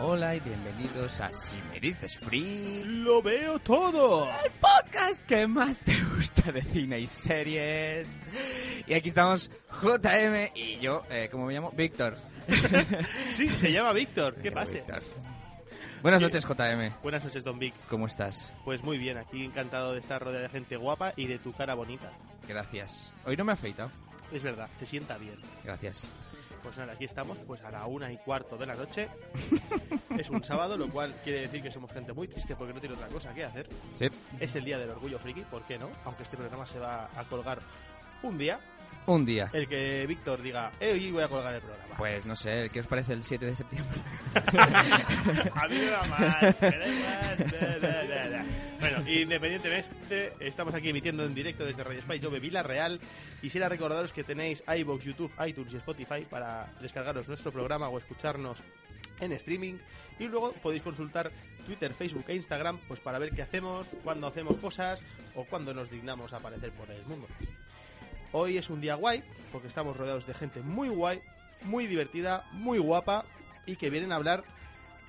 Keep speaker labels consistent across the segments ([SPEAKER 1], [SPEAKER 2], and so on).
[SPEAKER 1] Hola y bienvenidos a Si me dices free,
[SPEAKER 2] ¡Lo veo todo!
[SPEAKER 1] el podcast que más te gusta de cine y series. Y aquí estamos JM y yo, eh, ¿cómo me llamo? Víctor.
[SPEAKER 2] Sí, se llama Víctor.
[SPEAKER 1] Me
[SPEAKER 2] ¿Qué
[SPEAKER 1] llamo
[SPEAKER 2] pase?
[SPEAKER 1] Víctor. Buenas noches JM,
[SPEAKER 2] Buenas noches, Don Vic.
[SPEAKER 1] ¿cómo estás?
[SPEAKER 2] Pues muy bien, aquí encantado de estar rodeado de gente guapa y de tu cara bonita.
[SPEAKER 1] Gracias. Hoy no me he afeitado.
[SPEAKER 2] Es verdad, te sienta bien.
[SPEAKER 1] Gracias.
[SPEAKER 2] Pues nada, aquí estamos pues a la una y cuarto de la noche. es un sábado, lo cual quiere decir que somos gente muy triste porque no tiene otra cosa que hacer.
[SPEAKER 1] Sí.
[SPEAKER 2] Es el día del orgullo friki, ¿por qué no? Aunque este programa se va a colgar un día,
[SPEAKER 1] Un día.
[SPEAKER 2] el que Víctor diga, eh, hoy voy a colgar el programa.
[SPEAKER 1] Pues no sé, ¿qué os parece el 7 de septiembre?
[SPEAKER 2] A mí me va mal, me da igual, da, da, da, da. Bueno, independientemente, estamos aquí emitiendo en directo desde Radio Spy. Yo bebí la real. Quisiera recordaros que tenéis iBox, YouTube, iTunes y Spotify para descargaros nuestro programa o escucharnos en streaming. Y luego podéis consultar Twitter, Facebook e Instagram pues para ver qué hacemos, cuándo hacemos cosas o cuándo nos dignamos a aparecer por el mundo. Hoy es un día guay porque estamos rodeados de gente muy guay, muy divertida, muy guapa y que vienen a hablar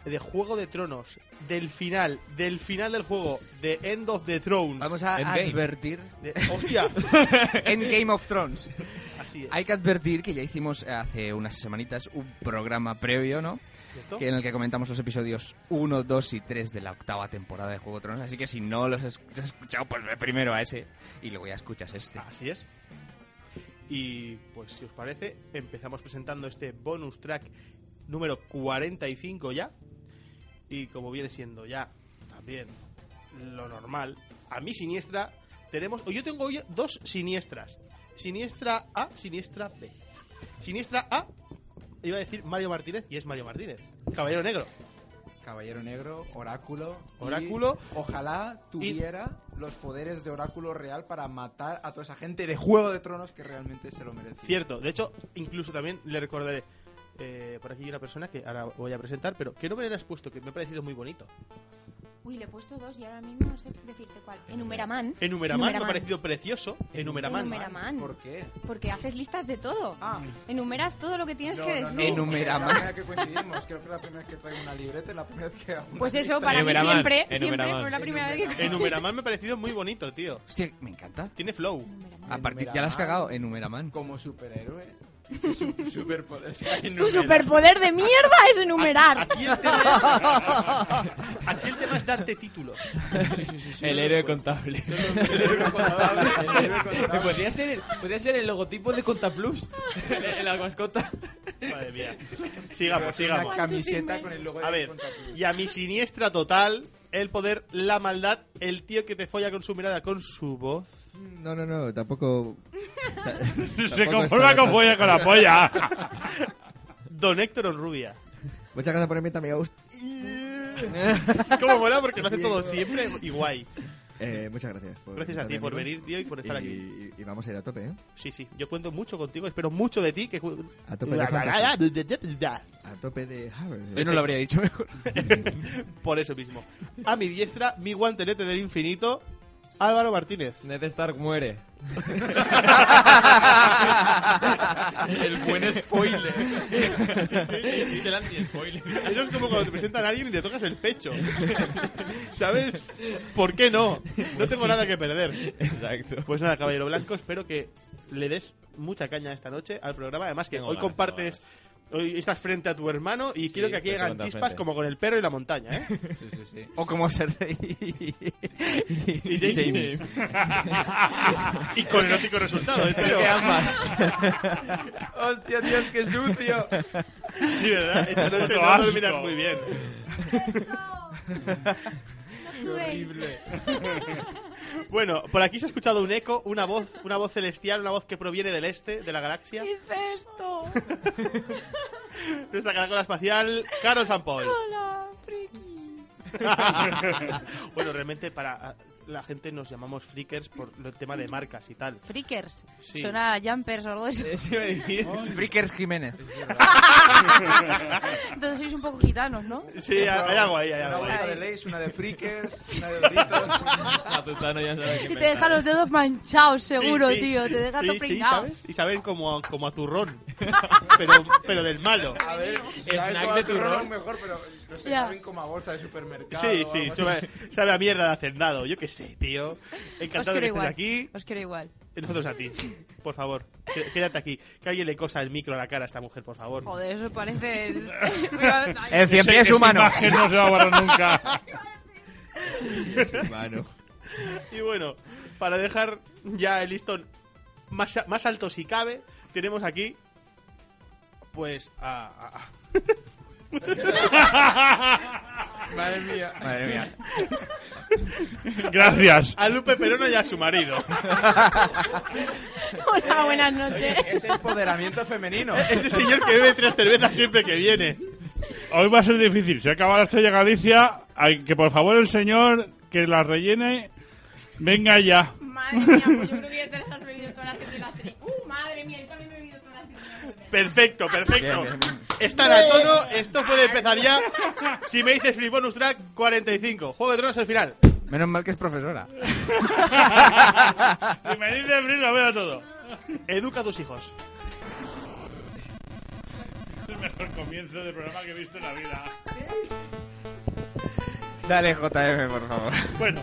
[SPEAKER 2] de Juego de Tronos, del final, del final del juego, de End of the Thrones.
[SPEAKER 1] Vamos a
[SPEAKER 3] Endgame.
[SPEAKER 1] advertir
[SPEAKER 2] De- ¡Hostia!
[SPEAKER 1] en Game of Thrones.
[SPEAKER 2] Así es.
[SPEAKER 1] Hay que advertir que ya hicimos hace unas semanitas un programa previo, ¿no?
[SPEAKER 2] ¿cierto?
[SPEAKER 1] que en el que comentamos los episodios 1, 2 y 3 de la octava temporada de Juego de Tronos. Así que si no los has has escuchado, pues ve primero a ese y luego ya escuchas este.
[SPEAKER 2] Así es. Y pues si os parece, empezamos presentando este bonus track número 45 ya. Y como viene siendo ya también lo normal, a mi siniestra tenemos, o yo tengo hoy dos siniestras. Siniestra A, siniestra B. Siniestra A, iba a decir Mario Martínez y es Mario Martínez. Caballero Negro.
[SPEAKER 3] Caballero Negro, Oráculo. y
[SPEAKER 2] Oráculo.
[SPEAKER 3] ojalá tuviera los poderes de Oráculo Real para matar a toda esa gente de Juego de Tronos que realmente se lo merece.
[SPEAKER 2] Cierto, de hecho, incluso también le recordaré. eh, por aquí hay una persona que ahora voy a presentar, pero que no me lo has puesto, que me ha parecido muy bonito.
[SPEAKER 4] Uy, le he puesto dos y ahora mismo no sé decirte cuál. Enumeraman.
[SPEAKER 2] Enumeraman me ha
[SPEAKER 4] Enumeraman.
[SPEAKER 2] parecido precioso. Enumeraman.
[SPEAKER 4] Enumeraman.
[SPEAKER 3] ¿Por qué?
[SPEAKER 4] Porque haces listas de todo.
[SPEAKER 3] Ah.
[SPEAKER 4] Enumeras todo lo que tienes que decir.
[SPEAKER 1] Enumera
[SPEAKER 3] Es la
[SPEAKER 1] más.
[SPEAKER 3] primera que coincidimos. Creo que es la primera vez que traigo una libreta y la primera vez que hago una
[SPEAKER 4] Pues eso,
[SPEAKER 3] lista.
[SPEAKER 4] para mí
[SPEAKER 5] Enumeraman,
[SPEAKER 4] siempre, siempre
[SPEAKER 5] enumeraman.
[SPEAKER 4] fue la primera vez que...
[SPEAKER 2] Enumeraman me ha parecido muy bonito, tío.
[SPEAKER 1] Hostia, me encanta.
[SPEAKER 2] Tiene flow.
[SPEAKER 4] Enumeraman.
[SPEAKER 1] A partir, ya la has cagado, Enumeraman.
[SPEAKER 3] Como superhéroe. Su- Superpoder. sea
[SPEAKER 4] Tu
[SPEAKER 3] enumera.
[SPEAKER 4] superpoder de mierda es enumerar.
[SPEAKER 2] Aquí este el tema es, aquí el tema es darte títulos.
[SPEAKER 3] Sí, sí, sí, sí,
[SPEAKER 5] El
[SPEAKER 3] yo
[SPEAKER 5] héroe
[SPEAKER 3] recuerdo.
[SPEAKER 5] contable.
[SPEAKER 3] El héroe contable, el héroe contable.
[SPEAKER 5] Podría ser, el, podría ser el logotipo de Contaplus. La mascota.
[SPEAKER 2] Madre mía. Sigamos,
[SPEAKER 3] Una
[SPEAKER 2] sigamos.
[SPEAKER 3] camiseta con el logo de
[SPEAKER 2] A ver,
[SPEAKER 3] Contaplus.
[SPEAKER 2] y a mi siniestra total, el poder, la maldad, el tío que te folla con su mirada, con su voz.
[SPEAKER 1] No, no, no, tampoco.
[SPEAKER 5] Se conforma con polla con la polla.
[SPEAKER 2] Don Héctor Onrubia.
[SPEAKER 1] Muchas gracias por invitarme,
[SPEAKER 2] ¿Cómo mola? Porque lo hace todo siempre y guay.
[SPEAKER 6] Eh, muchas gracias. por
[SPEAKER 2] Gracias a ti
[SPEAKER 6] invitarme,
[SPEAKER 2] por
[SPEAKER 6] amigo.
[SPEAKER 2] venir, tío, y por estar
[SPEAKER 6] Y-
[SPEAKER 2] aquí.
[SPEAKER 6] Y, y vamos a ir a tope, ¿eh?
[SPEAKER 2] Sí, sí. Yo cuento mucho contigo, espero mucho de ti. Que... ju-
[SPEAKER 6] A tope ¿eh? de fantasía. A tope de
[SPEAKER 1] Yo
[SPEAKER 6] Harvard.
[SPEAKER 1] no lo habría dicho mejor.
[SPEAKER 2] Por eso mismo. A mi diestra, mi guantelete del infinito, Álvaro Martínez.
[SPEAKER 5] Ned Stark muere.
[SPEAKER 1] El buen spoiler.
[SPEAKER 5] Es el anti-spoiler.
[SPEAKER 2] Eso es como cuando te presentan a alguien y le tocas el pecho. ¿Sabes? ¿Por qué no? No tengo nada que perder.
[SPEAKER 5] Pues Exacto.
[SPEAKER 2] Pues nada, Caballero Blanco, espero que le des mucha caña esta noche al programa. Además que
[SPEAKER 5] Tengo
[SPEAKER 2] hoy
[SPEAKER 5] ganas,
[SPEAKER 2] compartes...
[SPEAKER 5] tengo
[SPEAKER 2] Hoy estás frente a tu hermano y quiero que aquí
[SPEAKER 5] estoy
[SPEAKER 2] hagan
[SPEAKER 5] frente a
[SPEAKER 2] chispas
[SPEAKER 5] frente.
[SPEAKER 2] como con el perro y la montaña, ¿eh?
[SPEAKER 3] Sí, sí, sí.
[SPEAKER 1] O como Cersei. y
[SPEAKER 2] Jamie. Y con erótico resultado, espero.
[SPEAKER 5] ambas. Hostia, Dios, qué sucio.
[SPEAKER 2] Sí, ¿verdad? Esta noche no
[SPEAKER 5] asco.
[SPEAKER 2] dormirás muy bien.
[SPEAKER 4] horrible.
[SPEAKER 2] Bueno, por aquí se ha escuchado un eco, una voz, una voz celestial, una voz que proviene del este, de la galaxia.
[SPEAKER 4] Hice esto.
[SPEAKER 2] Nuestra caracol espacial, Caro San Paul.
[SPEAKER 4] Hola, frikis.
[SPEAKER 2] bueno, realmente para ah, la gente nos llamamos freakers por el tema de marcas y tal.
[SPEAKER 7] Freakers.
[SPEAKER 2] Sí.
[SPEAKER 7] Suena a jumpers o algo de eso.
[SPEAKER 5] Eso iba a decir.
[SPEAKER 1] Freakers Jiménez.
[SPEAKER 7] Entonces sois un poco gitanos, ¿no?
[SPEAKER 2] Sí, hay hay algo ahí, hay
[SPEAKER 3] Una
[SPEAKER 2] algo ahí.
[SPEAKER 3] bolsa de Lays, una de Freakers, una de Doritos.
[SPEAKER 5] La tutana Ah, ya sabe que
[SPEAKER 7] Y
[SPEAKER 5] me
[SPEAKER 7] te deja los dedos manchados,
[SPEAKER 2] Sí,
[SPEAKER 7] seguro,
[SPEAKER 2] sí.
[SPEAKER 7] tío. Te deja
[SPEAKER 2] Sí,
[SPEAKER 7] todo
[SPEAKER 2] sí,
[SPEAKER 7] pringado.
[SPEAKER 2] ¿sabes? Y saben como a, como a turrón. pero, pero del malo.
[SPEAKER 3] A ver,
[SPEAKER 5] Snack
[SPEAKER 3] sabe cuál
[SPEAKER 5] de
[SPEAKER 3] turrón
[SPEAKER 5] turrón.
[SPEAKER 3] es mejor, pero no sé,
[SPEAKER 7] Ya.
[SPEAKER 3] saben como a bolsa de supermercado.
[SPEAKER 2] Sí,
[SPEAKER 3] o
[SPEAKER 2] sí,
[SPEAKER 3] algo así.
[SPEAKER 2] sabe, sabe a mierda de hacendado. Yo qué sé, tío.
[SPEAKER 7] Os
[SPEAKER 2] Encantado
[SPEAKER 7] quiero
[SPEAKER 2] de que estés
[SPEAKER 7] igual.
[SPEAKER 2] aquí. Eh,
[SPEAKER 7] Os quiero igual.
[SPEAKER 2] Nosotros a ti. Por favor, qué- quédate aquí. Que alguien le cosa el micro a la cara a esta mujer, por favor.
[SPEAKER 7] Joder, eso parece. el- Pero- ay,
[SPEAKER 1] El cien
[SPEAKER 2] Ese-
[SPEAKER 1] pies
[SPEAKER 2] esa
[SPEAKER 1] humano.
[SPEAKER 2] imagen no se va a borrar nunca.
[SPEAKER 6] Mano.
[SPEAKER 2] Y bueno, para dejar ya el listón más, a- más alto si cabe, tenemos aquí. Pues a. a- a-
[SPEAKER 3] Madre mía.
[SPEAKER 1] Madre mía.
[SPEAKER 2] Gracias. A Lupe Perona y a su marido.
[SPEAKER 7] Hola, buenas noches.
[SPEAKER 3] Es empoderamiento femenino.
[SPEAKER 2] Ese señor que bebe tres cervezas siempre que viene.
[SPEAKER 8] Hoy va a ser difícil. Se acaba la estrella Galicia. Ay, que por favor el señor que la rellene. Venga ya.
[SPEAKER 7] Madre mía, pues yo creo que ya te las has bebido todas las que te las tri. Uh, madre mía, yo también me he bebido todas las que te
[SPEAKER 2] Perfecto, perfecto.
[SPEAKER 1] Bien,
[SPEAKER 2] Están a tono. Esto puede empezar ya. Si me dices free bonus track, 45. Juego de Tronos al final.
[SPEAKER 1] Menos mal que es profesora.
[SPEAKER 8] Si me dice abrir, lo veo todo.
[SPEAKER 2] Educa a tus hijos.
[SPEAKER 8] Es el mejor comienzo de programa que he visto en la vida.
[SPEAKER 1] Dale, JM, por favor.
[SPEAKER 2] Bueno,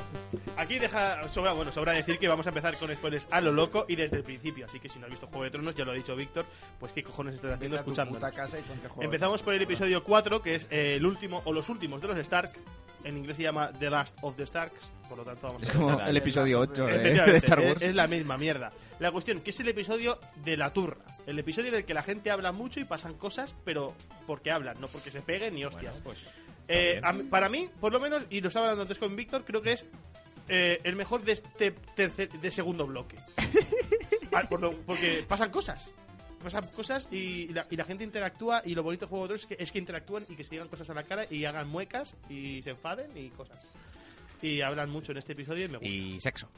[SPEAKER 2] aquí deja sobra, bueno, sobra decir que vamos a empezar con spoilers a lo loco y desde el principio. Así que si no has visto Juego de Tronos, ya lo ha dicho Víctor, pues qué cojones estás haciendo
[SPEAKER 3] Vete a tu
[SPEAKER 2] escuchando.
[SPEAKER 3] puta casa y ponte a jugar.
[SPEAKER 2] Empezamos por el episodio 4, que es eh, el último o los últimos de los Stark. En inglés se llama The Last of the Starks, por lo tanto vamos
[SPEAKER 1] Es
[SPEAKER 2] a
[SPEAKER 1] como
[SPEAKER 2] pasar a-
[SPEAKER 1] el episodio 8 de,
[SPEAKER 2] Efectivamente,
[SPEAKER 1] de Star
[SPEAKER 2] es-
[SPEAKER 1] Wars.
[SPEAKER 2] Es, la misma mierda. La cuestión, que es el episodio de la turra. El episodio en el que la gente habla mucho y pasan cosas, pero porque hablan, no porque se peguen ni hostias.
[SPEAKER 1] pues,
[SPEAKER 2] Eh, a mí- para mí, por lo menos, y lo estaba hablando antes con Víctor, creo que es eh, el mejor de este tercer- de segundo bloque. Ah, por lo- porque pasan cosas. Pasan cosas y la, y la gente interactúa y lo bonito del juego de Tronos es que, es que interactúan y que se digan cosas a la cara y hagan muecas y se enfaden y cosas. Y hablan mucho en este episodio y me gusta.
[SPEAKER 1] Y sexo.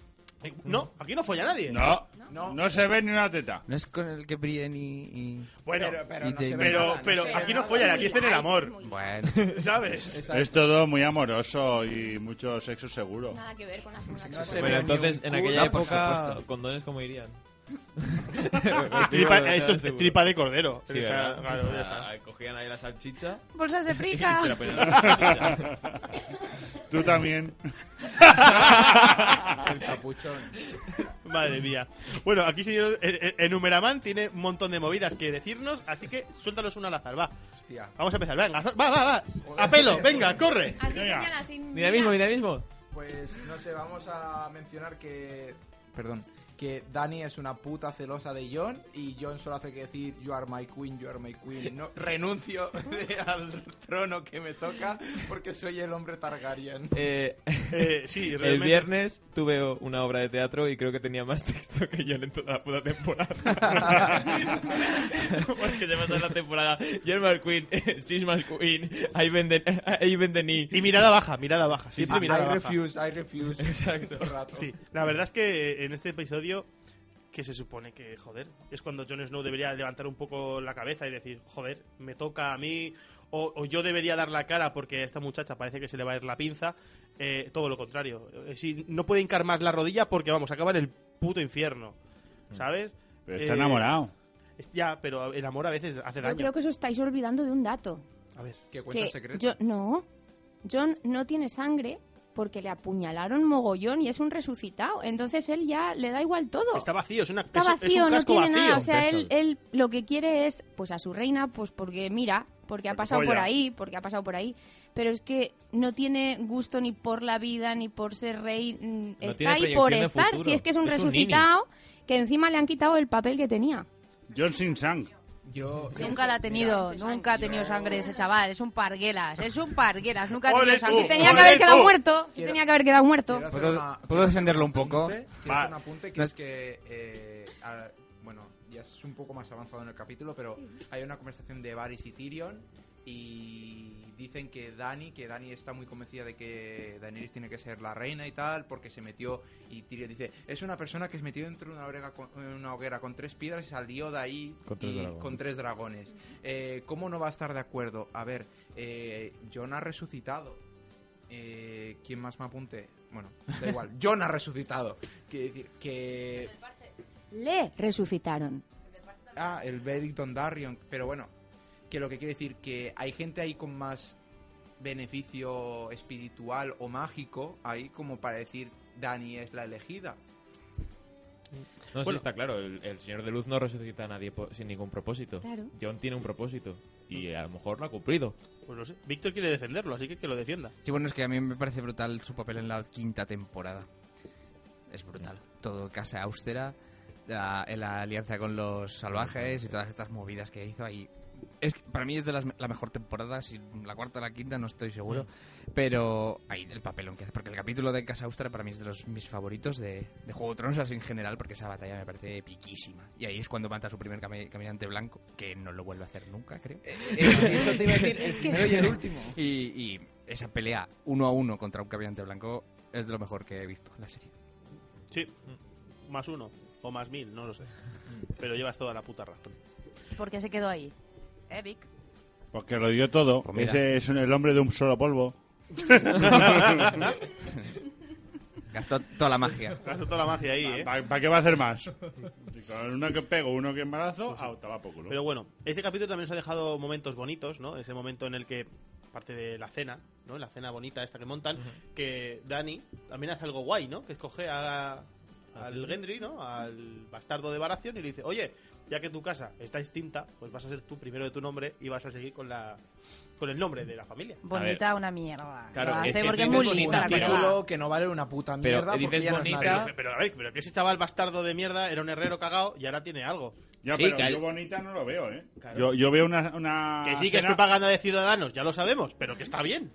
[SPEAKER 2] Eh, No, aquí no folla nadie.
[SPEAKER 8] No,
[SPEAKER 3] No.
[SPEAKER 8] no se ve ni una teta.
[SPEAKER 1] No es con el que brillen y... y-
[SPEAKER 2] Bueno,
[SPEAKER 3] Pero, pero,
[SPEAKER 1] Y
[SPEAKER 3] no se ve
[SPEAKER 1] Jamie.
[SPEAKER 2] Pero-
[SPEAKER 3] nada,
[SPEAKER 2] pero
[SPEAKER 3] se ve
[SPEAKER 2] aquí no
[SPEAKER 3] nada.
[SPEAKER 2] follan, aquí hacen el amor.
[SPEAKER 1] Bueno.
[SPEAKER 2] ¿sabes?
[SPEAKER 3] Exacto.
[SPEAKER 8] Es todo muy amoroso y mucho sexo seguro.
[SPEAKER 4] Nada que ver con la segunda
[SPEAKER 3] No se
[SPEAKER 4] temporada.
[SPEAKER 5] Bueno,
[SPEAKER 3] ve ni
[SPEAKER 5] entonces,
[SPEAKER 3] un
[SPEAKER 5] en
[SPEAKER 3] culo.
[SPEAKER 5] aquella
[SPEAKER 1] No, por
[SPEAKER 5] época,
[SPEAKER 1] supuesto.
[SPEAKER 5] condones como irían.
[SPEAKER 2] Tripa, esto es
[SPEAKER 5] Seguro.
[SPEAKER 2] tripa de cordero.
[SPEAKER 5] Sí,
[SPEAKER 2] Está-
[SPEAKER 5] ¿verdad?
[SPEAKER 2] claro, ya
[SPEAKER 5] Ah,
[SPEAKER 2] está.
[SPEAKER 5] Cogían ahí la salchicha.
[SPEAKER 7] Bolsas de
[SPEAKER 5] y
[SPEAKER 7] frica.
[SPEAKER 5] se la ponían en la salchicha.
[SPEAKER 8] Tú también.
[SPEAKER 3] El capuchón.
[SPEAKER 2] Madre mía. Bueno, aquí señor eh, eh, Enumeraman tiene un montón de movidas que decirnos, así que suéltanos una al azar, va.
[SPEAKER 3] Hostia.
[SPEAKER 2] Vamos a empezar, venga, va, va, va. A pelo, venga, corre.
[SPEAKER 4] Así
[SPEAKER 8] Venga.
[SPEAKER 4] señala, así.
[SPEAKER 5] Mira mismo, mira mismo.
[SPEAKER 3] Pues no sé, vamos a mencionar que. Perdón. Que Dani es una puta celosa de John y John solo hace que decir You are my queen, you are my queen. No, renuncio al trono que me toca porque soy el hombre Targaryen.
[SPEAKER 5] Eh,
[SPEAKER 2] Eh, sí,
[SPEAKER 5] el
[SPEAKER 2] realmente.
[SPEAKER 5] viernes tuve una obra de teatro y creo que tenía más texto que yo en toda la puta temporada. Porque te pasas la temporada. German Queen, Sismas Queen, ahí venden, ahí venden y.
[SPEAKER 2] Y mirada baja, mirada baja. Siempre
[SPEAKER 3] I,
[SPEAKER 2] mirada baja.
[SPEAKER 3] refuse, I refuse.
[SPEAKER 5] Exacto.
[SPEAKER 3] Todo el rato.
[SPEAKER 2] Sí, la verdad es que eh, en este episodio, que se supone que, joder, es cuando Jon Snow debería levantar un poco la cabeza y decir, joder, me toca a mí, o, o yo debería dar la cara porque a esta muchacha parece que se le va a ir la pinza, eh, todo lo contrario. Eh, si no puede hincar más la rodilla porque vamos, acaba en el puto infierno, ¿sabes?
[SPEAKER 8] Mm. Pero está
[SPEAKER 2] Eh,
[SPEAKER 8] enamorado.
[SPEAKER 2] es- Ya, pero el amor a veces hace
[SPEAKER 4] Yo
[SPEAKER 2] daño.
[SPEAKER 4] creo que os estáis olvidando de un dato.
[SPEAKER 2] A ver,
[SPEAKER 3] Que cuenta
[SPEAKER 4] Que
[SPEAKER 3] secretos.
[SPEAKER 4] yo, no, John no tiene sangre porque le apuñalaron mogollón y es un resucitado. Entonces él ya le da igual todo.
[SPEAKER 2] está vacío, es, una,
[SPEAKER 4] Está
[SPEAKER 2] es un- es
[SPEAKER 4] vacío,
[SPEAKER 2] un
[SPEAKER 4] no
[SPEAKER 2] casco
[SPEAKER 4] tiene
[SPEAKER 2] vacío.
[SPEAKER 4] nada. O sea, él,
[SPEAKER 5] Besos.
[SPEAKER 4] él lo que quiere es, pues a su reina, pues porque mira, porque ha
[SPEAKER 8] Porque
[SPEAKER 4] pasado por
[SPEAKER 8] folla.
[SPEAKER 4] ahí, porque ha pasado por ahí. Pero es que no tiene gusto ni por la vida, ni por ser rey. mm,
[SPEAKER 5] No
[SPEAKER 4] está
[SPEAKER 5] tiene
[SPEAKER 4] ahí
[SPEAKER 5] proyección
[SPEAKER 4] por
[SPEAKER 5] de
[SPEAKER 4] estar.
[SPEAKER 5] futuro.
[SPEAKER 4] Si es que es un
[SPEAKER 5] Es un
[SPEAKER 4] resucitado, que encima le han quitado el papel que tenía.
[SPEAKER 8] John Sin Sang.
[SPEAKER 3] Yo-
[SPEAKER 7] Nunca la ha tenido, nunca ha tenido sangre ese chaval. Es un parguelas, es un parguelas, nunca ha
[SPEAKER 2] Ole
[SPEAKER 7] tenido
[SPEAKER 2] tú,
[SPEAKER 7] sangre.
[SPEAKER 4] Si tenía que
[SPEAKER 2] Joder,
[SPEAKER 4] haber quedado
[SPEAKER 2] tú.
[SPEAKER 4] muerto, si
[SPEAKER 3] Quiero-
[SPEAKER 4] tenía que haber quedado muerto.
[SPEAKER 3] Quiero hacer
[SPEAKER 1] ¿Puedo-
[SPEAKER 3] una-
[SPEAKER 1] puedo
[SPEAKER 3] quiero hacer
[SPEAKER 1] defenderlo
[SPEAKER 3] un
[SPEAKER 1] un poco?
[SPEAKER 3] apunte, quiero
[SPEAKER 2] Va.
[SPEAKER 3] hacer un apunte que
[SPEAKER 1] No
[SPEAKER 3] es
[SPEAKER 1] es-
[SPEAKER 3] que, eh, a- bueno, ya es un poco más avanzado en el capítulo, pero hay una conversación de Varys y Tyrion y dicen que Dani, que Dani está muy convencida de que Daenerys tiene que ser la reina y tal, porque se metió y Tyrion dice, es una persona que se metió dentro de una, orega con- una hoguera con tres piedras y salió de ahí
[SPEAKER 9] Con tres
[SPEAKER 3] y-
[SPEAKER 9] dragones.
[SPEAKER 3] con tres dragones. Eh, ¿Cómo no va a estar de acuerdo? A ver, eh, Jon ha resucitado. Eh, ¿Quién más me apunte? Bueno, da igual. Jon ha resucitado. Quiere decir que...
[SPEAKER 4] Le resucitaron.
[SPEAKER 3] Ah, el Beric Dondarrion. Pero bueno, que lo que quiere decir que hay gente ahí con más beneficio espiritual o mágico ahí como para decir Dani es la elegida.
[SPEAKER 5] No, sí,
[SPEAKER 2] Bueno.
[SPEAKER 5] está claro. El, el Señor de Luz no resucita a nadie po- sin ningún propósito.
[SPEAKER 4] Claro.
[SPEAKER 5] John tiene un propósito. Y a lo mejor lo ha cumplido.
[SPEAKER 2] Pues lo sé. Víctor quiere defenderlo, así que que lo defienda.
[SPEAKER 1] Sí, bueno, es que a mí me parece brutal su papel en la quinta temporada. Es brutal. Todo casa austera, la, en la alianza con los salvajes y todas estas movidas que hizo ahí. Es, que para mí es de las, la mejor temporada, si la cuarta o la quinta no estoy seguro,
[SPEAKER 3] Mm.
[SPEAKER 1] pero ahí el papelón que hace, porque el capítulo de Casa Austera para mí es de los mis favoritos de, de Juego de Tronos así en general, porque esa batalla me parece piquísima. Y ahí es cuando mata a su primer cami- caminante blanco, que no lo vuelve a hacer nunca, creo.
[SPEAKER 3] Eso, Eh, eso te iba a decir, el primero y el último.
[SPEAKER 1] Y, y esa pelea uno a uno contra un caminante blanco es de lo mejor que he visto en la serie.
[SPEAKER 2] Sí, más uno o más mil, no lo sé. Pero llevas toda la puta razón.
[SPEAKER 7] ¿Por qué se quedó ahí? ¿Eh, Vic?
[SPEAKER 8] Porque lo dio todo.
[SPEAKER 1] Pues mira.
[SPEAKER 8] Ese es un- el hombre de un solo polvo.
[SPEAKER 1] Gastó toda la magia.
[SPEAKER 2] Gasta toda la magia ahí, ¿eh?
[SPEAKER 8] ¿Para qué va a hacer más? Si Con uno que pego, uno que embarazo, a tabaco, culo.
[SPEAKER 2] Pero bueno, este capítulo también nos ha dejado momentos bonitos, ¿no? Ese momento en el que parte de la cena, ¿no? La cena bonita esta que montan, que Dani también hace algo guay, ¿no? Que escoge a, al Gendry, ¿no? Al bastardo de Baración y le dice, oye, ya que tu casa está extinta, pues vas a ser tú primero de tu nombre y vas a seguir con la con el nombre de la familia.
[SPEAKER 7] Bonita una mierda.
[SPEAKER 5] Claro,
[SPEAKER 7] Lo hace
[SPEAKER 5] es que
[SPEAKER 7] porque es
[SPEAKER 5] dices
[SPEAKER 7] muy
[SPEAKER 5] bonita,
[SPEAKER 7] linda la
[SPEAKER 3] Un
[SPEAKER 5] pero-
[SPEAKER 7] colega.
[SPEAKER 3] título que no vale una puta
[SPEAKER 5] Pero eh,
[SPEAKER 3] mierda porque
[SPEAKER 5] dices
[SPEAKER 3] ya no es
[SPEAKER 5] bonita,
[SPEAKER 2] Pero,
[SPEAKER 3] nadie.
[SPEAKER 2] pero a ver, pero que ese chaval bastardo de mierda era un herrero cagao y ahora tiene algo.
[SPEAKER 8] Ya,
[SPEAKER 5] Sí,
[SPEAKER 8] pero
[SPEAKER 5] que
[SPEAKER 8] yo
[SPEAKER 5] el-
[SPEAKER 8] bonita no lo veo, ¿eh? Yo, yo veo una, una
[SPEAKER 2] Que sí, que es
[SPEAKER 8] cena-
[SPEAKER 2] propaganda de ciudadanos, ya lo sabemos, pero que está bien.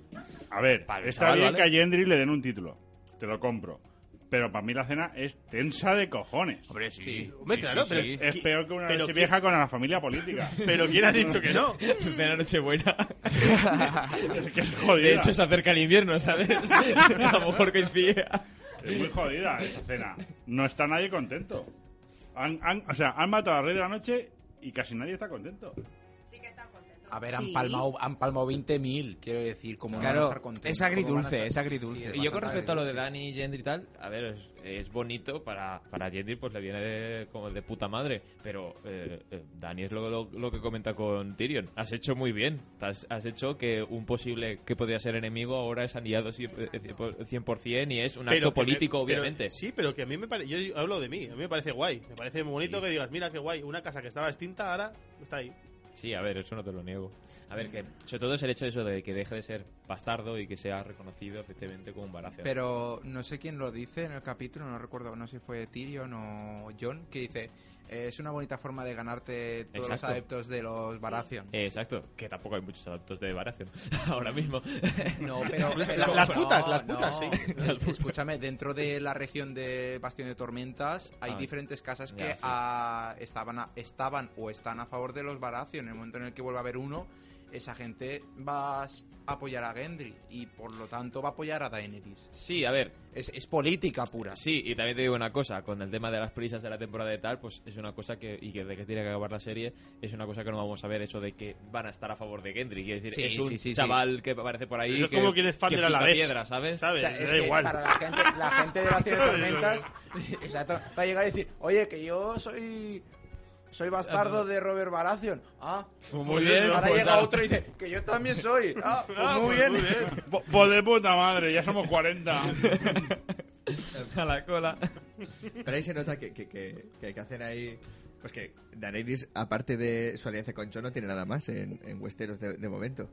[SPEAKER 8] A ver,
[SPEAKER 5] Para el
[SPEAKER 8] está
[SPEAKER 5] chaval,
[SPEAKER 8] bien
[SPEAKER 5] ¿vale?
[SPEAKER 8] que a Gendry le den un título. Te lo compro. Pero para mí la cena es tensa de cojones.
[SPEAKER 1] Hombre, sí.
[SPEAKER 2] Hombre, claro, pero-
[SPEAKER 8] Es
[SPEAKER 2] ¿qui-
[SPEAKER 8] peor que una
[SPEAKER 2] pero
[SPEAKER 8] noche
[SPEAKER 2] qui-
[SPEAKER 8] vieja con la familia política.
[SPEAKER 2] Pero ¿quién ha dicho que no?
[SPEAKER 5] Primera Nochebuena.
[SPEAKER 8] es que es jodida.
[SPEAKER 5] De hecho, se acerca el invierno, ¿sabes? A lo mejor coincidía.
[SPEAKER 8] Es muy jodida esa cena. No está nadie contento. Han, han- o sea, han matado al rey de la noche y casi nadie está contento.
[SPEAKER 3] A ver, han
[SPEAKER 4] Sí.
[SPEAKER 3] palmado, han palmado 20.000, quiero decir, como no van a
[SPEAKER 1] Claro,
[SPEAKER 3] estar contentos,
[SPEAKER 1] es
[SPEAKER 3] cómo van a
[SPEAKER 1] agridulce,
[SPEAKER 3] estar-
[SPEAKER 1] es
[SPEAKER 3] Sí,
[SPEAKER 1] agridulce.
[SPEAKER 5] Y yo con
[SPEAKER 3] bastante
[SPEAKER 5] respecto a lo de
[SPEAKER 3] agridulce.
[SPEAKER 5] Dani y Gendry y tal, a ver, es, es bonito para, para Gendry, pues le viene de, como de puta madre, pero eh, eh, Dani es lo, lo- lo que comenta con Tyrion. Has hecho muy bien, has, has hecho que un posible que podría ser enemigo ahora es aliado cien- eh, cien por- 100% y es un
[SPEAKER 2] Pero
[SPEAKER 5] acto
[SPEAKER 2] que me-
[SPEAKER 5] político,
[SPEAKER 2] pero-
[SPEAKER 5] obviamente.
[SPEAKER 2] sí, pero que a mí me parece. Yo hablo de mí, a mí me parece guay. Me parece muy bonito
[SPEAKER 5] Sí.
[SPEAKER 2] que digas, mira qué guay, una casa que estaba extinta ahora está ahí.
[SPEAKER 5] Sí, a ver, eso no te lo niego. A ver, que sobre todo es el hecho de eso de que deje de ser bastardo y que sea reconocido efectivamente como un baracio.
[SPEAKER 3] Pero no sé quién lo dice en el capítulo, no recuerdo, no sé si fue Tyrion o John, que dice, "Eh, es una bonita forma de ganarte todos
[SPEAKER 5] Exacto.
[SPEAKER 3] los adeptos de los Baratheon.
[SPEAKER 5] Eh, Exacto, que tampoco hay muchos adaptos de Baratheon ahora mismo.
[SPEAKER 3] No, pero...
[SPEAKER 2] La- las putas, las putas, sí.
[SPEAKER 3] sí. Escúchame, dentro de la región de Bastión de Tormentas hay
[SPEAKER 5] Ah,
[SPEAKER 3] diferentes casas
[SPEAKER 5] ya,
[SPEAKER 3] que
[SPEAKER 5] sí.
[SPEAKER 3] ah, estaban, a- estaban o están a favor de los Baratheon. En el momento en el que vuelva a haber uno, esa gente va a apoyar a Gendry y por lo tanto va a apoyar a Daenerys.
[SPEAKER 5] Sí, a ver,
[SPEAKER 3] Es, es política pura.
[SPEAKER 5] Sí, y también te digo una cosa, con el tema de las prisas de la temporada y tal, pues es una cosa que, y que de que tiene que acabar la serie, es una cosa que no vamos a ver, eso de que van a estar a favor de Gendry. Quiero decir,
[SPEAKER 3] Sí,
[SPEAKER 5] es un
[SPEAKER 3] sí, sí, sí.
[SPEAKER 5] chaval que aparece por ahí.
[SPEAKER 2] Eso es como quien es fan del
[SPEAKER 5] pica
[SPEAKER 2] Alavés.
[SPEAKER 5] piedra, ¿sabes?
[SPEAKER 2] ¿Sabes?
[SPEAKER 3] O sea,
[SPEAKER 2] Me
[SPEAKER 3] es
[SPEAKER 2] da
[SPEAKER 3] que
[SPEAKER 2] igual.
[SPEAKER 3] para la gente, la gente de Bastión de Tormentas exacto, va a llegar a decir, oye, que yo soy soy
[SPEAKER 2] Ah,
[SPEAKER 3] bastardo de Robert Baratheon. Ah,
[SPEAKER 5] Muy bien,
[SPEAKER 3] ahora
[SPEAKER 5] pues,
[SPEAKER 3] llega
[SPEAKER 5] ah.
[SPEAKER 3] otro y dice, que yo también soy. Ah, pues
[SPEAKER 2] Ah,
[SPEAKER 3] muy
[SPEAKER 2] pues
[SPEAKER 3] bien.
[SPEAKER 2] muy bien.
[SPEAKER 8] Bo- bo de puta madre, ya somos 40.
[SPEAKER 5] A la cola.
[SPEAKER 6] Pero ahí se nota que, que, que, que, que hacen ahí. Pues que Daenerys, aparte de su alianza con Jon, no tiene nada más en, en Westeros de, de momento.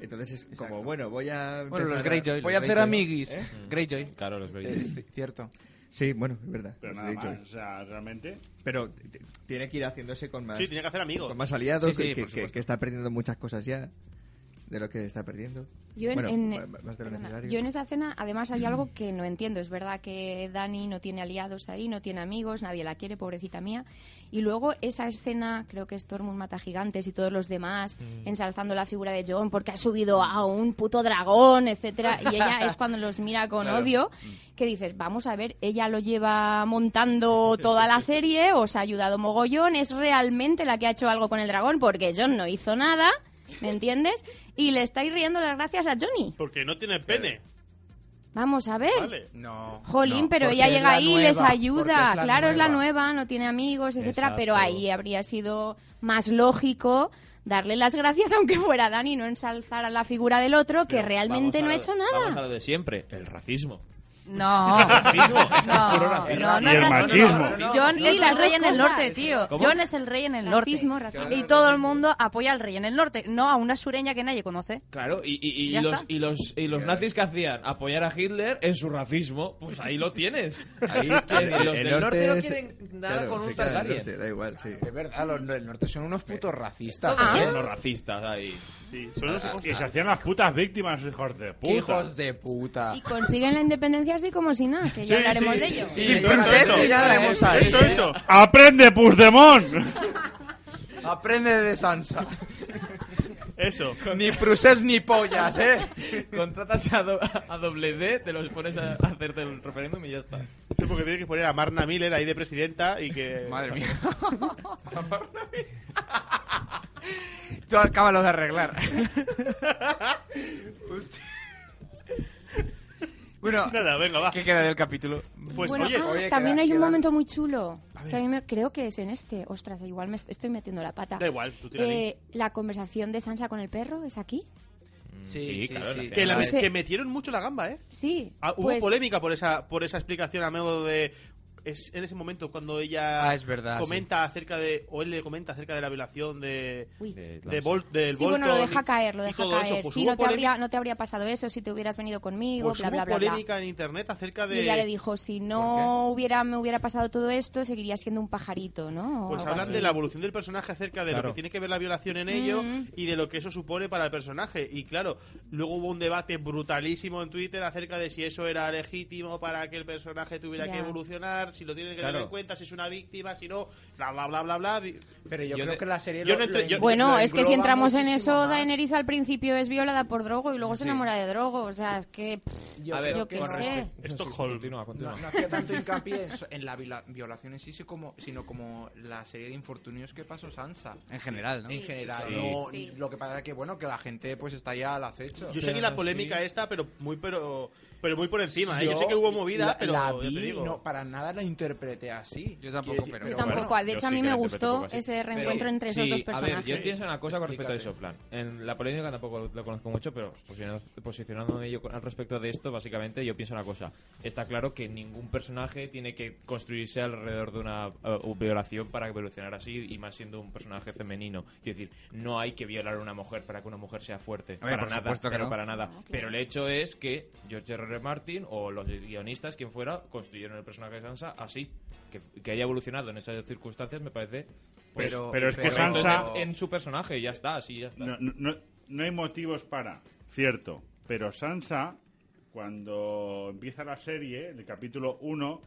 [SPEAKER 6] Entonces es como, bueno, voy a.
[SPEAKER 1] Bueno, los
[SPEAKER 6] empezar a-
[SPEAKER 1] Greyjoy. ¿Eh?
[SPEAKER 3] Voy a hacer amiguis.
[SPEAKER 1] Greyjoy.
[SPEAKER 5] ¿Eh? Claro, los
[SPEAKER 6] Eh,
[SPEAKER 5] Greyjoy.
[SPEAKER 6] sí,
[SPEAKER 3] Cierto.
[SPEAKER 6] Sí, bueno, es verdad.
[SPEAKER 8] Pero
[SPEAKER 6] los
[SPEAKER 8] nada
[SPEAKER 6] Greyjoy.
[SPEAKER 8] más, o sea, realmente.
[SPEAKER 6] Pero t- t- tiene que ir haciéndose con más,
[SPEAKER 2] Sí, tiene que hacer amigos.
[SPEAKER 6] con más aliados,
[SPEAKER 1] Sí, sí,
[SPEAKER 6] que,
[SPEAKER 1] por
[SPEAKER 6] que-
[SPEAKER 1] supuesto.
[SPEAKER 6] que está perdiendo muchas cosas ya. de lo que está perdiendo.
[SPEAKER 4] Yo en,
[SPEAKER 6] bueno,
[SPEAKER 4] en-
[SPEAKER 6] ma- más de lo
[SPEAKER 4] perdona,
[SPEAKER 6] necesario.
[SPEAKER 4] yo en esa cena, además, hay algo que no entiendo. Es verdad que Dani no tiene aliados ahí, no tiene amigos, nadie la quiere, pobrecita mía. Y luego esa escena, creo que es Tormund mata gigantes y todos los demás ensalzando la figura de John porque ha subido a un puto dragón, etcétera. Y ella es cuando los mira con odio, que dices, vamos a ver, ella lo lleva montando toda la serie, os ha ayudado mogollón, es realmente la que ha hecho algo con el dragón porque John no hizo nada. ¿Me entiendes? Y le estáis riendo las gracias a Johnny.
[SPEAKER 2] Porque no tiene pene.
[SPEAKER 4] Vamos a ver.
[SPEAKER 2] Vale.
[SPEAKER 3] No.
[SPEAKER 4] Jolín,
[SPEAKER 3] no,
[SPEAKER 4] pero
[SPEAKER 3] porque
[SPEAKER 4] ella
[SPEAKER 3] es
[SPEAKER 4] llega
[SPEAKER 3] la
[SPEAKER 4] ahí,
[SPEAKER 3] nueva,
[SPEAKER 4] les
[SPEAKER 3] porque
[SPEAKER 4] ayuda. claro, es la
[SPEAKER 3] nueva.
[SPEAKER 4] nueva, no tiene amigos, etcétera.
[SPEAKER 5] Exacto.
[SPEAKER 4] Pero ahí habría sido más lógico darle las gracias, aunque fuera Dani, no ensalzar a la figura del otro que
[SPEAKER 5] Pero
[SPEAKER 4] realmente
[SPEAKER 5] vamos a
[SPEAKER 4] no ha
[SPEAKER 5] lo-
[SPEAKER 4] hecho
[SPEAKER 5] Vamos a
[SPEAKER 4] nada.
[SPEAKER 5] lo de siempre, el racismo.
[SPEAKER 9] No.
[SPEAKER 5] Racismo, es que es
[SPEAKER 9] No,
[SPEAKER 5] puro
[SPEAKER 9] no,
[SPEAKER 5] racismo.
[SPEAKER 9] no,
[SPEAKER 8] Y el
[SPEAKER 9] es racismo.
[SPEAKER 8] machismo.
[SPEAKER 3] No,
[SPEAKER 9] John
[SPEAKER 4] no,
[SPEAKER 9] es
[SPEAKER 4] las
[SPEAKER 9] el
[SPEAKER 4] dos
[SPEAKER 9] rey en el
[SPEAKER 4] cosas.
[SPEAKER 9] norte, tío.
[SPEAKER 5] ¿Cómo?
[SPEAKER 9] John es el rey en el norte.
[SPEAKER 4] Racismo, racismo.
[SPEAKER 9] Y todo el mundo apoya al rey en el norte, no a una sureña que nadie conoce.
[SPEAKER 5] Claro, y, y- y
[SPEAKER 9] Ya
[SPEAKER 5] los,
[SPEAKER 9] está.
[SPEAKER 5] y, los, y los nazis que hacían apoyar a Hitler en su racismo, pues ahí lo tienes.
[SPEAKER 6] Ahí,
[SPEAKER 5] Que
[SPEAKER 6] el- el-
[SPEAKER 5] los
[SPEAKER 6] el
[SPEAKER 5] del norte no
[SPEAKER 6] es-
[SPEAKER 5] quieren nada
[SPEAKER 6] claro,
[SPEAKER 5] con un
[SPEAKER 6] se queda en el
[SPEAKER 5] Targaryen.
[SPEAKER 6] norte, Da igual, sí.
[SPEAKER 3] Es verdad, los del norte son unos putos racistas.
[SPEAKER 5] Todos
[SPEAKER 3] ¿eh?
[SPEAKER 5] son los racistas ahí.
[SPEAKER 2] Sí, son unos hijos
[SPEAKER 8] Y se hacían las putas víctimas, hijos de
[SPEAKER 3] ¡Qué
[SPEAKER 8] puta.
[SPEAKER 3] hijos de puta!
[SPEAKER 4] Y consiguen la independencia así como si nada, que ya
[SPEAKER 2] Sí,
[SPEAKER 4] hablaremos
[SPEAKER 2] sí,
[SPEAKER 4] de ello.
[SPEAKER 2] sí,
[SPEAKER 3] Sin
[SPEAKER 2] eso,
[SPEAKER 3] princesa
[SPEAKER 2] eso.
[SPEAKER 3] y nada hemos ahí,
[SPEAKER 2] Eso,
[SPEAKER 3] ¿eh?
[SPEAKER 2] eso.
[SPEAKER 8] ¡Aprende, Pusdemón!
[SPEAKER 3] Aprende de Sansa.
[SPEAKER 2] Eso.
[SPEAKER 3] ni prusés ni pollas, ¿eh?
[SPEAKER 5] Contratas a, do- a doble D, te los pones a, a hacerte el referéndum y ya está.
[SPEAKER 2] Sí, porque tiene que poner a Marna Miller ahí de presidenta y que.
[SPEAKER 1] Madre mía.
[SPEAKER 6] eh.
[SPEAKER 3] Tú acábalo de arreglar. bueno,
[SPEAKER 2] Nada, venga, va.
[SPEAKER 1] ¿Qué queda del capítulo?
[SPEAKER 2] Pues
[SPEAKER 4] bueno,
[SPEAKER 2] oye,
[SPEAKER 4] ah,
[SPEAKER 3] oye,
[SPEAKER 4] también
[SPEAKER 3] queda-
[SPEAKER 4] hay un
[SPEAKER 3] queda-
[SPEAKER 4] momento muy chulo, que a mí me- creo que es en este. Ostras, igual me est- estoy metiendo la pata.
[SPEAKER 2] Da igual, tú tira ahí.
[SPEAKER 4] Eh, la conversación de Sansa con el perro es aquí.
[SPEAKER 6] Mm,
[SPEAKER 5] sí, claro, la
[SPEAKER 2] que, la-
[SPEAKER 4] Ese-
[SPEAKER 2] que metieron mucho la gamba, ¿eh?
[SPEAKER 4] Sí.
[SPEAKER 2] Ah, hubo
[SPEAKER 4] pues-
[SPEAKER 2] polémica por esa, por esa explicación a modo de. Es en ese momento cuando ella
[SPEAKER 1] Ah, es verdad,
[SPEAKER 2] comenta acerca de. O él le comenta acerca de la violación de.
[SPEAKER 4] Uy.
[SPEAKER 2] de Vol- del
[SPEAKER 4] sí, bueno, lo
[SPEAKER 2] Voltron
[SPEAKER 4] deja
[SPEAKER 2] y-
[SPEAKER 4] caer, lo
[SPEAKER 2] y
[SPEAKER 4] deja
[SPEAKER 2] todo
[SPEAKER 4] caer.
[SPEAKER 2] eso. Pues
[SPEAKER 4] sí,
[SPEAKER 2] hubo
[SPEAKER 4] no te,
[SPEAKER 2] polémica-
[SPEAKER 4] habría, no te habría pasado eso si te hubieras venido conmigo,
[SPEAKER 2] pues
[SPEAKER 4] bla,
[SPEAKER 2] hubo
[SPEAKER 4] bla, bla, bla.
[SPEAKER 2] polémica en internet acerca de.
[SPEAKER 4] Y ella le dijo, si no hubiera, me hubiera pasado todo esto, seguiría siendo un pajarito, ¿no? O
[SPEAKER 2] Pues
[SPEAKER 4] algo
[SPEAKER 2] hablan
[SPEAKER 4] así.
[SPEAKER 2] de la evolución del personaje acerca de lo
[SPEAKER 5] Claro.
[SPEAKER 2] que tiene que ver la violación en ello
[SPEAKER 4] Mm.
[SPEAKER 2] y de lo que eso supone para el personaje. Y claro, luego hubo un debate brutalísimo en Twitter acerca de si eso era legítimo para que el personaje tuviera
[SPEAKER 4] Ya.
[SPEAKER 2] que evolucionar, si lo tienen que tener
[SPEAKER 5] Claro.
[SPEAKER 2] en cuenta, si es una víctima, si no, bla, bla, bla, bla, bla.
[SPEAKER 3] Pero yo,
[SPEAKER 5] Yo
[SPEAKER 3] creo
[SPEAKER 5] no-
[SPEAKER 3] que la serie
[SPEAKER 2] yo
[SPEAKER 3] lo-
[SPEAKER 2] no ent-
[SPEAKER 3] lo
[SPEAKER 2] yo-
[SPEAKER 3] englo-
[SPEAKER 4] Bueno,
[SPEAKER 3] lo
[SPEAKER 4] es que si
[SPEAKER 3] engloba
[SPEAKER 4] entramos en
[SPEAKER 3] muchísimo
[SPEAKER 4] eso,
[SPEAKER 3] más.
[SPEAKER 4] Daenerys al principio es violada por Drogo y luego se
[SPEAKER 3] Sí.
[SPEAKER 4] enamora de Drogo. O sea, es que... pff,
[SPEAKER 3] Yo
[SPEAKER 5] A ver,
[SPEAKER 4] yo qué
[SPEAKER 3] con
[SPEAKER 4] sé.
[SPEAKER 2] Stockholm.
[SPEAKER 5] Continúa, continúa.
[SPEAKER 3] No, no hacía tanto hincapié en, so- en la viola- violación en sí, sí como, sino como la serie de infortunios que pasó Sansa.
[SPEAKER 1] En general, ¿no?
[SPEAKER 3] En general,
[SPEAKER 5] Sí.
[SPEAKER 3] no,
[SPEAKER 4] Sí.
[SPEAKER 3] lo que pasa es que bueno, que la gente pues está ya al acecho.
[SPEAKER 2] Yo sé que la polémica esta, pero muy pero pero muy por encima. ¿eh? Yo, sé que hubo movida,
[SPEAKER 3] la-
[SPEAKER 2] pero
[SPEAKER 3] la
[SPEAKER 2] ya te
[SPEAKER 3] vi,
[SPEAKER 2] digo.
[SPEAKER 3] no, para nada la interpreté así.
[SPEAKER 1] Yo tampoco,
[SPEAKER 3] Quiero decir,
[SPEAKER 1] pero-
[SPEAKER 4] Yo
[SPEAKER 1] bueno,
[SPEAKER 4] tampoco. de
[SPEAKER 5] yo
[SPEAKER 4] hecho, a
[SPEAKER 5] sí
[SPEAKER 4] mí
[SPEAKER 5] que
[SPEAKER 4] me
[SPEAKER 5] la interpreto un
[SPEAKER 4] gustó
[SPEAKER 5] poco así.
[SPEAKER 4] ese reencuentro entre esos
[SPEAKER 5] Sí,
[SPEAKER 4] dos
[SPEAKER 5] a
[SPEAKER 4] personajes.
[SPEAKER 5] ver, yo pienso una cosa con respecto a eso,
[SPEAKER 3] Explícate.
[SPEAKER 5] Plan. En la polémica tampoco lo, lo conozco mucho, pero posicionando- posicionándome yo con- al respecto de esto, básicamente yo pienso una cosa. Está claro que ningún personaje tiene que construirse alrededor de una eh, violación para evolucionar así, y más siendo un personaje femenino. Es decir, no hay que violar a una mujer para que una mujer sea fuerte.
[SPEAKER 1] Hombre,
[SPEAKER 5] para
[SPEAKER 1] por
[SPEAKER 5] nada,
[SPEAKER 1] supuesto que
[SPEAKER 5] pero
[SPEAKER 1] no.
[SPEAKER 5] para nada.
[SPEAKER 4] claro.
[SPEAKER 5] Pero el hecho es que George R. R. Martin o los guionistas, quien fuera, construyeron el personaje de Sansa así. Que, que haya evolucionado en esas circunstancias me parece pues,
[SPEAKER 3] Pero-
[SPEAKER 8] pero es que
[SPEAKER 5] pero
[SPEAKER 8] Sansa-
[SPEAKER 5] en- en su personaje y ya está, así ya está.
[SPEAKER 8] No, no- no- no hay motivos para, cierto. Pero Sansa, cuando empieza la serie, el capítulo 1,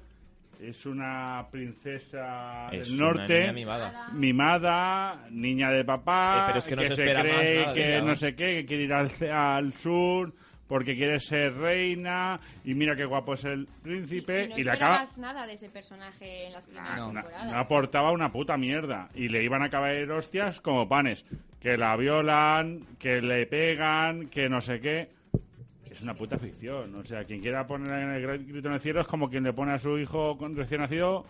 [SPEAKER 8] es una princesa
[SPEAKER 5] Es
[SPEAKER 8] del
[SPEAKER 5] una
[SPEAKER 8] norte.
[SPEAKER 5] niña mimada.
[SPEAKER 8] mimada, niña de papá,
[SPEAKER 5] Eh, pero es que no se
[SPEAKER 8] se,
[SPEAKER 5] espera
[SPEAKER 8] cree
[SPEAKER 5] más nada de
[SPEAKER 8] que
[SPEAKER 5] ella,
[SPEAKER 8] no
[SPEAKER 5] vamos.
[SPEAKER 8] sé qué, que quiere ir al, ce- al sur porque quiere ser reina y mira qué guapo es el príncipe y,
[SPEAKER 4] no
[SPEAKER 8] la acaba Ah,
[SPEAKER 4] esperabas nada de ese personaje en las primeras
[SPEAKER 8] no,
[SPEAKER 4] temporadas.
[SPEAKER 8] no aportaba una puta mierda y le iban a caer hostias como panes, que la violan, que le pegan, que no sé qué. Es una puta ficción, o sea, quien quiera poner en el gr- grito en el cielo es como quien le pone a su hijo con- recién nacido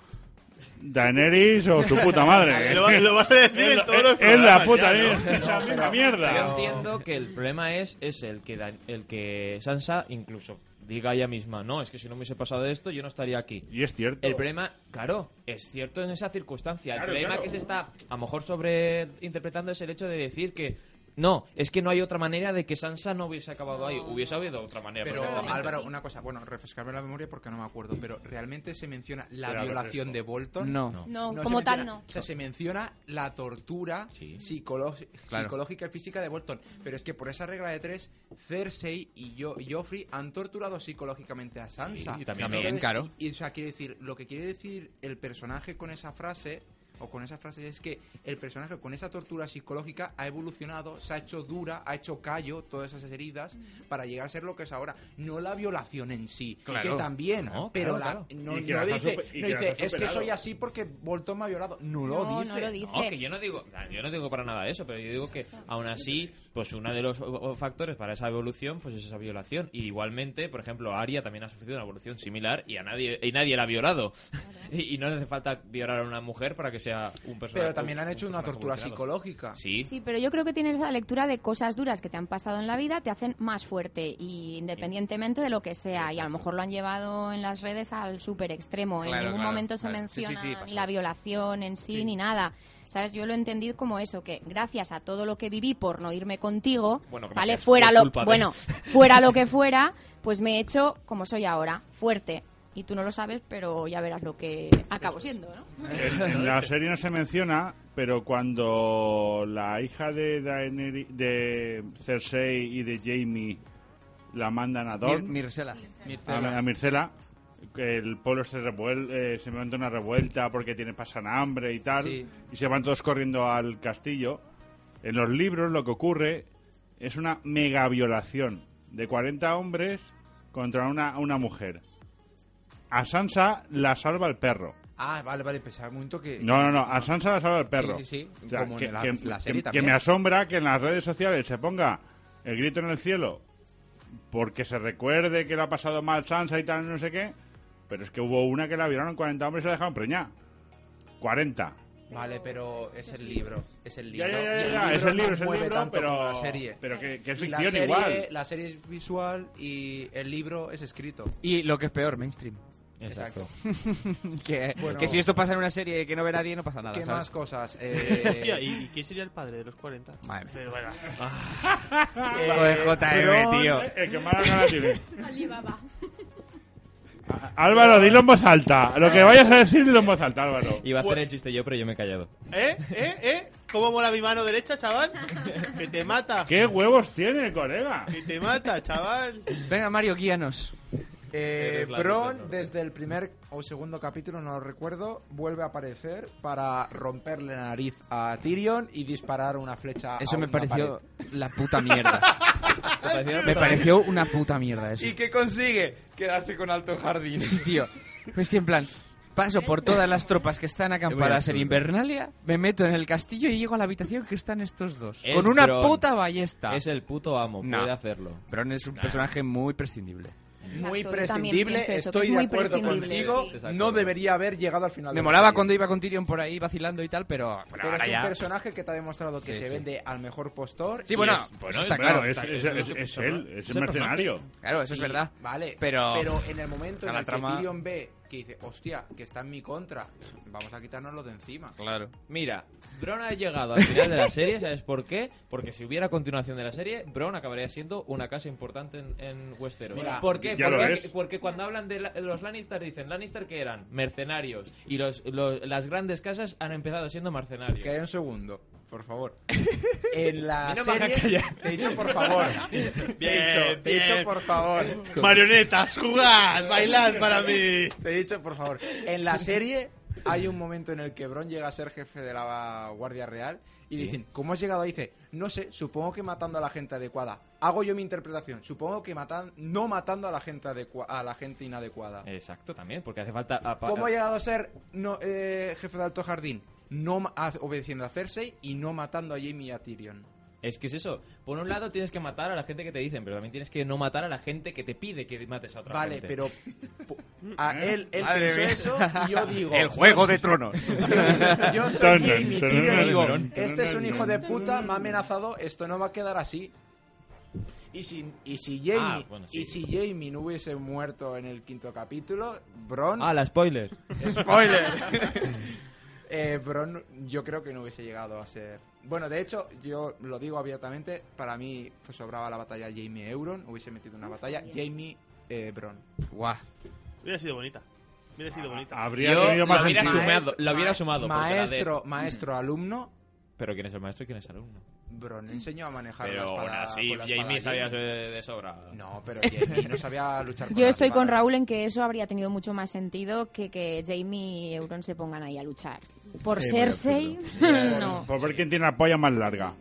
[SPEAKER 8] Daenerys o su puta madre.
[SPEAKER 2] Lo, lo vas a decir en todos los
[SPEAKER 8] Es la
[SPEAKER 2] programas,
[SPEAKER 8] puta
[SPEAKER 2] ya, ¿no?
[SPEAKER 8] mierda, es la misma
[SPEAKER 5] Yo
[SPEAKER 8] mierda.
[SPEAKER 5] entiendo que el problema es, es el, que Dan- el que Sansa incluso diga ella misma, no, es que si no me hubiese pasado esto yo no estaría aquí.
[SPEAKER 8] Y es cierto.
[SPEAKER 5] El problema, claro, es cierto en esa circunstancia. El
[SPEAKER 8] Claro,
[SPEAKER 5] problema
[SPEAKER 8] claro.
[SPEAKER 5] que se está a lo mejor sobreinterpretando es el hecho de decir que No, es que no hay otra manera de que Sansa no hubiese acabado ahí. Hubiese habido otra manera.
[SPEAKER 3] Pero
[SPEAKER 5] perfectamente.
[SPEAKER 3] Álvaro, una cosa, bueno, refrescarme la memoria porque no me acuerdo, pero ¿realmente se menciona la
[SPEAKER 8] Pero, a ver,
[SPEAKER 3] violación de Bolton?
[SPEAKER 1] No.
[SPEAKER 4] No,
[SPEAKER 3] se
[SPEAKER 4] como tal
[SPEAKER 3] menciona-
[SPEAKER 4] no.
[SPEAKER 3] O sea, se menciona la tortura
[SPEAKER 5] Sí.
[SPEAKER 3] psicolo-
[SPEAKER 1] Claro.
[SPEAKER 3] psicológica y física de Bolton. Pero es que por esa regla de tres, Cersei y yo Joffrey han torturado psicológicamente a Sansa.
[SPEAKER 5] Sí, y también
[SPEAKER 1] También,
[SPEAKER 3] Entonces,
[SPEAKER 1] claro.
[SPEAKER 3] Y, y, o sea, quiere decir, lo que quiere decir el personaje con esa frase o con esa frase es que el personaje con esa tortura psicológica ha evolucionado, se ha hecho dura, ha hecho callo todas esas heridas para llegar a ser lo que es ahora. No la violación en sí,
[SPEAKER 1] Claro.
[SPEAKER 3] que también,
[SPEAKER 5] No,
[SPEAKER 3] pero
[SPEAKER 5] claro,
[SPEAKER 3] la- no,
[SPEAKER 8] Y que
[SPEAKER 3] no
[SPEAKER 8] las ha
[SPEAKER 3] dice,
[SPEAKER 8] super- y
[SPEAKER 3] no
[SPEAKER 8] que las ha
[SPEAKER 3] dice, es que
[SPEAKER 8] superado".
[SPEAKER 3] soy así porque Bolton me ha violado. No lo
[SPEAKER 4] No,
[SPEAKER 3] dice.
[SPEAKER 4] no lo dice.
[SPEAKER 5] No, que yo no digo, ah, yo no digo para nada eso, pero yo digo que aún así, pues uno de los o- o factores para esa evolución, pues es esa violación. Y igualmente, por ejemplo, Aria también ha sufrido una evolución similar y a nadie y nadie la ha violado. Y, y no le hace falta violar a una mujer para que sea un personaje.
[SPEAKER 3] Pero también
[SPEAKER 5] un-
[SPEAKER 3] han hecho
[SPEAKER 5] un
[SPEAKER 3] una
[SPEAKER 5] personaje
[SPEAKER 3] tortura
[SPEAKER 5] evolucionado.
[SPEAKER 3] psicológica.
[SPEAKER 5] Sí,
[SPEAKER 4] Sí, pero yo creo que tienes la lectura de cosas duras que te han pasado en la vida, te hacen más fuerte, y independientemente de lo que sea. Y a lo mejor lo han llevado en las redes al super extremo. en
[SPEAKER 1] Claro,
[SPEAKER 4] ningún
[SPEAKER 1] claro,
[SPEAKER 4] momento se
[SPEAKER 1] claro. Sí,
[SPEAKER 4] menciona
[SPEAKER 1] sí, sí,
[SPEAKER 4] ni
[SPEAKER 1] pasó.
[SPEAKER 4] la violación en sí, ni nada. ¿Sabes? Yo lo he entendido como eso, que gracias a todo lo que viví por no irme contigo,
[SPEAKER 5] Bueno, gracias,
[SPEAKER 4] ¿vale?
[SPEAKER 5] por
[SPEAKER 4] Fuera lo,
[SPEAKER 5] culpa de-
[SPEAKER 4] bueno, fuera lo que fuera, pues me he hecho como soy ahora, fuerte. Y tú no lo sabes, pero ya verás lo que acabo siendo, ¿no?
[SPEAKER 8] En, en la serie no se menciona, pero cuando la hija de Daenery- de Cersei y de Jamie la mandan a
[SPEAKER 1] Mir-
[SPEAKER 8] Dorne,
[SPEAKER 1] Mirsela.
[SPEAKER 8] a, a Myrcella, que el pueblo se revuel, eh, se levanta una revuelta porque tiene pasan hambre y tal,
[SPEAKER 3] Sí.
[SPEAKER 8] y se van todos corriendo al castillo. En los libros lo que ocurre es una mega violación de 40 hombres contra una, una mujer. A Sansa la salva el perro.
[SPEAKER 3] Ah, vale, vale, pensaba un momento que...
[SPEAKER 8] No, no, no, a Sansa la salva el perro.
[SPEAKER 3] Sí, sí, sí, como en la- la serie
[SPEAKER 8] que- que
[SPEAKER 3] también.
[SPEAKER 8] me asombra que en las redes sociales se ponga el grito en el cielo porque se recuerde que le ha pasado mal Sansa y tal, no sé qué. Pero es que hubo una que la violaron 40 hombres y se la dejaron preñar. 40.
[SPEAKER 3] Vale, pero es el libro. Es el libro.
[SPEAKER 8] Ya, ya, ya,
[SPEAKER 3] Y
[SPEAKER 8] ya, Es el
[SPEAKER 3] no
[SPEAKER 8] libro, es el
[SPEAKER 3] mueve
[SPEAKER 8] libro,
[SPEAKER 3] tanto
[SPEAKER 8] pero,
[SPEAKER 3] como la serie.
[SPEAKER 8] pero que, que es
[SPEAKER 3] Y la
[SPEAKER 8] ficción
[SPEAKER 3] serie-
[SPEAKER 8] igual.
[SPEAKER 3] La serie es visual y el libro es escrito.
[SPEAKER 1] Y lo que es peor, mainstream.
[SPEAKER 5] exacto.
[SPEAKER 1] que,
[SPEAKER 3] Bueno.
[SPEAKER 1] que si esto pasa en una serie que no ve nadie, no pasa nada.
[SPEAKER 3] ¿Qué
[SPEAKER 1] ¿sabes?
[SPEAKER 3] más cosas?
[SPEAKER 2] Hostia,
[SPEAKER 3] Eh,
[SPEAKER 2] ¿y, y quién sería el padre de los 40?
[SPEAKER 1] Madre mía.
[SPEAKER 2] Pero bueno.
[SPEAKER 1] Joder, JM,
[SPEAKER 8] Pero,
[SPEAKER 1] tío.
[SPEAKER 8] eh, El que más ganas tiene.
[SPEAKER 7] Alibaba.
[SPEAKER 8] Álvaro, dilo en voz alta. Lo que vayas a decir, dilo en voz alta, Álvaro.
[SPEAKER 5] Iba a hacer el chiste yo, pero yo me he callado.
[SPEAKER 2] ¿Eh? ¿Eh? ¿Eh? ¿Cómo mola mi mano derecha, chaval? Que te mata.
[SPEAKER 8] ¿Qué huevos tiene, colega?
[SPEAKER 2] Que te mata, chaval.
[SPEAKER 1] Venga, Mario, guíanos.
[SPEAKER 3] eh,
[SPEAKER 5] Eres la
[SPEAKER 3] Bron,
[SPEAKER 5] Luz del
[SPEAKER 3] desde el primer o segundo capítulo, no lo recuerdo, vuelve a aparecer para romperle la nariz a Tyrion y disparar una flecha
[SPEAKER 1] Eso
[SPEAKER 3] a
[SPEAKER 1] me
[SPEAKER 3] una
[SPEAKER 1] pareció
[SPEAKER 3] pared.
[SPEAKER 1] la puta mierda. me pareció una puta mierda eso.
[SPEAKER 3] qué consigue? Quedarse con Alto Jardín.
[SPEAKER 1] Sí, tío. Es que en plan, paso por todas las tropas que están acampadas en Invernalia, me meto en el castillo y llego a la habitación que están estos dos.
[SPEAKER 5] Es
[SPEAKER 1] con una
[SPEAKER 5] Bron.
[SPEAKER 1] puta ballesta.
[SPEAKER 5] Es el puto amo,
[SPEAKER 1] No.
[SPEAKER 5] puede hacerlo.
[SPEAKER 1] Bron es un personaje muy prescindible.
[SPEAKER 4] Exacto,
[SPEAKER 3] muy
[SPEAKER 4] yo también
[SPEAKER 3] prescindible,
[SPEAKER 4] pienso eso, que
[SPEAKER 3] estoy
[SPEAKER 4] es muy
[SPEAKER 3] de acuerdo
[SPEAKER 4] prescindible,
[SPEAKER 3] contigo,
[SPEAKER 5] sí.
[SPEAKER 3] no debería haber llegado al final.
[SPEAKER 1] Me
[SPEAKER 3] de la
[SPEAKER 1] molaba
[SPEAKER 3] serie.
[SPEAKER 1] cuando iba con Tyrion por ahí vacilando y tal, pero, pero
[SPEAKER 3] Pero
[SPEAKER 1] ahora
[SPEAKER 3] es un
[SPEAKER 1] ya...
[SPEAKER 3] personaje que te ha demostrado que
[SPEAKER 1] Sí,
[SPEAKER 3] se
[SPEAKER 1] sí.
[SPEAKER 3] vende al mejor postor.
[SPEAKER 1] Sí,
[SPEAKER 3] y
[SPEAKER 1] bueno,
[SPEAKER 3] es-
[SPEAKER 1] pues eso está
[SPEAKER 5] bueno,
[SPEAKER 1] claro.
[SPEAKER 8] es, es- es- es él, es el mercenario.
[SPEAKER 1] Claro, eso es
[SPEAKER 3] sí,
[SPEAKER 1] verdad.
[SPEAKER 3] Vale,
[SPEAKER 1] Pero-
[SPEAKER 3] en el momento en
[SPEAKER 1] la
[SPEAKER 3] el
[SPEAKER 1] trama-
[SPEAKER 3] que Tyrion ve que dice, hostia, que está en mi contra, vamos a quitárnoslo de encima.
[SPEAKER 1] Claro.
[SPEAKER 5] Mira, Bron ha llegado al final de la serie, ¿sabes por qué? Porque si hubiera continuación de la serie, Bron acabaría siendo una casa importante en, en Westeros.
[SPEAKER 3] Mira,
[SPEAKER 5] ¿Por qué?
[SPEAKER 8] ya lo
[SPEAKER 5] porque,
[SPEAKER 8] es.
[SPEAKER 5] porque cuando hablan de la- los Lannister dicen, ¿Lannister que eran? Mercenarios. Y los, los- las grandes casas han empezado siendo mercenarios.
[SPEAKER 3] Que hay un segundo, por favor. En la
[SPEAKER 5] A mí no me hagas
[SPEAKER 3] serie...
[SPEAKER 5] callar.
[SPEAKER 3] Te he dicho por favor. te he dicho, te he
[SPEAKER 2] bien.
[SPEAKER 3] dicho por favor.
[SPEAKER 2] Marionetas, jugad, bailad para mí.
[SPEAKER 3] Te he dicho, por favor. En la serie hay un momento en el que Bron llega a ser jefe de la Guardia Real y dicen, ¿cómo has llegado? ahí?". Dice, no sé, supongo que matando a la gente adecuada. Hago yo mi interpretación. Supongo que matan, no matando a la gente adecua- a la gente inadecuada.
[SPEAKER 5] Exacto, también, porque hace falta... apa-
[SPEAKER 3] ¿Cómo ha llegado a ser no, eh, jefe de Alto Jardín? No ma- a- obedeciendo a Cersei y no matando a Jaime y a Tyrion.
[SPEAKER 5] Es que es eso. Por un lado tienes que matar a la gente que te dicen, pero también tienes que no matar a la gente que te pide que mates a otra
[SPEAKER 3] Vale,
[SPEAKER 5] gente.
[SPEAKER 3] pero po- a él, él
[SPEAKER 1] Madre
[SPEAKER 3] pensó
[SPEAKER 1] mía.
[SPEAKER 3] eso y yo digo.
[SPEAKER 1] El juego de tronos.
[SPEAKER 3] Yo
[SPEAKER 8] Tan,
[SPEAKER 3] soy
[SPEAKER 8] tan,
[SPEAKER 3] Jimmy,
[SPEAKER 8] tan,
[SPEAKER 3] tío,
[SPEAKER 8] tan,
[SPEAKER 3] y digo,
[SPEAKER 8] tan, tan,
[SPEAKER 3] este es un
[SPEAKER 8] tan,
[SPEAKER 3] hijo de
[SPEAKER 8] tan,
[SPEAKER 3] puta, me ha amenazado, esto no va a quedar así. Y si, y si Jamie
[SPEAKER 5] Ah, bueno, sí.
[SPEAKER 3] y si Jamie no hubiese muerto en el quinto capítulo, Bron
[SPEAKER 5] Ah, la spoiler.
[SPEAKER 3] spoiler Eh, Bron, yo creo que no hubiese llegado a ser. Bueno, de hecho, yo lo digo abiertamente, para mí pues, sobraba la batalla Jamie Euron, hubiese metido una batalla Jamie eh, Bron.
[SPEAKER 1] Guau.
[SPEAKER 2] Hubiera sido bonita. Hubiera sido bonita.
[SPEAKER 8] Habría
[SPEAKER 5] Yo
[SPEAKER 8] tenido más
[SPEAKER 5] lo hubiera
[SPEAKER 8] sentido.
[SPEAKER 5] asumido. sumado,
[SPEAKER 3] Maest-
[SPEAKER 5] la hubiera
[SPEAKER 3] ma-
[SPEAKER 5] sumado, porque la de-
[SPEAKER 3] Maestro, maestro, alumno,
[SPEAKER 5] Pero quién es el maestro y quién es el alumno.
[SPEAKER 3] Bron enseñó a manejar
[SPEAKER 5] Pero
[SPEAKER 3] la
[SPEAKER 5] aún
[SPEAKER 3] espada.
[SPEAKER 5] así,
[SPEAKER 3] con la
[SPEAKER 5] Jamie
[SPEAKER 3] espada
[SPEAKER 5] sabía
[SPEAKER 3] Jaime.
[SPEAKER 5] de de sobra.
[SPEAKER 3] No, pero Jamie no sabía luchar con
[SPEAKER 4] Yo
[SPEAKER 3] la
[SPEAKER 4] estoy con
[SPEAKER 3] espada.
[SPEAKER 4] Raúl en que eso habría tenido mucho más sentido que que Jamie y Euron se pongan ahí a luchar. Por
[SPEAKER 6] Sí, muy
[SPEAKER 4] Cersei, no.
[SPEAKER 8] Por ver quién tiene la polla más larga.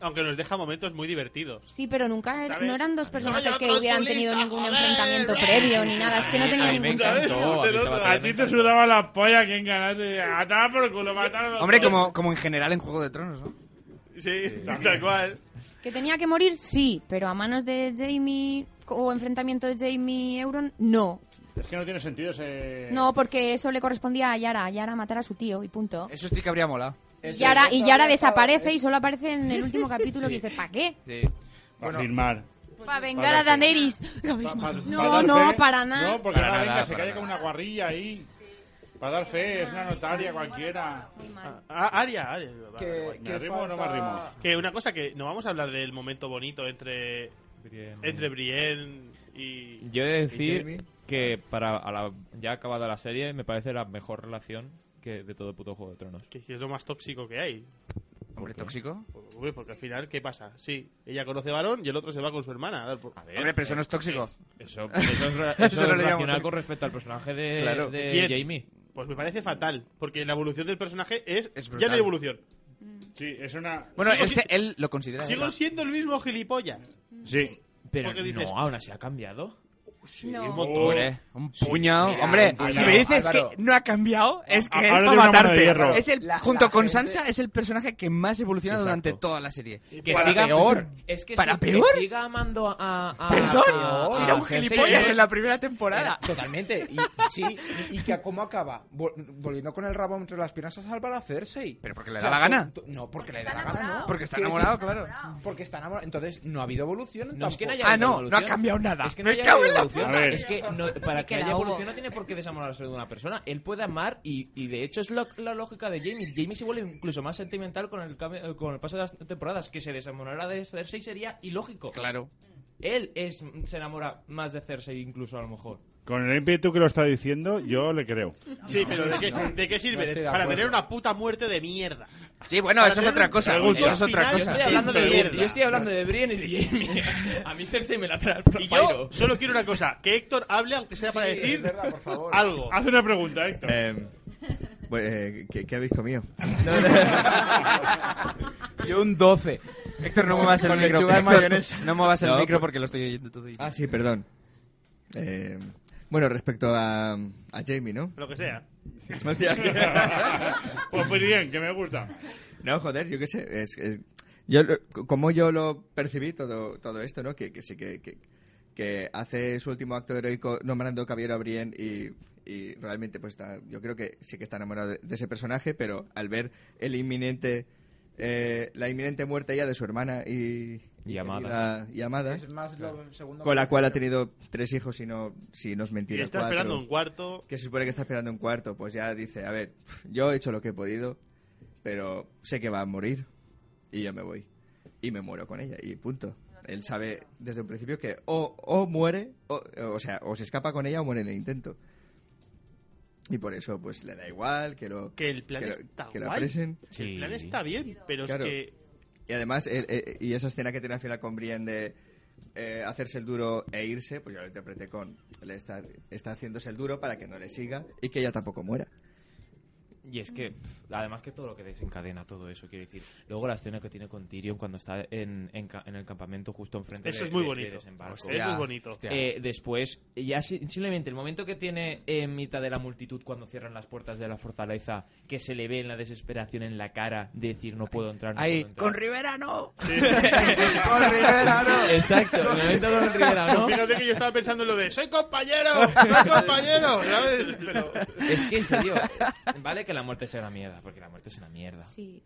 [SPEAKER 2] Aunque nos deja momentos muy divertidos.
[SPEAKER 4] Sí, pero nunca era-
[SPEAKER 2] ¿Sabes?
[SPEAKER 4] no eran dos personajes
[SPEAKER 2] Soy
[SPEAKER 4] que
[SPEAKER 2] otro
[SPEAKER 4] hubieran
[SPEAKER 2] turista,
[SPEAKER 4] tenido ningún
[SPEAKER 2] joder. eh.
[SPEAKER 4] enfrentamiento previo ni nada. Es que no tenía
[SPEAKER 5] Eh, A mí me
[SPEAKER 4] ningún
[SPEAKER 2] encanta.
[SPEAKER 4] sentido.
[SPEAKER 5] encantó.
[SPEAKER 2] A
[SPEAKER 5] a mí esa batalla
[SPEAKER 8] A
[SPEAKER 5] me
[SPEAKER 8] ti te
[SPEAKER 5] encantó.
[SPEAKER 8] sudaba la polla quién ganase. Atada por culo, matar a los
[SPEAKER 1] Hombre,
[SPEAKER 8] dos.
[SPEAKER 1] como, como en general en Juego de Tronos, ¿no?
[SPEAKER 2] Sí, tal cual.
[SPEAKER 4] ¿Que tenía que morir? Sí, pero a manos de Jamie o enfrentamiento de Jamie Euron, no.
[SPEAKER 8] Es que no tiene sentido ese.
[SPEAKER 4] No, porque eso le correspondía a Yara. Yara matar a su tío y punto.
[SPEAKER 1] Eso sí que habría molado.
[SPEAKER 3] Eso-
[SPEAKER 4] Yara, y
[SPEAKER 3] eso
[SPEAKER 4] Yara
[SPEAKER 3] habría estado-
[SPEAKER 4] desaparece
[SPEAKER 3] es-
[SPEAKER 4] y solo aparece en el último capítulo que dice, ¿para qué?
[SPEAKER 1] Sí.
[SPEAKER 8] Para firmar.
[SPEAKER 9] Para vengar a Daenerys. Lo mismo.
[SPEAKER 8] Pa- pa-
[SPEAKER 4] No,
[SPEAKER 8] pa dar
[SPEAKER 4] no,
[SPEAKER 8] fe.
[SPEAKER 4] para nada.
[SPEAKER 8] No, porque
[SPEAKER 5] Para
[SPEAKER 8] ahora
[SPEAKER 5] nada,
[SPEAKER 8] venga, se
[SPEAKER 5] para
[SPEAKER 8] cae
[SPEAKER 5] nada.
[SPEAKER 8] con una guarrilla ahí. Para dar fe, es una notaria cualquiera.
[SPEAKER 4] Muy mal.
[SPEAKER 2] Ah, Aria, Aria. Vale,
[SPEAKER 3] Que,
[SPEAKER 2] vale.
[SPEAKER 8] ¿Me
[SPEAKER 3] que
[SPEAKER 8] arrimo o no me
[SPEAKER 3] falta-
[SPEAKER 8] arrimo?
[SPEAKER 2] Que una cosa que no vamos a hablar del momento bonito entre,
[SPEAKER 5] Brienne.
[SPEAKER 2] entre Brienne y.
[SPEAKER 5] Yo he de
[SPEAKER 6] Jamie?
[SPEAKER 5] decir que para a la- ya acabada la serie me parece la mejor relación que de todo el puto Juego de Tronos.
[SPEAKER 2] que es lo más tóxico que hay.
[SPEAKER 1] Hombre, tóxico.
[SPEAKER 2] Hombre, porque al final, ¿qué pasa? Sí, ella conoce varón y el otro se va con su hermana. a dar por-
[SPEAKER 5] A ver,
[SPEAKER 1] Hombre, pero eso no es tóxico.
[SPEAKER 5] eso, eso es, ra- eso es
[SPEAKER 1] Eso no le llamo
[SPEAKER 5] racional
[SPEAKER 1] tóxico.
[SPEAKER 5] con respecto al personaje de,
[SPEAKER 1] Claro.
[SPEAKER 5] de
[SPEAKER 2] ¿Quién?
[SPEAKER 5] Jamie.
[SPEAKER 2] Pues me parece fatal, porque la evolución del personaje es.
[SPEAKER 1] Es
[SPEAKER 2] ya
[SPEAKER 1] brutal.
[SPEAKER 2] no hay evolución.
[SPEAKER 8] Sí, es una.
[SPEAKER 1] Bueno,
[SPEAKER 2] Sigo
[SPEAKER 1] él,
[SPEAKER 2] sin-
[SPEAKER 1] se- él lo considera.
[SPEAKER 2] Sigo
[SPEAKER 1] ¿verdad?
[SPEAKER 2] siendo el mismo gilipollas.
[SPEAKER 8] Sí.
[SPEAKER 5] Pero
[SPEAKER 2] Porque dices-
[SPEAKER 5] no, aún así ha cambiado.
[SPEAKER 2] Un
[SPEAKER 4] No.
[SPEAKER 2] montón.
[SPEAKER 1] Hombre, Eh, un puño. Hombre,
[SPEAKER 3] Álvaro,
[SPEAKER 1] si me dices
[SPEAKER 3] Álvaro.
[SPEAKER 1] que no ha cambiado, es que
[SPEAKER 8] Ah, ahora
[SPEAKER 1] es
[SPEAKER 8] tiene
[SPEAKER 1] para
[SPEAKER 8] una mano de
[SPEAKER 1] matarte.
[SPEAKER 8] hierro.
[SPEAKER 1] Es el,
[SPEAKER 3] La-
[SPEAKER 1] junto
[SPEAKER 3] la
[SPEAKER 1] con
[SPEAKER 3] gente-
[SPEAKER 1] Sansa, es el personaje que más evoluciona
[SPEAKER 5] Exacto.
[SPEAKER 1] durante toda la serie.
[SPEAKER 5] Que
[SPEAKER 3] Para
[SPEAKER 5] siga,
[SPEAKER 3] peor.
[SPEAKER 5] Es que,
[SPEAKER 1] ¿Para
[SPEAKER 5] sí,
[SPEAKER 1] peor?
[SPEAKER 5] que siga amando a. a-
[SPEAKER 1] Perdón,
[SPEAKER 5] a- a-
[SPEAKER 1] si era un
[SPEAKER 5] a Cersei,
[SPEAKER 1] gilipollas
[SPEAKER 5] es-
[SPEAKER 1] en la primera temporada.
[SPEAKER 3] Eh, Totalmente. Y, sí, y, y que a cómo acaba. Vol- volviendo con el rabo entre las piernas a salvar a Cersei.
[SPEAKER 1] Pero porque le
[SPEAKER 3] O
[SPEAKER 1] da
[SPEAKER 3] sea,
[SPEAKER 1] la gana.
[SPEAKER 3] to- to- No, porque le
[SPEAKER 7] Está
[SPEAKER 3] da la gana, ¿no?
[SPEAKER 7] enamorado.
[SPEAKER 1] Porque está
[SPEAKER 3] Quiero
[SPEAKER 1] enamorado,
[SPEAKER 3] decir,
[SPEAKER 1] claro.
[SPEAKER 3] Porque está enamorado. Entonces, no ha habido evolución.
[SPEAKER 5] No es que no
[SPEAKER 3] tampoco.
[SPEAKER 5] haya
[SPEAKER 1] Ah, no,
[SPEAKER 5] evolución.
[SPEAKER 1] no ha cambiado nada.
[SPEAKER 5] Es que no
[SPEAKER 1] Me
[SPEAKER 5] haya
[SPEAKER 1] cago en la
[SPEAKER 5] evolución.
[SPEAKER 8] puta. A ver.
[SPEAKER 5] Es que no- para
[SPEAKER 4] que
[SPEAKER 5] que,
[SPEAKER 4] la
[SPEAKER 5] haya
[SPEAKER 4] hubo.
[SPEAKER 5] evolución no tiene por qué desamorarse de una persona. Él puede amar y, y de hecho es lo- la lógica de Jamie. Jamie se vuelve incluso más sentimental con el, cambio- eh, con el paso de las temporadas. Que se desamorara de Cersei sería ilógico.
[SPEAKER 1] Claro.
[SPEAKER 5] Él es, se enamora más de Cersei incluso a lo mejor.
[SPEAKER 8] Con el ímpetu que lo está diciendo, yo le creo.
[SPEAKER 2] Sí, pero ¿de qué, de qué
[SPEAKER 3] no
[SPEAKER 2] sirve?
[SPEAKER 3] estoy de
[SPEAKER 2] Para
[SPEAKER 3] acuerdo.
[SPEAKER 2] tener una puta muerte de mierda.
[SPEAKER 1] Sí, bueno,
[SPEAKER 2] Para
[SPEAKER 1] eso es
[SPEAKER 2] tener
[SPEAKER 1] otra
[SPEAKER 2] un
[SPEAKER 1] cosa.
[SPEAKER 8] segundo
[SPEAKER 1] Eso es otra
[SPEAKER 2] final,
[SPEAKER 5] Yo
[SPEAKER 1] cosa.
[SPEAKER 5] estoy hablando de,
[SPEAKER 2] Mierda.
[SPEAKER 5] yo estoy hablando de Brienne y de Jamie. A mí Cersei me la trae al
[SPEAKER 2] Y yo
[SPEAKER 5] pairo.
[SPEAKER 2] solo quiero una cosa: que Héctor hable, aunque sea para
[SPEAKER 3] Sí,
[SPEAKER 2] decir
[SPEAKER 3] es verdad, por favor.
[SPEAKER 2] algo.
[SPEAKER 8] Haz una pregunta, Héctor.
[SPEAKER 6] Eh, bueno, eh, ¿qué, qué habéis comido?
[SPEAKER 3] Yo un 12.
[SPEAKER 1] Héctor, no muevas el
[SPEAKER 3] Con
[SPEAKER 1] micro.
[SPEAKER 3] lechuga y
[SPEAKER 1] Héctor,
[SPEAKER 3] mayonesa.
[SPEAKER 1] no muevas el
[SPEAKER 6] No,
[SPEAKER 1] micro
[SPEAKER 6] pues-
[SPEAKER 1] porque lo estoy oyendo todo. y-
[SPEAKER 6] Ah, sí, perdón. Eh, bueno, respecto a, a Jamie, ¿no?
[SPEAKER 2] Lo que sea.
[SPEAKER 6] Hostia, que-
[SPEAKER 8] pues muy bien, que me gusta.
[SPEAKER 6] No, joder, yo qué sé. Es, es- yo lo- c- como yo lo percibí todo, todo esto, ¿no? Que, que sí, que, que, que hace su último acto heroico nombrando Caballero a Brienne y, y realmente, pues está. Yo creo que sí que está enamorado de, de ese personaje, pero al ver el inminente. eh, la inminente muerte ya de su hermana y.
[SPEAKER 5] Y amada.
[SPEAKER 6] amada. Y amada.
[SPEAKER 3] Es más lo segundo.
[SPEAKER 6] Con la
[SPEAKER 3] que-
[SPEAKER 6] cual ha tenido tres hijos, si no, si no es
[SPEAKER 2] Y
[SPEAKER 6] mentira.
[SPEAKER 2] está
[SPEAKER 6] cuatro
[SPEAKER 2] esperando un cuarto.
[SPEAKER 6] que se supone que está esperando un cuarto, pues ya dice, a ver, yo he hecho lo que he podido, pero sé que va a morir y yo me voy. Y me muero con ella y punto. Él sabe desde un principio que o, o muere, o, o sea, o se escapa con ella o muere en el intento. Y por eso, pues le da igual que lo...
[SPEAKER 2] Que el plan
[SPEAKER 6] que lo-
[SPEAKER 2] está
[SPEAKER 6] que lo
[SPEAKER 2] guay.
[SPEAKER 6] apresen.
[SPEAKER 5] Sí.
[SPEAKER 2] El plan está bien, pero
[SPEAKER 6] Claro.
[SPEAKER 2] es que.
[SPEAKER 6] Y además, el- el- y esa escena que tiene al final con Brienne de eh, hacerse el duro e irse, pues yo lo interpreté con... Le está, está haciéndose el duro para que no le siga y que ella tampoco muera.
[SPEAKER 5] Y es que, pff, además que todo lo que desencadena todo eso, quiero decir. Luego la escena que tiene con Tyrion cuando está en, en ca- en el campamento justo enfrente
[SPEAKER 2] Eso
[SPEAKER 5] de-
[SPEAKER 2] es muy
[SPEAKER 5] de- de
[SPEAKER 2] bonito.
[SPEAKER 5] desembarco.
[SPEAKER 1] Hostia.
[SPEAKER 2] Eso es bonito.
[SPEAKER 1] Hostia.
[SPEAKER 5] Eh, después, ya si- simplemente el momento que tiene en mitad de la multitud cuando cierran las puertas de la fortaleza, que se le ve en la desesperación en la cara, decir no puedo entrar, no
[SPEAKER 1] Ahí,
[SPEAKER 5] puedo entrar.
[SPEAKER 1] con Rivera no.
[SPEAKER 3] Con Rivera, no.
[SPEAKER 5] Exacto, el momento con Rivera, ¿no?
[SPEAKER 2] Fíjate que yo estaba pensando en lo de soy compañero, soy compañero, ¿sabes? Pero
[SPEAKER 5] Es que, en serio, vale que la muerte sea una mierda, porque la muerte es una mierda.
[SPEAKER 4] Sí.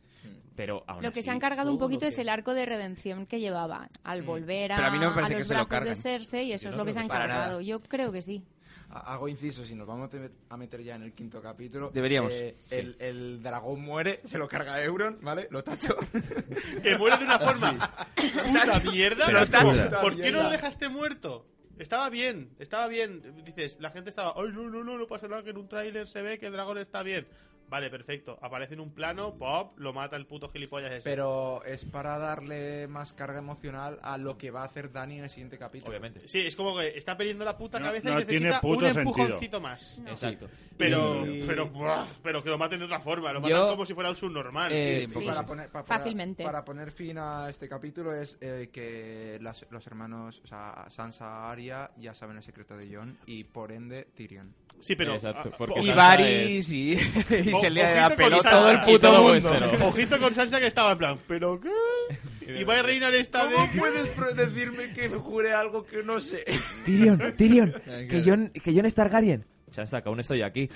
[SPEAKER 5] Pero aún
[SPEAKER 4] Lo que
[SPEAKER 5] así,
[SPEAKER 4] se han cargado un
[SPEAKER 5] todo
[SPEAKER 4] poquito
[SPEAKER 5] lo
[SPEAKER 4] es el arco de redención que llevaban al volver a,
[SPEAKER 1] Pero a mí no me
[SPEAKER 4] a
[SPEAKER 1] parece
[SPEAKER 4] los
[SPEAKER 1] que se lo
[SPEAKER 4] brazos de
[SPEAKER 1] carguen.
[SPEAKER 4] Cersei y eso
[SPEAKER 5] Yo
[SPEAKER 4] es
[SPEAKER 5] no
[SPEAKER 4] lo que
[SPEAKER 5] creo
[SPEAKER 4] se
[SPEAKER 5] que
[SPEAKER 4] han
[SPEAKER 5] para
[SPEAKER 4] cargado.
[SPEAKER 5] nada.
[SPEAKER 4] Yo creo que sí.
[SPEAKER 3] a- hago inciso, si nos vamos a met- a meter ya en el quinto capítulo.
[SPEAKER 1] Deberíamos,
[SPEAKER 3] eh, el, el dragón muere, se lo carga Euron, ¿vale? Lo tacho.
[SPEAKER 2] Que muere de una forma. ¡Puta mierda!
[SPEAKER 5] Pero
[SPEAKER 2] macho.
[SPEAKER 5] escucha.
[SPEAKER 2] ¿Por qué no lo
[SPEAKER 3] Mierda.
[SPEAKER 2] dejaste muerto? Estaba bien, estaba bien. Dices, la gente estaba, ay, no, no, no, no pasa nada, que en un tráiler se ve que el dragón está bien. Vale, perfecto. Aparece en un plano, pop, lo mata el puto gilipollas ese.
[SPEAKER 3] Pero es para darle más carga emocional a lo que va a hacer Dani en el siguiente capítulo.
[SPEAKER 5] Obviamente.
[SPEAKER 2] Sí, es como que está perdiendo la puta
[SPEAKER 8] No-
[SPEAKER 2] cabeza
[SPEAKER 8] no
[SPEAKER 2] y
[SPEAKER 8] tiene
[SPEAKER 2] necesita un
[SPEAKER 8] puto
[SPEAKER 2] empujoncito
[SPEAKER 8] sentido.
[SPEAKER 2] más.
[SPEAKER 5] Exacto.
[SPEAKER 2] Pero,
[SPEAKER 3] Y-
[SPEAKER 2] pero, buah, pero que lo maten de otra forma, lo matan
[SPEAKER 1] Yo-
[SPEAKER 2] como si fuera un subnormal.
[SPEAKER 1] Eh,
[SPEAKER 4] Sí.
[SPEAKER 1] poco
[SPEAKER 3] para
[SPEAKER 1] sí.
[SPEAKER 3] poner, pa- para-
[SPEAKER 4] Fácilmente.
[SPEAKER 3] Para, poner fin a este capítulo es eh, que las- los hermanos, o sea, Sansa Arya ya saben el secreto de Jon y por ende Tyrion.
[SPEAKER 2] Sí, pero.
[SPEAKER 5] Exacto,
[SPEAKER 2] ah,
[SPEAKER 5] porque
[SPEAKER 1] Y
[SPEAKER 5] Sansa
[SPEAKER 1] Varys y, y
[SPEAKER 2] O-
[SPEAKER 1] se le
[SPEAKER 2] ojito
[SPEAKER 1] da
[SPEAKER 2] con
[SPEAKER 1] pelota
[SPEAKER 2] Sansa
[SPEAKER 1] todo el
[SPEAKER 2] y
[SPEAKER 1] puto
[SPEAKER 5] todo
[SPEAKER 1] mundo.
[SPEAKER 5] Westeros.
[SPEAKER 2] Ojito con Sansa que estaba en plan, ¿pero qué? Y va a reinar esta de.
[SPEAKER 3] puedes decirme que jure algo que no sé?
[SPEAKER 10] Tyrion, Tyrion,
[SPEAKER 6] claro.
[SPEAKER 10] que John, que John es Targaryen.
[SPEAKER 5] Sansa, que aún estoy aquí.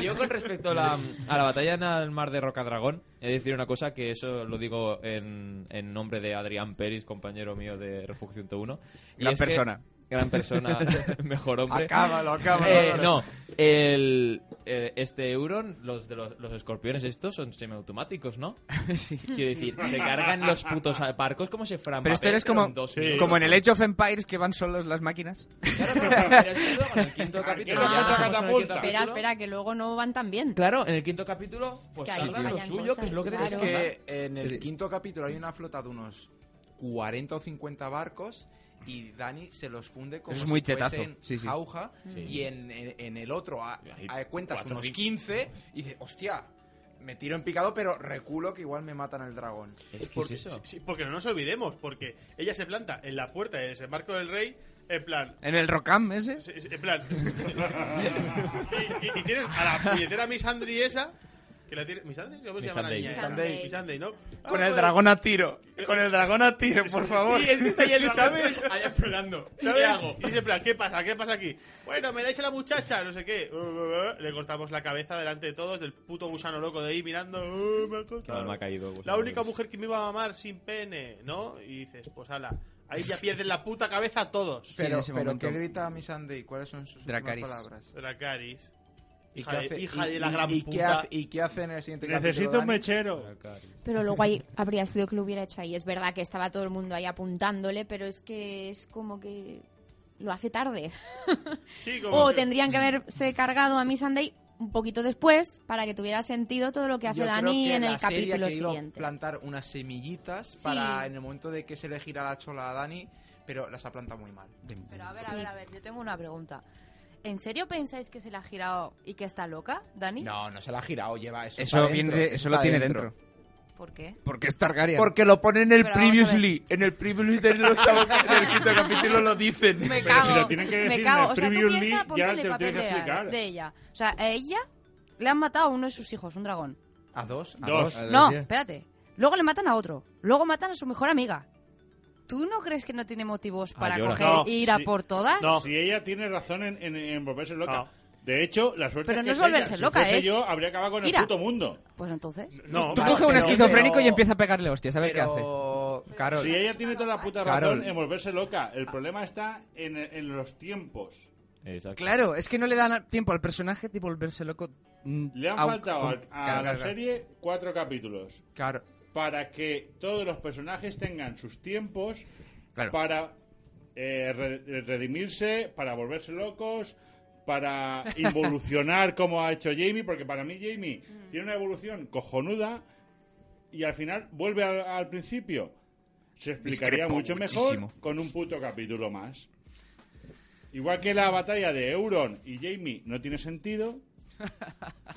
[SPEAKER 5] Y Yo con respecto a la, a la batalla en el mar de Rocadragón, he de decir una cosa que eso lo digo en, en nombre de Adrián Peris, compañero mío de Refugio 101. Y
[SPEAKER 10] Gran
[SPEAKER 5] es que-
[SPEAKER 10] persona.
[SPEAKER 5] gran persona, mejor hombre.
[SPEAKER 3] Acábalo, acábalo.
[SPEAKER 5] Eh, no, el, eh, este Euron, los de los, los escorpiones estos son semiautomáticos, ¿no?
[SPEAKER 10] Sí.
[SPEAKER 5] Quiero decir, se cargan los putos barcos como si fueran
[SPEAKER 1] Pero esto
[SPEAKER 5] papel,
[SPEAKER 1] eres como,
[SPEAKER 5] en dos
[SPEAKER 2] Sí.
[SPEAKER 5] minutos.
[SPEAKER 1] como en el Age of Empires que van solos las máquinas.
[SPEAKER 5] Claro, pero- pero es que luego en el quinto capítulo
[SPEAKER 4] Ah,
[SPEAKER 5] ya estamos en el quinto
[SPEAKER 4] Espera,
[SPEAKER 5] capítulo.
[SPEAKER 4] espera, que luego no van tan bien.
[SPEAKER 5] Claro, en el quinto capítulo, pues
[SPEAKER 4] Es que ahí
[SPEAKER 5] salga lo
[SPEAKER 4] fallan
[SPEAKER 5] suyo,
[SPEAKER 4] cosas,
[SPEAKER 5] que es lo que
[SPEAKER 4] claro.
[SPEAKER 5] tenéis
[SPEAKER 3] Es
[SPEAKER 5] que...
[SPEAKER 3] que en el quinto capítulo hay una flota de unos 40 o 50 barcos y Dani se los funde como
[SPEAKER 1] Eso es muy
[SPEAKER 3] si fuesen
[SPEAKER 1] chetazo, sí, sí.
[SPEAKER 3] jauja
[SPEAKER 5] Sí.
[SPEAKER 3] y en, en- en el otro a,
[SPEAKER 5] Ahí
[SPEAKER 3] a- cuentas
[SPEAKER 5] cuatro,
[SPEAKER 3] unos
[SPEAKER 5] cinco.
[SPEAKER 3] 15 y dices, hostia, me tiro en picado pero reculo que igual me matan al dragón.
[SPEAKER 5] Es que
[SPEAKER 2] Porque,
[SPEAKER 5] es eso.
[SPEAKER 2] sí, porque no nos olvidemos, porque ella se planta en la puerta de desembarco del rey, en plan.
[SPEAKER 1] En el Rocam ese.
[SPEAKER 2] se- se- En plan. y, y- y tienen a la puñetera Miss Andri esa. Que la tiene, ¿Miss Andri? ¿Cómo se
[SPEAKER 5] Miss
[SPEAKER 2] llama la
[SPEAKER 5] Andrei.
[SPEAKER 2] niña?
[SPEAKER 4] Miss
[SPEAKER 2] esa?
[SPEAKER 4] Andrei.
[SPEAKER 2] Miss Andrei, ¿no?
[SPEAKER 1] Con
[SPEAKER 2] Ah,
[SPEAKER 1] el
[SPEAKER 2] pues-
[SPEAKER 1] dragón a tiro. Con el dragón a tiro, por favor.
[SPEAKER 2] Sí, es que está ahí el dragón, ¿sabes?
[SPEAKER 5] Ahí esperando.
[SPEAKER 2] ¿Sabes? Y dice, en plan, ¿qué pasa? ¿Qué pasa aquí? Bueno, me dais a la muchacha, no sé qué. Uh, uh, uh. Le cortamos la cabeza delante de todos, del puto gusano loco de ahí mirando. "Uh, me ha cortado".
[SPEAKER 5] Qué mal me ha caído, pues, gusano
[SPEAKER 2] La única
[SPEAKER 5] loco.
[SPEAKER 2] mujer que me iba a mamar sin pene, ¿no? Y dices, pues ala, ahí ya pierden la puta cabeza a todos.
[SPEAKER 1] en
[SPEAKER 3] Pero,
[SPEAKER 1] ese
[SPEAKER 3] pero
[SPEAKER 1] momento.
[SPEAKER 3] ¿qué grita Miss Sunday? ¿Cuáles son sus últimas
[SPEAKER 1] Dracarys.
[SPEAKER 3] palabras?
[SPEAKER 2] Dracarys.
[SPEAKER 3] ¿Y
[SPEAKER 2] Hija
[SPEAKER 3] qué
[SPEAKER 2] de-
[SPEAKER 3] hace-
[SPEAKER 2] hija
[SPEAKER 3] y-
[SPEAKER 2] de la
[SPEAKER 3] y-
[SPEAKER 2] gran
[SPEAKER 3] y qué
[SPEAKER 2] puta.
[SPEAKER 3] hace- ¿Y qué hace en el siguiente
[SPEAKER 8] Necesito
[SPEAKER 3] capítulo?
[SPEAKER 8] un
[SPEAKER 3] Dani?
[SPEAKER 8] mechero.
[SPEAKER 4] Pero luego ahí habría sido que lo hubiera hecho ahí. Es verdad que estaba todo el mundo ahí apuntándole, pero es que es como que lo hace tarde.
[SPEAKER 2] Sí, como
[SPEAKER 4] O
[SPEAKER 2] que-
[SPEAKER 4] tendrían que haberse cargado a Miss Sunday un poquito después para que tuviera sentido todo lo que hace
[SPEAKER 3] Yo creo
[SPEAKER 4] Dani
[SPEAKER 3] que
[SPEAKER 4] en
[SPEAKER 3] la
[SPEAKER 4] el
[SPEAKER 3] serie ha
[SPEAKER 4] capítulo
[SPEAKER 3] querido
[SPEAKER 4] siguiente.
[SPEAKER 3] plantar unas semillitas para en el momento de que se le gira la chola a Dani, pero las ha plantado muy mal.
[SPEAKER 9] Pero a ver, a ver, a ver, yo tengo una pregunta. ¿En serio pensáis que se la ha girado y que está loca, Dani?
[SPEAKER 3] No, no se la ha girado, lleva eso.
[SPEAKER 1] Eso,
[SPEAKER 3] está
[SPEAKER 1] viene
[SPEAKER 3] dentro,
[SPEAKER 1] de- eso
[SPEAKER 3] está
[SPEAKER 1] lo tiene dentro.
[SPEAKER 9] ¿Por qué?
[SPEAKER 1] Porque es Targaryen.
[SPEAKER 3] Porque lo ponen en el
[SPEAKER 9] Pero vamos a
[SPEAKER 3] previously. En el previously del, octavo- del quinto capítulo lo dicen.
[SPEAKER 9] Me
[SPEAKER 8] Pero
[SPEAKER 9] cago.
[SPEAKER 8] si lo tienen que decir
[SPEAKER 9] me
[SPEAKER 8] en
[SPEAKER 9] cago.
[SPEAKER 8] el
[SPEAKER 9] O sea, tú
[SPEAKER 8] previously,
[SPEAKER 9] piensas,
[SPEAKER 8] ya
[SPEAKER 9] ponte en
[SPEAKER 8] te
[SPEAKER 9] el
[SPEAKER 8] lo
[SPEAKER 9] papel
[SPEAKER 8] tienes que
[SPEAKER 9] de,
[SPEAKER 8] explicar.
[SPEAKER 9] de ella. O sea, a ella le han matado a uno de sus hijos, un dragón.
[SPEAKER 3] A dos, a
[SPEAKER 8] Dos.
[SPEAKER 3] dos.
[SPEAKER 9] No, espérate. Luego le matan a otro. Luego matan a su mejor amiga. ¿Tú no crees que no tiene motivos para
[SPEAKER 5] llora.
[SPEAKER 9] coger
[SPEAKER 2] Ah, No,
[SPEAKER 9] e ir a
[SPEAKER 2] sí.
[SPEAKER 9] por todas?
[SPEAKER 2] No.
[SPEAKER 8] Si ella tiene razón en, en- en volverse loca.
[SPEAKER 2] No.
[SPEAKER 8] De hecho, la suerte es
[SPEAKER 9] Pero no
[SPEAKER 8] que
[SPEAKER 9] es
[SPEAKER 8] ella.
[SPEAKER 9] volverse
[SPEAKER 8] Si
[SPEAKER 9] loca,
[SPEAKER 8] fuese
[SPEAKER 9] es
[SPEAKER 8] yo, habría acabado con
[SPEAKER 9] ira.
[SPEAKER 8] el puto mundo.
[SPEAKER 9] Pues entonces.
[SPEAKER 2] No,
[SPEAKER 1] Tú
[SPEAKER 2] vale,
[SPEAKER 1] coge un
[SPEAKER 2] pero-
[SPEAKER 1] esquizofrénico
[SPEAKER 3] pero-
[SPEAKER 1] y empieza a pegarle hostias, a ver qué hace.
[SPEAKER 3] Pero, Carol,
[SPEAKER 8] Si ella tiene toda la puta
[SPEAKER 3] Carol.
[SPEAKER 8] razón en volverse loca. El problema está en, en los tiempos.
[SPEAKER 5] Exacto.
[SPEAKER 1] Claro, es que no le dan tiempo al personaje de volverse loco. mm,
[SPEAKER 8] Le han
[SPEAKER 1] au-
[SPEAKER 8] faltado
[SPEAKER 1] con-
[SPEAKER 8] a, a
[SPEAKER 1] claro,
[SPEAKER 8] la
[SPEAKER 1] claro.
[SPEAKER 8] serie cuatro capítulos
[SPEAKER 3] Car-
[SPEAKER 8] para que todos los personajes tengan sus tiempos
[SPEAKER 1] Claro.
[SPEAKER 8] para eh, re- redimirse, para volverse locos, para involucionar como ha hecho Jamie, porque para mí Jamie tiene una evolución cojonuda y al final vuelve al, al principio. Se explicaría
[SPEAKER 1] Discrepo
[SPEAKER 8] mucho
[SPEAKER 1] muchísimo.
[SPEAKER 8] mejor con un puto capítulo más. Igual que la batalla de Euron y Jamie no tiene sentido.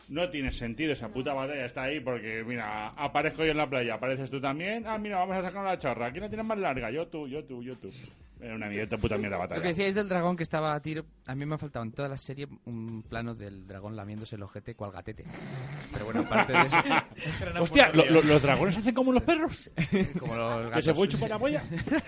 [SPEAKER 8] No tiene sentido esa puta batalla, está ahí porque, mira, aparezco yo en la playa, apareces tú también. Ah, mira, vamos a sacar una chorra. ¿Quién la tiene más larga? Yo, tú, yo, tú, yo, tú. Era una mierda, puta mierda
[SPEAKER 1] Lo que
[SPEAKER 8] batalla.
[SPEAKER 1] decíais del dragón que estaba a tiro, a mí me ha faltado en toda la serie un plano del dragón lamiéndose el ojete cual gatete. Pero bueno, aparte de eso,
[SPEAKER 8] Hostia, lo- lo- ¿los dragones hacen como los perros?
[SPEAKER 1] como los gatos.
[SPEAKER 8] ¿Que se puede chupar la polla?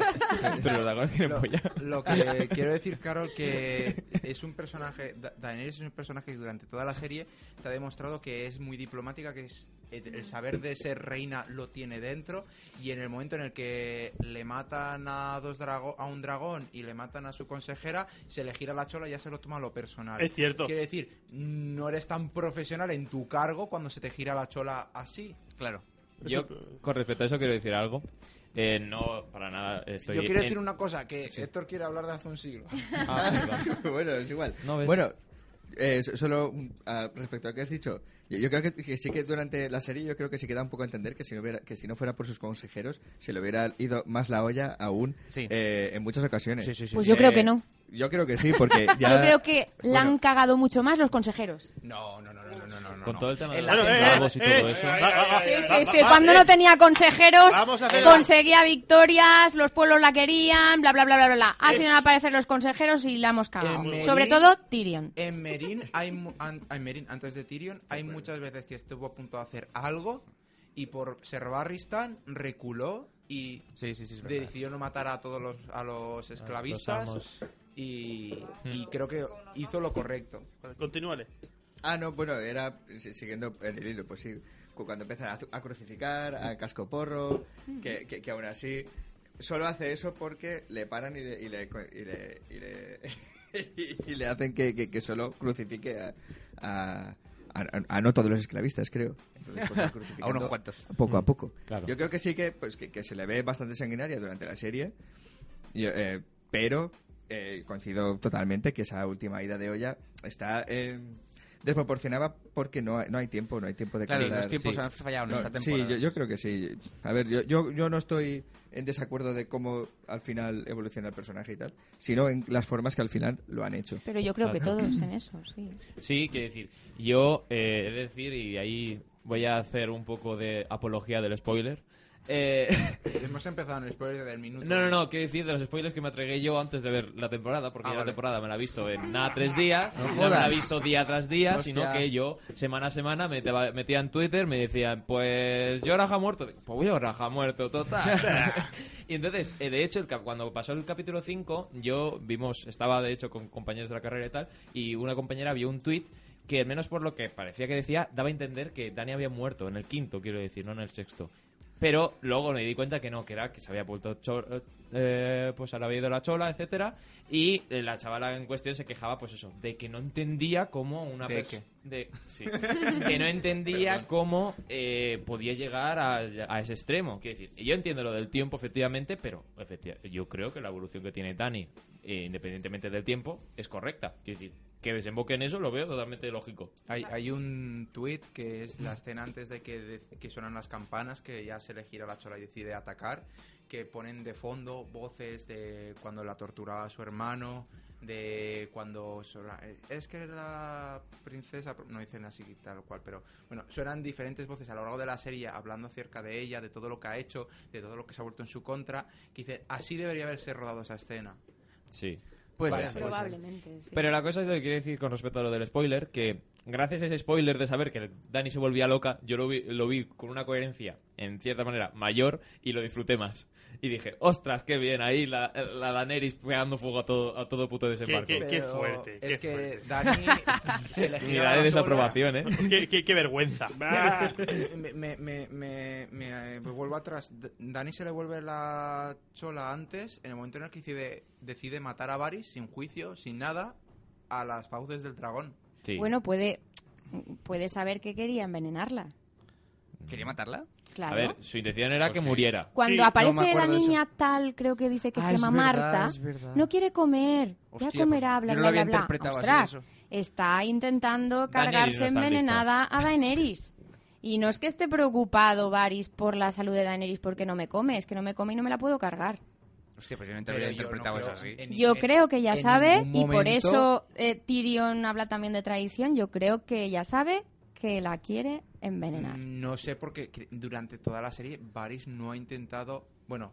[SPEAKER 5] Pero los dragones tienen
[SPEAKER 3] lo,
[SPEAKER 5] polla.
[SPEAKER 3] lo que quiero decir, Carol, que es un personaje. Da- Daenerys es un personaje que durante toda la serie te ha demostrado que es muy diplomática, que es eh, el el saber de ser reina lo tiene dentro y en el momento en el que le matan a dos drago- a un dragón y le matan a su consejera se le gira la chola y ya se lo toma a lo personal
[SPEAKER 2] Es cierto.
[SPEAKER 3] quiere decir no eres tan profesional en tu cargo cuando se te gira la chola así
[SPEAKER 1] Claro.
[SPEAKER 5] Yo, con respecto a eso, quiero decir algo. Eh, no, para nada estoy...
[SPEAKER 3] yo quiero
[SPEAKER 5] en-
[SPEAKER 3] decir una cosa que Héctor quiere hablar de hace un siglo
[SPEAKER 5] Ah, perdón.
[SPEAKER 6] bueno, es igual.
[SPEAKER 5] No, ¿ves?
[SPEAKER 6] Bueno, eh, so- solo un- a- respecto a lo que has dicho, yo, yo creo que, que sí que durante la serie yo creo que sí que da un poco a entender que si no, hubiera, que si no fuera por sus consejeros se le hubiera ido más la olla aún
[SPEAKER 1] Sí.
[SPEAKER 6] eh, en muchas ocasiones.
[SPEAKER 1] Sí, sí, sí,
[SPEAKER 4] Pues yo creo
[SPEAKER 6] Eh,
[SPEAKER 4] que no.
[SPEAKER 6] Yo creo que sí, porque ya...
[SPEAKER 4] Yo creo que la han
[SPEAKER 6] Bueno.
[SPEAKER 4] cagado mucho más los consejeros.
[SPEAKER 3] no no no no no no no
[SPEAKER 5] Con
[SPEAKER 3] no.
[SPEAKER 5] todo el tema de
[SPEAKER 3] En
[SPEAKER 5] los
[SPEAKER 3] la-
[SPEAKER 2] eh,
[SPEAKER 5] esclavos y todo eso.
[SPEAKER 2] va, va, va,
[SPEAKER 4] Sí,
[SPEAKER 2] va,
[SPEAKER 4] sí,
[SPEAKER 2] va,
[SPEAKER 4] sí.
[SPEAKER 2] va,
[SPEAKER 4] Cuando
[SPEAKER 2] eh.
[SPEAKER 4] no tenía consejeros,
[SPEAKER 2] Vamos a hacer-
[SPEAKER 4] conseguía victorias, los pueblos la querían, bla, bla, bla, bla, bla. Ha sido
[SPEAKER 2] Es-
[SPEAKER 4] aparecer los consejeros y la hemos cagado.
[SPEAKER 3] Emery-
[SPEAKER 4] Sobre todo Tyrion.
[SPEAKER 3] En Merín, hay mu- an- en Merín, antes de Tyrion, hay muchas veces que estuvo a punto de hacer algo y por ser Barristan reculó y
[SPEAKER 1] Sí, sí, sí, es verdad.
[SPEAKER 3] decidió no matar a todos los, a los esclavistas.
[SPEAKER 5] amos.
[SPEAKER 3] y, y creo que hizo lo correcto.
[SPEAKER 2] Continúale.
[SPEAKER 6] Ah, no, bueno, era si- siguiendo el hilo, pues sí, cu- cuando empiezan a, a crucificar, a casco porro, que, que, que aún así solo hace eso porque le paran y le, y le, co- y le, y le- y le hacen que, que, que solo crucifique a, a, a- a no todos los esclavistas, creo. Entonces, pues,
[SPEAKER 1] A
[SPEAKER 6] va
[SPEAKER 1] unos
[SPEAKER 6] crucificando
[SPEAKER 1] cuantos.
[SPEAKER 8] Mm,
[SPEAKER 6] Poco a poco.
[SPEAKER 5] Claro.
[SPEAKER 6] Yo creo que sí que, pues, que, que se le ve bastante sanguinaria durante la serie, y, eh, pero eh, coincido totalmente que esa última ida de olla está eh, desproporcionada porque no hay, no hay tiempo, no hay tiempo de
[SPEAKER 1] Claro,
[SPEAKER 6] calidad,
[SPEAKER 1] los tiempos
[SPEAKER 6] sí.
[SPEAKER 1] han fallado en
[SPEAKER 6] No,
[SPEAKER 1] esta
[SPEAKER 6] sí,
[SPEAKER 1] temporada.
[SPEAKER 6] yo, yo creo que sí. A ver, yo, yo, yo no estoy en desacuerdo de cómo al final evoluciona el personaje y tal, sino en las formas que al final lo han hecho.
[SPEAKER 4] Pero yo creo que todos en eso, sí.
[SPEAKER 5] Sí, quiero decir, yo eh, he de decir, y ahí voy a hacer un poco de apología del spoiler. Eh,
[SPEAKER 3] Hemos empezado en el spoiler del minuto.
[SPEAKER 5] no, no, no, quiero decir de los spoilers que me atregué yo antes de ver la temporada, porque
[SPEAKER 3] Ah,
[SPEAKER 5] yo la
[SPEAKER 3] vale.
[SPEAKER 5] temporada me la he visto en nada tres días, no, me la
[SPEAKER 6] jodas.
[SPEAKER 5] he visto día tras día,
[SPEAKER 6] Hostia.
[SPEAKER 5] sino que yo semana a semana me te- metía en Twitter, me decían, pues yo raja muerto, Digo, pues voy a raja muerto, total. y entonces, eh, de hecho, el cap- cuando pasó el capítulo 5, yo vimos, estaba de hecho con compañeros de la carrera y tal, y una compañera vio un tweet que al menos por lo que parecía que decía, daba a entender que Dani había muerto en el quinto, quiero decir, no en el sexto. Pero luego me di cuenta que no, que era que se había vuelto cho- eh, pues ahora había ido la chola, etcétera, y eh, la chavala en cuestión se quejaba, pues eso, de que no entendía cómo una
[SPEAKER 3] ¿De
[SPEAKER 5] persona
[SPEAKER 3] qué?
[SPEAKER 5] de sí, que no entendía cómo eh, podía llegar a, a ese extremo. Quiero decir, yo entiendo lo del tiempo, efectivamente, pero efectiva- yo creo que la evolución que tiene Dani, eh, independientemente del tiempo, es correcta. Quiero decir, que desemboque en eso lo veo totalmente lógico.
[SPEAKER 3] Hay, hay un tweet que es la escena antes de que, de- que sonan las campanas, que ya se le gira la chola y decide atacar, que ponen de fondo voces de cuando la torturaba a su hermano, de cuando... sola- eh, es que la princesa... No dicen así tal cual, pero bueno, suenan diferentes voces a lo largo de la serie hablando acerca de ella, de todo lo que ha hecho, de todo lo que se ha vuelto en su contra, que dice, así debería haberse rodado esa escena.
[SPEAKER 5] Sí.
[SPEAKER 3] Pues
[SPEAKER 4] Probablemente, sí.
[SPEAKER 5] Pero la cosa es lo que quiero decir con respecto a lo del spoiler, que gracias a ese spoiler de saber que Dani se volvía loca, yo lo vi, lo vi con una coherencia, en cierta manera, mayor y lo disfruté más. Y dije, ostras, qué bien, ahí la, la Daenerys pegando fuego a todo, a todo puto desembarco.
[SPEAKER 2] Qué- qué-
[SPEAKER 3] Pero
[SPEAKER 2] fuerte,
[SPEAKER 3] Es
[SPEAKER 2] qué
[SPEAKER 3] que
[SPEAKER 2] fuerte.
[SPEAKER 3] Dani se le gira
[SPEAKER 5] Mira, de
[SPEAKER 3] la chola.
[SPEAKER 5] desaprobación, ¿eh?
[SPEAKER 2] Qué, qué- qué vergüenza.
[SPEAKER 8] Bah.
[SPEAKER 3] me, me, me, me, me, eh, vuelvo atrás. D- Dani se le vuelve la chola antes, en el momento en el que decide, decide matar a Varys sin juicio, sin nada, a las fauces del dragón.
[SPEAKER 5] Sí.
[SPEAKER 4] Bueno, puede, puede saber que quería envenenarla.
[SPEAKER 1] ¿Quería matarla?
[SPEAKER 4] Claro.
[SPEAKER 5] a ver, su intención era que
[SPEAKER 1] Pues sí.
[SPEAKER 5] muriera.
[SPEAKER 4] Cuando
[SPEAKER 2] Sí, no me
[SPEAKER 4] aparece la
[SPEAKER 1] acuerdo de eso.
[SPEAKER 4] niña tal, creo que dice que
[SPEAKER 1] Ah,
[SPEAKER 4] se
[SPEAKER 1] es
[SPEAKER 4] llama
[SPEAKER 1] verdad,
[SPEAKER 4] Marta,
[SPEAKER 1] es verdad.
[SPEAKER 4] no quiere comer,
[SPEAKER 1] Hostia,
[SPEAKER 4] ya comerá,
[SPEAKER 1] pues,
[SPEAKER 4] bla,
[SPEAKER 1] yo no lo
[SPEAKER 4] bla,
[SPEAKER 1] había
[SPEAKER 4] bla, bla.
[SPEAKER 1] interpretado así,
[SPEAKER 4] Ostras,
[SPEAKER 1] eso.
[SPEAKER 4] está intentando
[SPEAKER 5] Daenerys no
[SPEAKER 4] cargarse
[SPEAKER 5] está
[SPEAKER 4] envenenada a Daenerys. Y no es que esté preocupado Varys por la salud de Daenerys porque no me come, es que no me come y no me la puedo cargar.
[SPEAKER 1] Hostia, pues yo no te
[SPEAKER 3] Pero
[SPEAKER 1] habría
[SPEAKER 3] Eh, yo no
[SPEAKER 1] interpretado
[SPEAKER 3] creo
[SPEAKER 1] eso así.
[SPEAKER 3] en-
[SPEAKER 4] Yo
[SPEAKER 3] en-
[SPEAKER 4] creo que ya
[SPEAKER 3] en
[SPEAKER 4] sabe
[SPEAKER 3] ningún
[SPEAKER 4] y por
[SPEAKER 3] momento-
[SPEAKER 4] eso eh, Tyrion habla también de traición, yo creo que ya sabe que la quiere envenenar.
[SPEAKER 3] No sé por qué cre- durante toda la serie Varys no ha intentado. Bueno.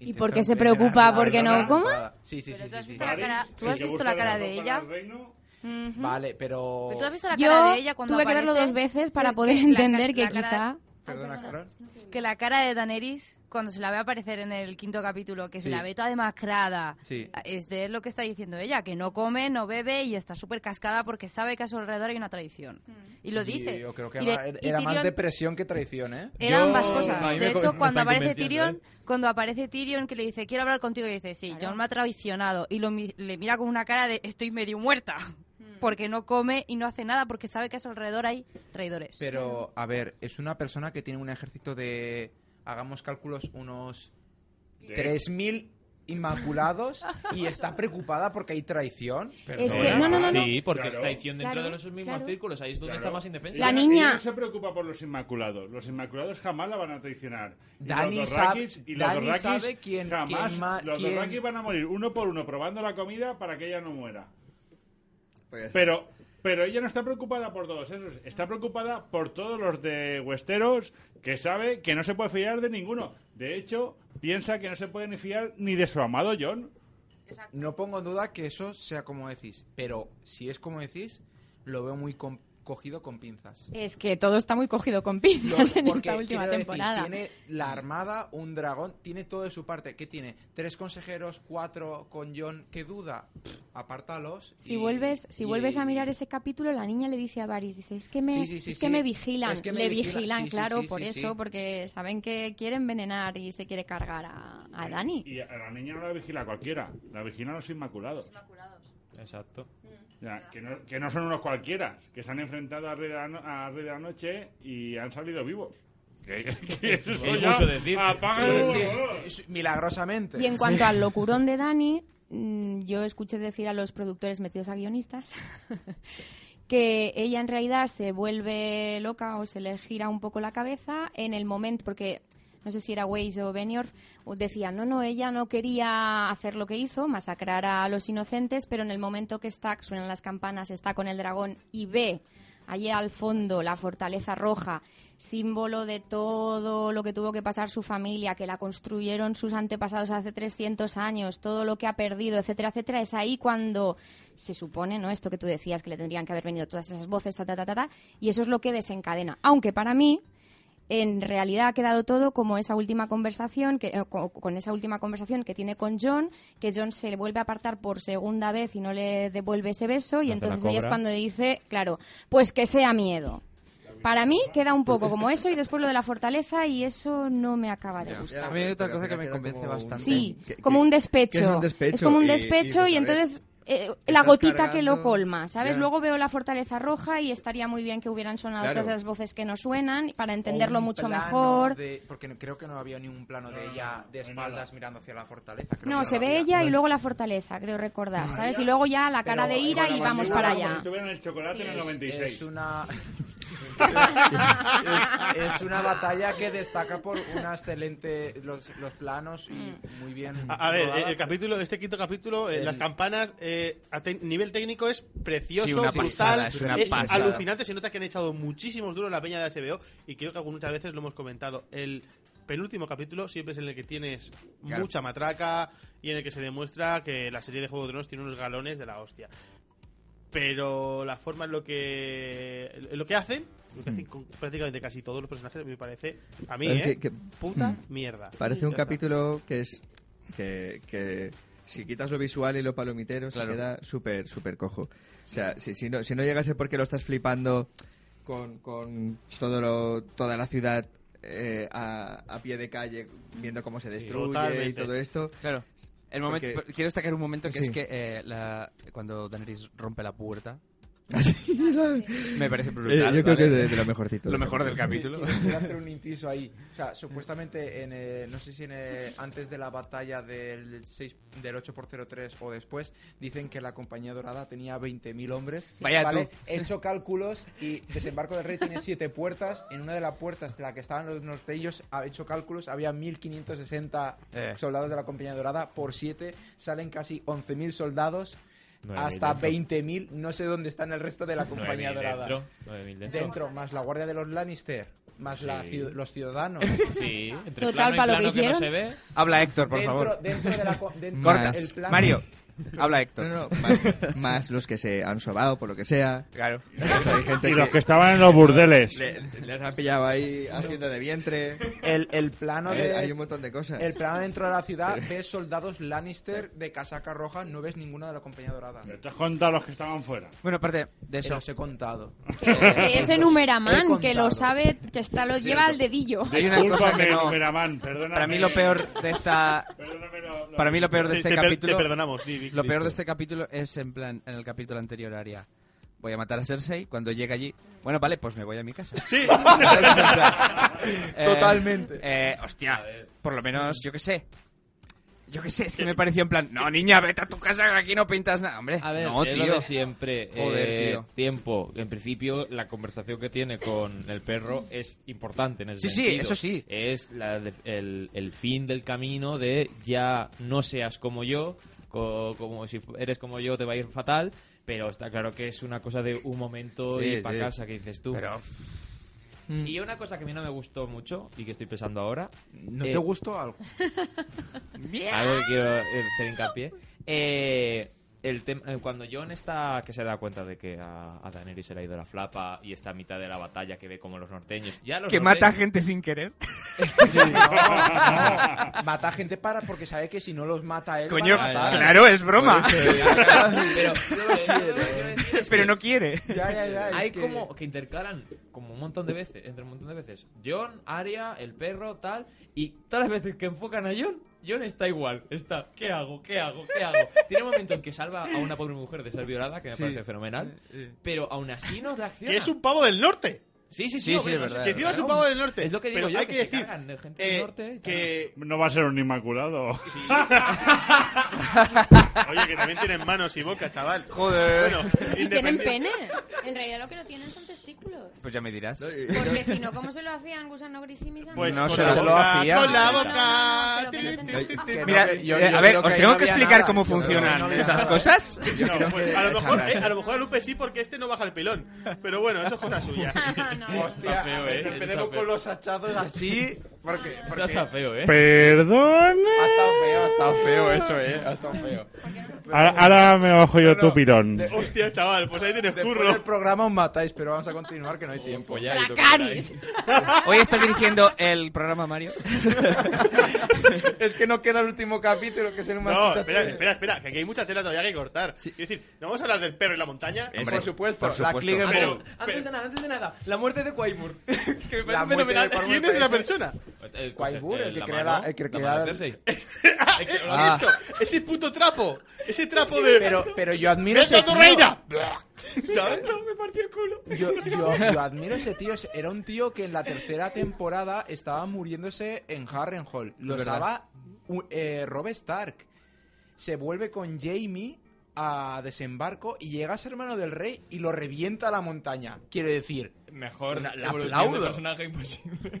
[SPEAKER 4] ¿Y
[SPEAKER 3] intenta
[SPEAKER 4] por qué se
[SPEAKER 3] envenenar
[SPEAKER 4] preocupa
[SPEAKER 3] a la
[SPEAKER 4] porque no
[SPEAKER 3] reina.
[SPEAKER 4] coma?
[SPEAKER 3] Sí, sí,
[SPEAKER 9] Pero
[SPEAKER 3] sí.
[SPEAKER 9] tú has
[SPEAKER 3] sí, sí.
[SPEAKER 9] visto la cara- tú has
[SPEAKER 8] que
[SPEAKER 9] visto
[SPEAKER 8] busca
[SPEAKER 9] la cara de
[SPEAKER 8] ropa
[SPEAKER 9] ella.
[SPEAKER 8] del
[SPEAKER 9] Mm.
[SPEAKER 8] reino.
[SPEAKER 4] Ujú.
[SPEAKER 3] Vale, pero.
[SPEAKER 9] Pero tú has visto la
[SPEAKER 4] Yo
[SPEAKER 9] cara de ella cuando
[SPEAKER 4] tuve que verlo
[SPEAKER 9] aparece?
[SPEAKER 4] dos veces
[SPEAKER 9] Sí,
[SPEAKER 4] para
[SPEAKER 9] es
[SPEAKER 4] poder
[SPEAKER 9] que la ca-
[SPEAKER 4] entender que
[SPEAKER 9] la cara-
[SPEAKER 4] quizá
[SPEAKER 3] Perdona, Carol.
[SPEAKER 9] Que la cara de Daenerys, cuando se la ve aparecer en el quinto capítulo, que se
[SPEAKER 3] Sí.
[SPEAKER 9] la ve toda demacrada,
[SPEAKER 3] Sí.
[SPEAKER 9] es de lo que está diciendo ella, que no come, no bebe y está súper cascada porque sabe que a su alrededor hay una traición. Y lo dice.
[SPEAKER 3] Yo creo que
[SPEAKER 9] Y de-
[SPEAKER 3] era,
[SPEAKER 9] y
[SPEAKER 3] era más
[SPEAKER 9] Tyrion-
[SPEAKER 3] depresión que traición, ¿eh?
[SPEAKER 9] Eran
[SPEAKER 5] Yo-
[SPEAKER 9] ambas
[SPEAKER 5] a mí
[SPEAKER 9] cosas.
[SPEAKER 5] me
[SPEAKER 9] De
[SPEAKER 5] co-
[SPEAKER 9] hecho,
[SPEAKER 5] me ¿eh?
[SPEAKER 9] cuando
[SPEAKER 5] están
[SPEAKER 9] aparece
[SPEAKER 5] convenciendo,
[SPEAKER 9] Tyrion, cuando aparece Tyrion que le dice, quiero hablar contigo, y dice, sí, John me ha traicionado. Y lo, mi- le mira con una cara de, estoy medio muerta. Porque no come y no hace nada porque sabe que a su alrededor hay traidores.
[SPEAKER 3] Pero, a ver, es una persona que tiene un ejército de, hagamos cálculos, unos 3.000 inmaculados y está preocupada porque hay traición.
[SPEAKER 11] Es que- no, no, no, no.
[SPEAKER 5] Sí, porque
[SPEAKER 8] Claro.
[SPEAKER 5] está diciendo dentro
[SPEAKER 11] Claro,
[SPEAKER 5] de los mismos
[SPEAKER 11] claro.
[SPEAKER 5] círculos, ahí es donde está
[SPEAKER 8] Claro.
[SPEAKER 5] más indefensa.
[SPEAKER 11] La
[SPEAKER 8] Ella-
[SPEAKER 11] niña-
[SPEAKER 8] ella no se preocupa por los Inmaculados. Los Inmaculados jamás la van a traicionar. Y
[SPEAKER 3] Dani
[SPEAKER 8] los
[SPEAKER 3] sabe-
[SPEAKER 8] Dorrakis- y los
[SPEAKER 3] Dani
[SPEAKER 8] Dorrakis
[SPEAKER 3] sabe quién-
[SPEAKER 8] jamás,
[SPEAKER 3] quién ma-
[SPEAKER 8] Los
[SPEAKER 3] quién-
[SPEAKER 8] Dorrakis van a morir uno por uno probando la comida para que ella no muera.
[SPEAKER 6] Pues,
[SPEAKER 8] Pero, pero ella no está preocupada por todos esos. Está preocupada por todos los de Westeros que sabe que no se puede fiar de ninguno. De hecho, piensa que no se puede ni fiar ni de su amado John.
[SPEAKER 3] No pongo en duda que eso sea como decís, pero si es como decís, lo veo muy com- cogido con
[SPEAKER 9] Eh,
[SPEAKER 3] pinzas.
[SPEAKER 4] Es que todo está muy cogido con
[SPEAKER 3] Lo-
[SPEAKER 4] pinzas en
[SPEAKER 3] porque,
[SPEAKER 4] esta última
[SPEAKER 3] quiero decir,
[SPEAKER 4] temporada.
[SPEAKER 3] tiene la armada, un dragón, tiene todo de su parte. ¿Qué tiene? Tres consejeros, cuatro con John. ¿Qué duda? Pff, apártalos.
[SPEAKER 4] Si
[SPEAKER 3] y-
[SPEAKER 4] vuelves, si
[SPEAKER 3] y-
[SPEAKER 4] vuelves a mirar ese capítulo, la niña le dice a Varys, dice, es que me,
[SPEAKER 3] Sí, sí, sí,
[SPEAKER 4] es que
[SPEAKER 3] sí.
[SPEAKER 4] me vigilan,
[SPEAKER 3] Es que me
[SPEAKER 4] le
[SPEAKER 3] vigila-
[SPEAKER 4] vigilan,
[SPEAKER 3] sí, sí,
[SPEAKER 4] claro,
[SPEAKER 3] sí,
[SPEAKER 4] por
[SPEAKER 3] sí,
[SPEAKER 4] eso,
[SPEAKER 3] sí.
[SPEAKER 4] porque saben que quiere envenenar y se quiere cargar a, a Dani.
[SPEAKER 8] Y a la niña no la vigila cualquiera. La vigilan los Inmaculados. Mm.
[SPEAKER 5] Exacto.
[SPEAKER 8] Ya, que, no, que no son unos cualquiera, que se han enfrentado a Rey de la, No- a Rey de la Noche y han salido vivos. Que, que eso
[SPEAKER 5] Que hay
[SPEAKER 8] ya-
[SPEAKER 5] mucho decir.
[SPEAKER 8] apaga
[SPEAKER 3] Sí,
[SPEAKER 8] el-
[SPEAKER 3] sí, sí, milagrosamente.
[SPEAKER 4] Y en cuanto al locurón de Dani, mm, yo escuché decir a los productores metidos a guionistas que ella en realidad se vuelve loca o se le gira un poco la cabeza en el momento, porque no sé si era Weiss o Benioff, decían, no, no, ella no quería hacer lo que hizo, masacrar a los inocentes, pero en el momento que está, suenan las campanas, está con el dragón y ve allí al fondo la fortaleza roja, símbolo de todo lo que tuvo que pasar su familia, que la construyeron sus antepasados hace 300 años, todo lo que ha perdido, etcétera, etcétera, es ahí cuando se supone, ¿no? Esto que tú decías, que le tendrían que haber venido todas esas voces, ta, ta, ta, ta, ta, y eso es lo que desencadena. Aunque para mí, en realidad ha quedado todo como esa última conversación que eh, co- con esa última conversación que tiene con John que John se le vuelve a apartar por segunda vez y no le devuelve ese beso y
[SPEAKER 5] Hace la
[SPEAKER 4] entonces ella es
[SPEAKER 5] cobra.
[SPEAKER 4] cuando dice claro pues que sea miedo para mí queda un poco como eso y después lo de la fortaleza y eso no me acaba de gustar
[SPEAKER 1] A mí hay otra cosa que me convence bastante.
[SPEAKER 4] sí
[SPEAKER 6] que-
[SPEAKER 4] como
[SPEAKER 6] que-
[SPEAKER 4] un despecho
[SPEAKER 6] que es un despecho
[SPEAKER 4] como un
[SPEAKER 6] y- y,
[SPEAKER 4] despecho
[SPEAKER 6] pues,
[SPEAKER 4] y,
[SPEAKER 6] a ver,
[SPEAKER 4] entonces eh,
[SPEAKER 6] te
[SPEAKER 4] la
[SPEAKER 6] estás
[SPEAKER 4] gotita que lo
[SPEAKER 6] cargando,
[SPEAKER 4] colma, ¿sabes?
[SPEAKER 6] ya.
[SPEAKER 4] Luego veo la fortaleza roja y estaría muy bien que hubieran sonado
[SPEAKER 6] Claro.
[SPEAKER 4] todas las voces que no suenan para
[SPEAKER 3] O
[SPEAKER 4] entenderlo
[SPEAKER 3] un
[SPEAKER 4] mucho
[SPEAKER 3] plano
[SPEAKER 4] mejor.
[SPEAKER 3] de- porque no- creo que no había ningún plano de ella de
[SPEAKER 8] no hay nada.
[SPEAKER 3] espaldas mirando hacia la fortaleza. creo que
[SPEAKER 4] No, se
[SPEAKER 3] lo
[SPEAKER 4] ve
[SPEAKER 3] había.
[SPEAKER 4] ella y luego la fortaleza, creo recordar, ¿sabes? Y luego ya la cara
[SPEAKER 3] Pero
[SPEAKER 4] de ira
[SPEAKER 3] igual
[SPEAKER 4] y
[SPEAKER 3] la
[SPEAKER 4] vamos
[SPEAKER 3] basura,
[SPEAKER 4] para
[SPEAKER 8] Como
[SPEAKER 4] allá.
[SPEAKER 8] Si tuvieran el chocolate en el
[SPEAKER 3] Es,
[SPEAKER 8] 96.
[SPEAKER 3] una. es, es una batalla que destaca por una excelente. Los, los planos
[SPEAKER 4] Mm.
[SPEAKER 3] y muy
[SPEAKER 6] Mm.
[SPEAKER 3] bien.
[SPEAKER 2] A, a ver,
[SPEAKER 8] eh,
[SPEAKER 3] rodada.
[SPEAKER 2] el, el capítulo, este quinto capítulo, eh,
[SPEAKER 3] El-
[SPEAKER 2] las campanas, eh, a te- nivel técnico es precioso,
[SPEAKER 1] Sí, una
[SPEAKER 2] brutal,
[SPEAKER 1] pasada, es una pasada.
[SPEAKER 2] alucinante, se nota que han echado muchísimos duros la peña de HBO y creo que muchas veces lo hemos comentado. El penúltimo capítulo siempre es en el que tienes
[SPEAKER 6] Claro.
[SPEAKER 2] mucha matraca y en el que se demuestra que la serie de Juego de Tronos tiene unos galones de la hostia. Pero la forma en lo que lo que hacen, lo que hacen
[SPEAKER 1] Mm.
[SPEAKER 2] con prácticamente casi todos los personajes me parece a mí,
[SPEAKER 6] Pero
[SPEAKER 2] eh,
[SPEAKER 6] que- que-
[SPEAKER 2] puta
[SPEAKER 6] mm.
[SPEAKER 2] mierda.
[SPEAKER 6] Parece un
[SPEAKER 2] Ya está.
[SPEAKER 6] capítulo que es. Que, que si quitas lo visual y lo palomitero,
[SPEAKER 1] Claro.
[SPEAKER 6] se queda súper, súper cojo. O sea, si, si, no, si no llegase porque lo estás flipando con, con todo lo- toda la ciudad eh, a, a pie de calle, viendo cómo se destruye y
[SPEAKER 2] totalmente.
[SPEAKER 6] todo esto.
[SPEAKER 1] Claro. El momento,
[SPEAKER 6] Porque-
[SPEAKER 1] Quiero destacar un momento que
[SPEAKER 6] Sí.
[SPEAKER 1] es que eh, la- cuando Daenerys rompe la puerta. me parece brutal.
[SPEAKER 6] Eh, yo creo
[SPEAKER 1] ¿vale?
[SPEAKER 6] que es de, de lo mejorcito.
[SPEAKER 1] Lo mejor del
[SPEAKER 3] Quiero-
[SPEAKER 1] capítulo.
[SPEAKER 3] Quiero hacer un inciso ahí. O sea, supuestamente, en, eh, no sé si en, eh, antes de la batalla del, 6, del 8x03 o después, dicen que la Compañía Dorada tenía 20.000 hombres.
[SPEAKER 1] Vaya
[SPEAKER 3] ¿vale?
[SPEAKER 1] tú.
[SPEAKER 3] He hecho cálculos y Desembarco del Rey tiene 7 puertas. En una de las puertas de la que estaban los norteños, ha hecho cálculos, había 1.560
[SPEAKER 1] Eh.
[SPEAKER 3] soldados de la Compañía Dorada. Por 7 salen casi 11.000 soldados.
[SPEAKER 5] Nueve mil
[SPEAKER 3] Hasta
[SPEAKER 5] dentro.
[SPEAKER 3] 20.000, no sé dónde están el resto de la compañía
[SPEAKER 5] 9.000
[SPEAKER 3] dorada.
[SPEAKER 5] dentro. 9.000 dentro.
[SPEAKER 3] Dentro, más la guardia de los Lannister, más la
[SPEAKER 5] Sí.
[SPEAKER 3] ciu- los ciudadanos.
[SPEAKER 5] Sí, entre
[SPEAKER 4] Total,
[SPEAKER 5] plano y
[SPEAKER 4] para lo
[SPEAKER 5] plano
[SPEAKER 4] que
[SPEAKER 5] que no
[SPEAKER 4] hicieron.
[SPEAKER 5] se ve.
[SPEAKER 1] Habla Héctor, por
[SPEAKER 3] dentro,
[SPEAKER 1] favor.
[SPEAKER 3] dentro de la. co- dentro
[SPEAKER 1] Corta.
[SPEAKER 3] del plan-
[SPEAKER 1] Mario, Habla Héctor.
[SPEAKER 6] No, no, más, más los que se han sobado por lo que sea.
[SPEAKER 1] Claro.
[SPEAKER 6] O sea, hay gente
[SPEAKER 8] Y los que estaban en los burdeles.
[SPEAKER 6] le- les han pillado ahí haciendo de vientre.
[SPEAKER 3] El, el plano
[SPEAKER 6] Hay,
[SPEAKER 3] de...
[SPEAKER 6] hay un montón de cosas.
[SPEAKER 3] El plano dentro de la ciudad ves soldados Lannister de casaca roja, no ves ninguna de la compañía dorada.
[SPEAKER 8] ¿Me ¿Te has contado los que estaban fuera?
[SPEAKER 1] Bueno, aparte de
[SPEAKER 3] Eso
[SPEAKER 1] eso,
[SPEAKER 3] os he contado.
[SPEAKER 12] Que ese numeraman que lo
[SPEAKER 3] contado.
[SPEAKER 12] sabe, que está, lo lleva al dedillo.
[SPEAKER 1] Hay una cosa
[SPEAKER 8] Discúlpame,
[SPEAKER 1] que no-
[SPEAKER 8] numeraman, perdóname.
[SPEAKER 1] para mí lo peor de esta
[SPEAKER 8] Perdóname lo- lo-
[SPEAKER 1] para mí lo peor de
[SPEAKER 2] Te-
[SPEAKER 1] este
[SPEAKER 2] te per-
[SPEAKER 1] capítulo
[SPEAKER 2] te perdonamos, di, di,
[SPEAKER 1] Lo
[SPEAKER 2] di.
[SPEAKER 1] peor de este capítulo es en plan en el capítulo anterior haría voy a matar a Cersei cuando llega allí. Bueno, vale, pues me voy a mi casa.
[SPEAKER 2] Sí.
[SPEAKER 1] Entonces, en plan, eh,
[SPEAKER 3] Totalmente.
[SPEAKER 1] eh, hostia, por lo menos yo qué sé. Yo qué sé, es que
[SPEAKER 2] Eh,
[SPEAKER 1] me pareció en plan, no niña, vete a tu casa que aquí no pintas nada, hombre.
[SPEAKER 5] A ver, eh,
[SPEAKER 1] no,
[SPEAKER 5] este es lo
[SPEAKER 1] tío.
[SPEAKER 5] de siempre.
[SPEAKER 1] Joder,
[SPEAKER 5] eh,
[SPEAKER 1] tío.
[SPEAKER 5] Tiempo. En principio, la conversación que tiene con el perro es importante en ese
[SPEAKER 1] Sí, sí,
[SPEAKER 5] sentido.
[SPEAKER 1] eso sí.
[SPEAKER 5] Es la de- el, el fin del camino de ya no seas como yo, co- como si eres como yo te va a ir fatal, pero está claro que es una cosa de un momento
[SPEAKER 1] Sí,
[SPEAKER 5] y para
[SPEAKER 1] sí.
[SPEAKER 5] casa que dices tú.
[SPEAKER 1] Pero
[SPEAKER 5] Y una cosa que a mí no me gustó mucho y que estoy pensando ahora
[SPEAKER 3] ¿No
[SPEAKER 5] Eh,
[SPEAKER 3] te gustó algo?
[SPEAKER 5] algo que quiero hacer hincapié. Eh, el tem- eh, cuando John está, que se da cuenta de que a, a Daenerys se le ha ido la flapa y está a mitad de la batalla que ve como los norteños. Ya los
[SPEAKER 2] eh.
[SPEAKER 5] norteños-
[SPEAKER 1] que mata gente sin querer.
[SPEAKER 3] No, mata gente para porque sabe que si no los mata él.
[SPEAKER 1] Coño,
[SPEAKER 3] va a matar.
[SPEAKER 1] claro, es broma,
[SPEAKER 5] eh, Pero, eh, pero- pero-
[SPEAKER 1] pero no quiere.
[SPEAKER 3] Ya, ya, ya. es
[SPEAKER 5] hay
[SPEAKER 3] que-
[SPEAKER 5] como que intercalan como un montón de veces, entre un montón de veces. John, Aria, el perro, tal. Y todas las veces que enfocan a John, John está igual. Está, ¿qué hago? ¿Qué hago? ¿Qué hago? Tiene un momento en que salva a una pobre mujer de ser violada, que me parece fenomenal. Pero aún así no reacciona.
[SPEAKER 2] Que es un pavo del norte.
[SPEAKER 5] Sí, sí, sí.
[SPEAKER 1] Sí,
[SPEAKER 5] no,
[SPEAKER 1] sí,
[SPEAKER 5] pero
[SPEAKER 1] es
[SPEAKER 5] no
[SPEAKER 1] verdad,
[SPEAKER 5] sé,
[SPEAKER 2] Que encima es un
[SPEAKER 5] claro.
[SPEAKER 2] pavo del norte.
[SPEAKER 5] Es lo que digo
[SPEAKER 2] Pero
[SPEAKER 5] yo,
[SPEAKER 2] hay
[SPEAKER 5] que
[SPEAKER 2] que,
[SPEAKER 5] se
[SPEAKER 2] decir
[SPEAKER 5] cagan de gente del
[SPEAKER 2] eh,
[SPEAKER 5] norte y tal.
[SPEAKER 2] que
[SPEAKER 8] No va a ser un inmaculado.
[SPEAKER 2] Oye, que también tienen manos y boca, chaval.
[SPEAKER 1] Joder.
[SPEAKER 2] Bueno,
[SPEAKER 12] Y tienen
[SPEAKER 2] independi-
[SPEAKER 12] pene. En realidad lo que no tienen son testículos.
[SPEAKER 1] Pues ya me dirás.
[SPEAKER 12] Porque si no, ¿cómo se lo hacían gusano gris y mis
[SPEAKER 2] Pues
[SPEAKER 1] No
[SPEAKER 2] con
[SPEAKER 1] se
[SPEAKER 2] la
[SPEAKER 1] lo
[SPEAKER 2] boca,
[SPEAKER 3] hacía.
[SPEAKER 2] Con
[SPEAKER 12] No, no,
[SPEAKER 2] la
[SPEAKER 12] no,
[SPEAKER 2] boca.
[SPEAKER 12] no, pero que no
[SPEAKER 2] Tin, tin, tin,
[SPEAKER 12] tenía-
[SPEAKER 2] tin.
[SPEAKER 3] no,
[SPEAKER 1] Mira,
[SPEAKER 3] que- yo-
[SPEAKER 1] eh,
[SPEAKER 3] yo
[SPEAKER 1] a ver,
[SPEAKER 3] creo que
[SPEAKER 1] os
[SPEAKER 3] ahí
[SPEAKER 1] tengo
[SPEAKER 3] no
[SPEAKER 1] que
[SPEAKER 3] había
[SPEAKER 1] explicar
[SPEAKER 3] nada.
[SPEAKER 1] cómo
[SPEAKER 3] Yo creo que
[SPEAKER 1] funcionan
[SPEAKER 3] no había
[SPEAKER 1] esas
[SPEAKER 3] nada.
[SPEAKER 1] cosas.
[SPEAKER 2] No, pues, a, lo mejor,
[SPEAKER 1] sabrás.
[SPEAKER 2] eh, a lo mejor a Lupe sí porque este no baja el pelón. Pero bueno, eso es cosa suya.
[SPEAKER 3] Hostia,
[SPEAKER 5] feo,
[SPEAKER 3] no
[SPEAKER 5] eh, está
[SPEAKER 3] empecemos
[SPEAKER 5] feo.
[SPEAKER 3] con los hachazos así. Porque,
[SPEAKER 5] Eso
[SPEAKER 3] porque ha
[SPEAKER 5] está
[SPEAKER 3] estado
[SPEAKER 5] feo, ¿eh?
[SPEAKER 8] Perdona.
[SPEAKER 3] feo, ha estado feo eso, eh. Ha estado feo.
[SPEAKER 8] Ahora, ahora me bajo yo tu pirón.
[SPEAKER 2] Hostia, chaval, pues ahí tienes
[SPEAKER 3] Después del
[SPEAKER 2] curro.
[SPEAKER 3] programa os matáis, pero vamos a continuar que no hay tiempo.
[SPEAKER 5] Follar Pues y lo que
[SPEAKER 12] Dracarys.
[SPEAKER 5] queráis.
[SPEAKER 1] Hoy está dirigiendo el programa Mario.
[SPEAKER 3] es que no queda el último capítulo, que es el más
[SPEAKER 2] No,
[SPEAKER 3] chichate.
[SPEAKER 2] espera, espera, espera, que aquí hay mucha tela todavía que cortar. Es decir, no vamos a hablar del perro y la montaña.
[SPEAKER 3] Por
[SPEAKER 1] Hombre,
[SPEAKER 3] supuesto,
[SPEAKER 1] por
[SPEAKER 3] la
[SPEAKER 1] supuesto.
[SPEAKER 3] Klinger
[SPEAKER 2] Ah, pero-
[SPEAKER 3] Ball.
[SPEAKER 2] pero-
[SPEAKER 10] Antes de nada, antes de nada, la muerte de Quaimur. que me parece
[SPEAKER 3] La muerte
[SPEAKER 10] fenomenal.
[SPEAKER 3] de Quaimur.
[SPEAKER 2] ¿Quién es la persona?
[SPEAKER 5] El-
[SPEAKER 3] Quaibur, el
[SPEAKER 5] eh,
[SPEAKER 3] que
[SPEAKER 5] la
[SPEAKER 3] crea
[SPEAKER 5] mano,
[SPEAKER 3] la- el que
[SPEAKER 5] la
[SPEAKER 3] crea
[SPEAKER 5] mano de
[SPEAKER 3] el-
[SPEAKER 5] Cersei.
[SPEAKER 2] Ah, eh,
[SPEAKER 3] Ah.
[SPEAKER 2] eso, ese puto trapo. Ese trapo de.
[SPEAKER 3] Pero, pero yo admiro
[SPEAKER 2] ¡Vete
[SPEAKER 3] ese
[SPEAKER 2] a tu
[SPEAKER 3] tío.
[SPEAKER 2] reina! ¿Sabes?
[SPEAKER 3] Yo, yo, yo admiro ese tío. Era un tío que en la tercera temporada estaba muriéndose en Harrenhal. Lo
[SPEAKER 1] verdad.
[SPEAKER 3] usaba u- eh, Rob Stark. Se vuelve con Jamie a desembarco y llega a ser hermano del rey y lo revienta a la montaña. Quiero decir,
[SPEAKER 5] Mejor
[SPEAKER 3] Una- la
[SPEAKER 5] evolución
[SPEAKER 3] aplaudo.
[SPEAKER 5] de personaje imposible.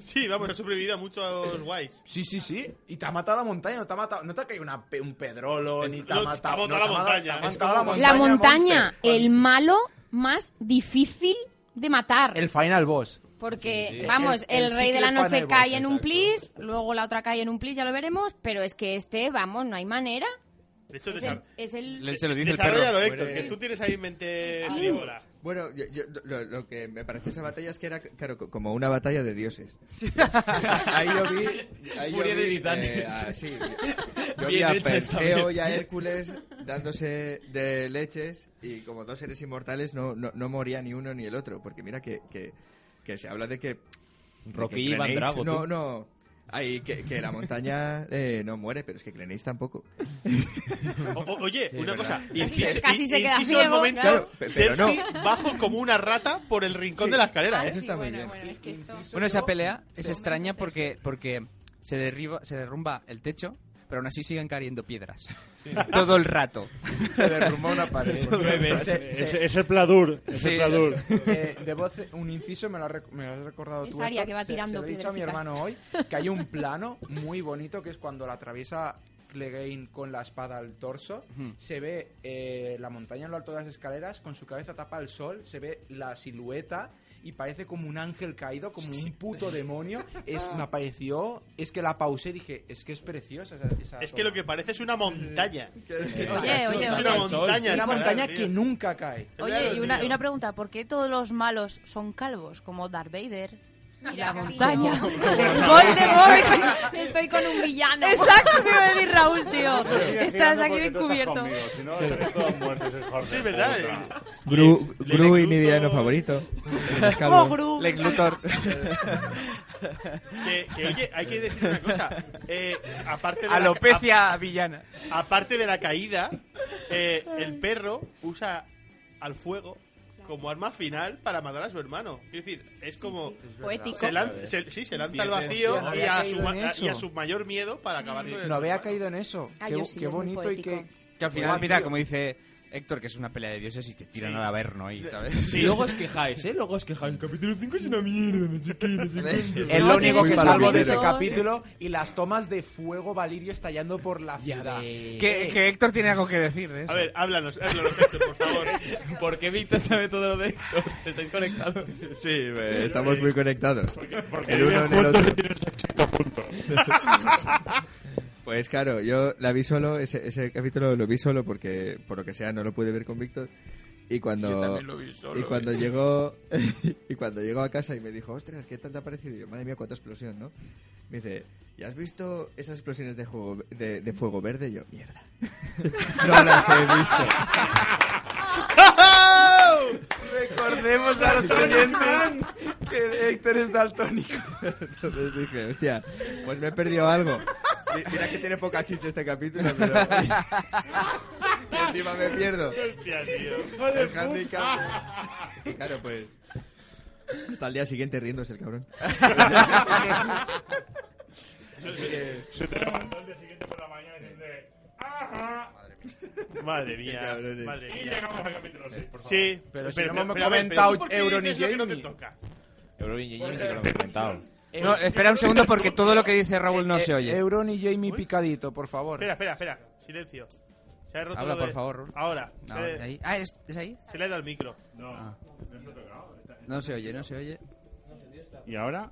[SPEAKER 2] Sí, vamos, ha sobrevivido a muchos guays.
[SPEAKER 3] sí, sí, sí. Y te ha matado a la montaña, no te ha matado, no te ha caído una pe- un pedrolo,
[SPEAKER 2] Es-
[SPEAKER 3] ni te
[SPEAKER 2] no,
[SPEAKER 3] ha
[SPEAKER 2] te ha
[SPEAKER 3] matado.
[SPEAKER 2] montado
[SPEAKER 3] no,
[SPEAKER 2] la
[SPEAKER 3] te ha matado- te ha
[SPEAKER 2] montaña. Es
[SPEAKER 3] montado
[SPEAKER 2] como-
[SPEAKER 3] la
[SPEAKER 4] La montaña,
[SPEAKER 3] monster.
[SPEAKER 4] el malo más difícil de matar.
[SPEAKER 3] El final boss.
[SPEAKER 4] Porque,
[SPEAKER 5] Sí, sí.
[SPEAKER 4] vamos,
[SPEAKER 3] El-
[SPEAKER 4] el,
[SPEAKER 3] el
[SPEAKER 4] rey
[SPEAKER 3] sí que
[SPEAKER 4] de la
[SPEAKER 3] es
[SPEAKER 4] noche
[SPEAKER 3] fan del
[SPEAKER 4] cae
[SPEAKER 3] boss,
[SPEAKER 4] en un
[SPEAKER 3] exacto.
[SPEAKER 4] plis, luego la otra cae en un plis, ya lo veremos, pero es que este, vamos, no hay manera.
[SPEAKER 2] De hecho,
[SPEAKER 4] Es
[SPEAKER 2] desa-
[SPEAKER 4] el, es el-
[SPEAKER 1] Le- Se lo dice el
[SPEAKER 2] desarrollalo,
[SPEAKER 1] perro.
[SPEAKER 2] Héctor, que tú tienes ahí en mente frívola.
[SPEAKER 6] Bueno, yo- yo- lo, lo que me pareció esa batalla es que era, claro, co- como una batalla de dioses. Ahí yo vi... Ahí yo
[SPEAKER 5] Furia de
[SPEAKER 6] vi,
[SPEAKER 5] titanes.
[SPEAKER 6] eh, a- sí, yo- yo vi
[SPEAKER 5] Bien
[SPEAKER 6] a
[SPEAKER 5] hecha esta
[SPEAKER 6] Perseo y a
[SPEAKER 5] vez.
[SPEAKER 6] Hércules dándose de leches y como dos seres inmortales no, no, no moría ni uno ni el otro. Porque mira que, que, que se habla de que... de que
[SPEAKER 5] Rocky
[SPEAKER 6] Clenage-
[SPEAKER 5] Van Drago, tú.
[SPEAKER 6] No, no. Ahí, que, que la montaña eh, no muere, pero es que Clenéis tampoco.
[SPEAKER 2] O- o- oye, una
[SPEAKER 6] verdad.
[SPEAKER 2] cosa.
[SPEAKER 6] Casi-
[SPEAKER 2] Inciso,
[SPEAKER 4] casi se
[SPEAKER 2] in-
[SPEAKER 4] queda
[SPEAKER 2] inciso
[SPEAKER 4] ciego,
[SPEAKER 2] al momento,
[SPEAKER 6] claro. Pero- pero
[SPEAKER 2] Cersei bajo como una rata por el rincón de la escalera,
[SPEAKER 4] Ah,
[SPEAKER 2] ¿eh?
[SPEAKER 6] Eso
[SPEAKER 4] sí,
[SPEAKER 6] está muy
[SPEAKER 4] bueno,
[SPEAKER 6] bien.
[SPEAKER 4] bueno, es que esto-
[SPEAKER 1] Bueno, esa pelea es
[SPEAKER 4] Sí.
[SPEAKER 1] extraña porque, porque se, derriba, se derrumba el techo, pero aún así siguen cayendo piedras. Todo el rato.
[SPEAKER 3] Se derrumbó una pared.
[SPEAKER 5] Llueve.
[SPEAKER 3] Se- se-
[SPEAKER 8] Es, es el pladur. Es
[SPEAKER 1] Sí.
[SPEAKER 8] el pladur.
[SPEAKER 3] Eh, debo hacer un inciso, me lo, has rec- me lo has recordado
[SPEAKER 4] Es
[SPEAKER 3] tú.
[SPEAKER 4] Aria
[SPEAKER 3] Héctor.
[SPEAKER 4] que va
[SPEAKER 3] Se-
[SPEAKER 4] tirando
[SPEAKER 3] se lo he dicho a mi
[SPEAKER 4] piedrecitas.
[SPEAKER 3] hermano hoy que hay un plano muy bonito que es cuando la atraviesa Clegane con la espada al torso. Se ve eh, la montaña en lo alto de las escaleras, con su cabeza tapa el sol, se ve la silueta. y parece como un ángel caído, como un puto demonio. Es,
[SPEAKER 4] Ah.
[SPEAKER 3] me apareció, es que la pausé y dije, es que es preciosa esa, esa
[SPEAKER 2] Es que lo
[SPEAKER 3] toma.
[SPEAKER 2] que parece es una montaña.
[SPEAKER 3] Es que-
[SPEAKER 9] Oye, oye,
[SPEAKER 2] es
[SPEAKER 9] oye.
[SPEAKER 2] una montaña.
[SPEAKER 3] Una
[SPEAKER 2] es
[SPEAKER 3] montaña
[SPEAKER 2] parar,
[SPEAKER 3] que
[SPEAKER 2] tío.
[SPEAKER 3] nunca cae.
[SPEAKER 9] Oye, y una,
[SPEAKER 2] tío.
[SPEAKER 9] y una pregunta, ¿por qué todos los malos son calvos? Como Darth Vader y la montaña. Voldemort.
[SPEAKER 7] Estoy con un villano.
[SPEAKER 9] Exacto, te iba a decir Raúl, tío.
[SPEAKER 8] Yo estoy
[SPEAKER 9] Estás
[SPEAKER 8] girando
[SPEAKER 9] aquí
[SPEAKER 8] porque tú estás
[SPEAKER 9] descubierto.
[SPEAKER 8] conmigo, Si no, estaréis todos muertos,
[SPEAKER 2] Sí, es verdad. eh.
[SPEAKER 6] Gru,
[SPEAKER 2] Le-
[SPEAKER 6] Gru y
[SPEAKER 2] Lex
[SPEAKER 6] mi villano
[SPEAKER 2] Luthor.
[SPEAKER 6] favorito.
[SPEAKER 9] Oh, Gru.
[SPEAKER 6] Lex Luthor.
[SPEAKER 2] Que, que, oye, hay que decir una cosa. Eh, aparte de la-
[SPEAKER 10] Alopecia villana.
[SPEAKER 2] a- aparte de la caída, eh, el perro usa al fuego como arma final para matar a su hermano. Es decir, es como...
[SPEAKER 4] Poético.
[SPEAKER 2] Se lan- se- sí, se lanza al vacío
[SPEAKER 3] No
[SPEAKER 2] y
[SPEAKER 3] había
[SPEAKER 2] a, su,
[SPEAKER 3] caído
[SPEAKER 2] ma-
[SPEAKER 3] en
[SPEAKER 2] a- y a
[SPEAKER 3] eso.
[SPEAKER 2] su mayor miedo para acabar con el
[SPEAKER 3] No había
[SPEAKER 2] hermano.
[SPEAKER 3] caído en eso.
[SPEAKER 4] Ah,
[SPEAKER 3] qué
[SPEAKER 4] yo sí,
[SPEAKER 3] qué
[SPEAKER 4] es muy
[SPEAKER 3] bonito y qué...
[SPEAKER 4] poético.
[SPEAKER 1] Que al final,
[SPEAKER 3] Guau,
[SPEAKER 1] mira,
[SPEAKER 3] tío.
[SPEAKER 1] como dice Héctor, que es una pelea de dioses y te tiran
[SPEAKER 2] Sí.
[SPEAKER 1] al averno ahí, ¿sabes?
[SPEAKER 5] Y luego os quejáis, ¿eh? Luego os quejáis. Capítulo 5 es una mierda, no sé qué, no sé cuánto.
[SPEAKER 3] Es lo
[SPEAKER 9] No,
[SPEAKER 3] único
[SPEAKER 9] tiene
[SPEAKER 3] que
[SPEAKER 9] sus
[SPEAKER 3] salvo de ese
[SPEAKER 9] momentos.
[SPEAKER 3] capítulo y las tomas de fuego Valirio estallando por la ciudad.
[SPEAKER 1] Que, que Héctor tiene algo que decir, ¿eh?
[SPEAKER 2] A ver, háblanos, háblanos, Héctor, por favor.
[SPEAKER 5] ¿Por qué Víctor sabe todo lo de Héctor? ¿Estáis conectados?
[SPEAKER 6] Sí, eh, estamos muy conectados.
[SPEAKER 8] Porque
[SPEAKER 6] El uno
[SPEAKER 8] viven
[SPEAKER 6] en el
[SPEAKER 8] juntos
[SPEAKER 6] otro.
[SPEAKER 8] y tienen sexo juntos.
[SPEAKER 6] Pues claro, yo la vi solo, ese, ese capítulo lo vi solo porque, por lo que sea, no lo pude ver con Víctor. Y cuando, y cuando llegó y cuando llegó a casa y me dijo, ostras, ¿qué tal te ha parecido? Y yo, madre mía, cuánta explosión, ¿no? Me dice, ¿ya has visto esas explosiones de, juego, de, de fuego verde? Y yo, mierda. no las he visto.
[SPEAKER 1] ah.
[SPEAKER 3] Recordemos a los oyentes que Héctor es daltónico.
[SPEAKER 6] Entonces dije, hostia, pues me he perdido algo. Mi- Mira que tiene poca chicha este capítulo, pero... que encima me pierdo.
[SPEAKER 2] Hostia, tío.
[SPEAKER 6] El handicap. Y claro, pues... Hasta el día siguiente riéndose el cabrón.
[SPEAKER 8] Se te levanta el día siguiente por la mañana y dice... "Ajá".
[SPEAKER 2] Madre mía.
[SPEAKER 6] Qué cabrones.
[SPEAKER 2] Madre
[SPEAKER 8] Y
[SPEAKER 2] mía.
[SPEAKER 8] llegamos al capítulo 6, por favor.
[SPEAKER 2] Sí,
[SPEAKER 3] Pero si
[SPEAKER 2] espera,
[SPEAKER 3] no me
[SPEAKER 2] espera, a ver,
[SPEAKER 3] comentado
[SPEAKER 2] ¿pero tú por qué
[SPEAKER 3] Euro ni
[SPEAKER 2] dices lo que no te
[SPEAKER 3] Jamie.
[SPEAKER 2] toca?
[SPEAKER 5] Euro y Ñeñe sí que lo hemos comentado.
[SPEAKER 1] No, espera un segundo porque todo lo que dice Raúl no se oye.
[SPEAKER 3] Euron y Jamie picadito, por favor.
[SPEAKER 2] Espera, espera, espera. Silencio. Se ha roto
[SPEAKER 1] Habla,
[SPEAKER 2] lo de-
[SPEAKER 1] por favor, Rul.
[SPEAKER 2] Ahora.
[SPEAKER 1] No,
[SPEAKER 2] se, le-
[SPEAKER 1] ahí. Ah, ¿es, es ahí?
[SPEAKER 2] se le ha ido al micro.
[SPEAKER 8] No.
[SPEAKER 1] No se oye, no se oye.
[SPEAKER 8] ¿Y ahora?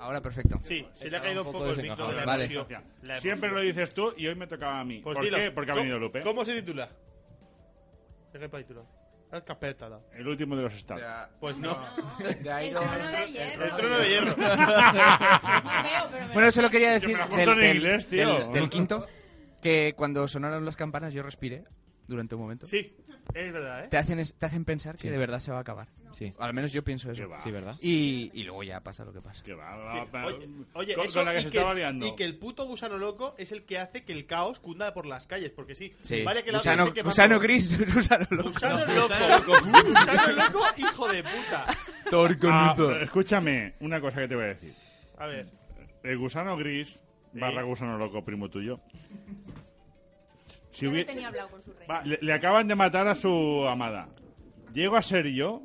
[SPEAKER 1] Ahora perfecto.
[SPEAKER 2] Sí, se le ha caído un poco, el micro de la
[SPEAKER 1] Vale.
[SPEAKER 2] emoción. La
[SPEAKER 8] Siempre
[SPEAKER 2] emoción.
[SPEAKER 8] lo dices tú y hoy me tocaba a mí.
[SPEAKER 2] Pues
[SPEAKER 8] ¿Por
[SPEAKER 2] dilo.
[SPEAKER 8] qué? Porque ha
[SPEAKER 2] ¿Cómo-
[SPEAKER 8] venido Lupe.
[SPEAKER 2] ¿Cómo se titula? ¿De qué capítulo? El capétala.
[SPEAKER 8] El último de los estados.
[SPEAKER 2] Pues no.
[SPEAKER 3] De ahí
[SPEAKER 4] El
[SPEAKER 3] no-
[SPEAKER 4] trono de hierro.
[SPEAKER 2] El trono de
[SPEAKER 7] No
[SPEAKER 2] hierro.
[SPEAKER 7] veo, pero me
[SPEAKER 1] Bueno, solo quería decir
[SPEAKER 8] me la
[SPEAKER 1] del,
[SPEAKER 8] apunto en
[SPEAKER 1] del-
[SPEAKER 8] inglés, tío.
[SPEAKER 1] del- del quinto que cuando sonaron las campanas yo respiré durante un momento.
[SPEAKER 2] Sí, es verdad, ¿eh?
[SPEAKER 1] Te hacen, es- te hacen pensar que
[SPEAKER 5] Sí.
[SPEAKER 1] de verdad se va a acabar.
[SPEAKER 5] Sí.
[SPEAKER 1] Al menos yo pienso eso.
[SPEAKER 8] Qué va.
[SPEAKER 5] Sí, ¿verdad?
[SPEAKER 1] Y, y luego ya pasa lo que pasa.
[SPEAKER 8] Que va,
[SPEAKER 2] Sí.
[SPEAKER 8] va, va.
[SPEAKER 2] Oye, oye,
[SPEAKER 8] con,
[SPEAKER 2] eso
[SPEAKER 8] con la que
[SPEAKER 2] y,
[SPEAKER 8] se
[SPEAKER 2] que,
[SPEAKER 8] estaba liando.
[SPEAKER 2] y que el puto gusano loco es el que hace que el caos cunda por las calles, porque sí.
[SPEAKER 1] Sí.
[SPEAKER 2] vale que la otra
[SPEAKER 1] Gusano,
[SPEAKER 2] esté quemando-
[SPEAKER 1] gusano gris, gusano loco.
[SPEAKER 2] Gusano loco. Gusano loco, hijo de puta.
[SPEAKER 8] Ah, escúchame, una cosa que te voy a decir.
[SPEAKER 2] A ver.
[SPEAKER 8] El gusano gris, barra gusano loco, primo tuyo. Si
[SPEAKER 4] Yo no
[SPEAKER 8] hubie-
[SPEAKER 4] tenía hablado con su rey.
[SPEAKER 2] Va,
[SPEAKER 8] le, le acaban de matar a su amada. Llego a ser yo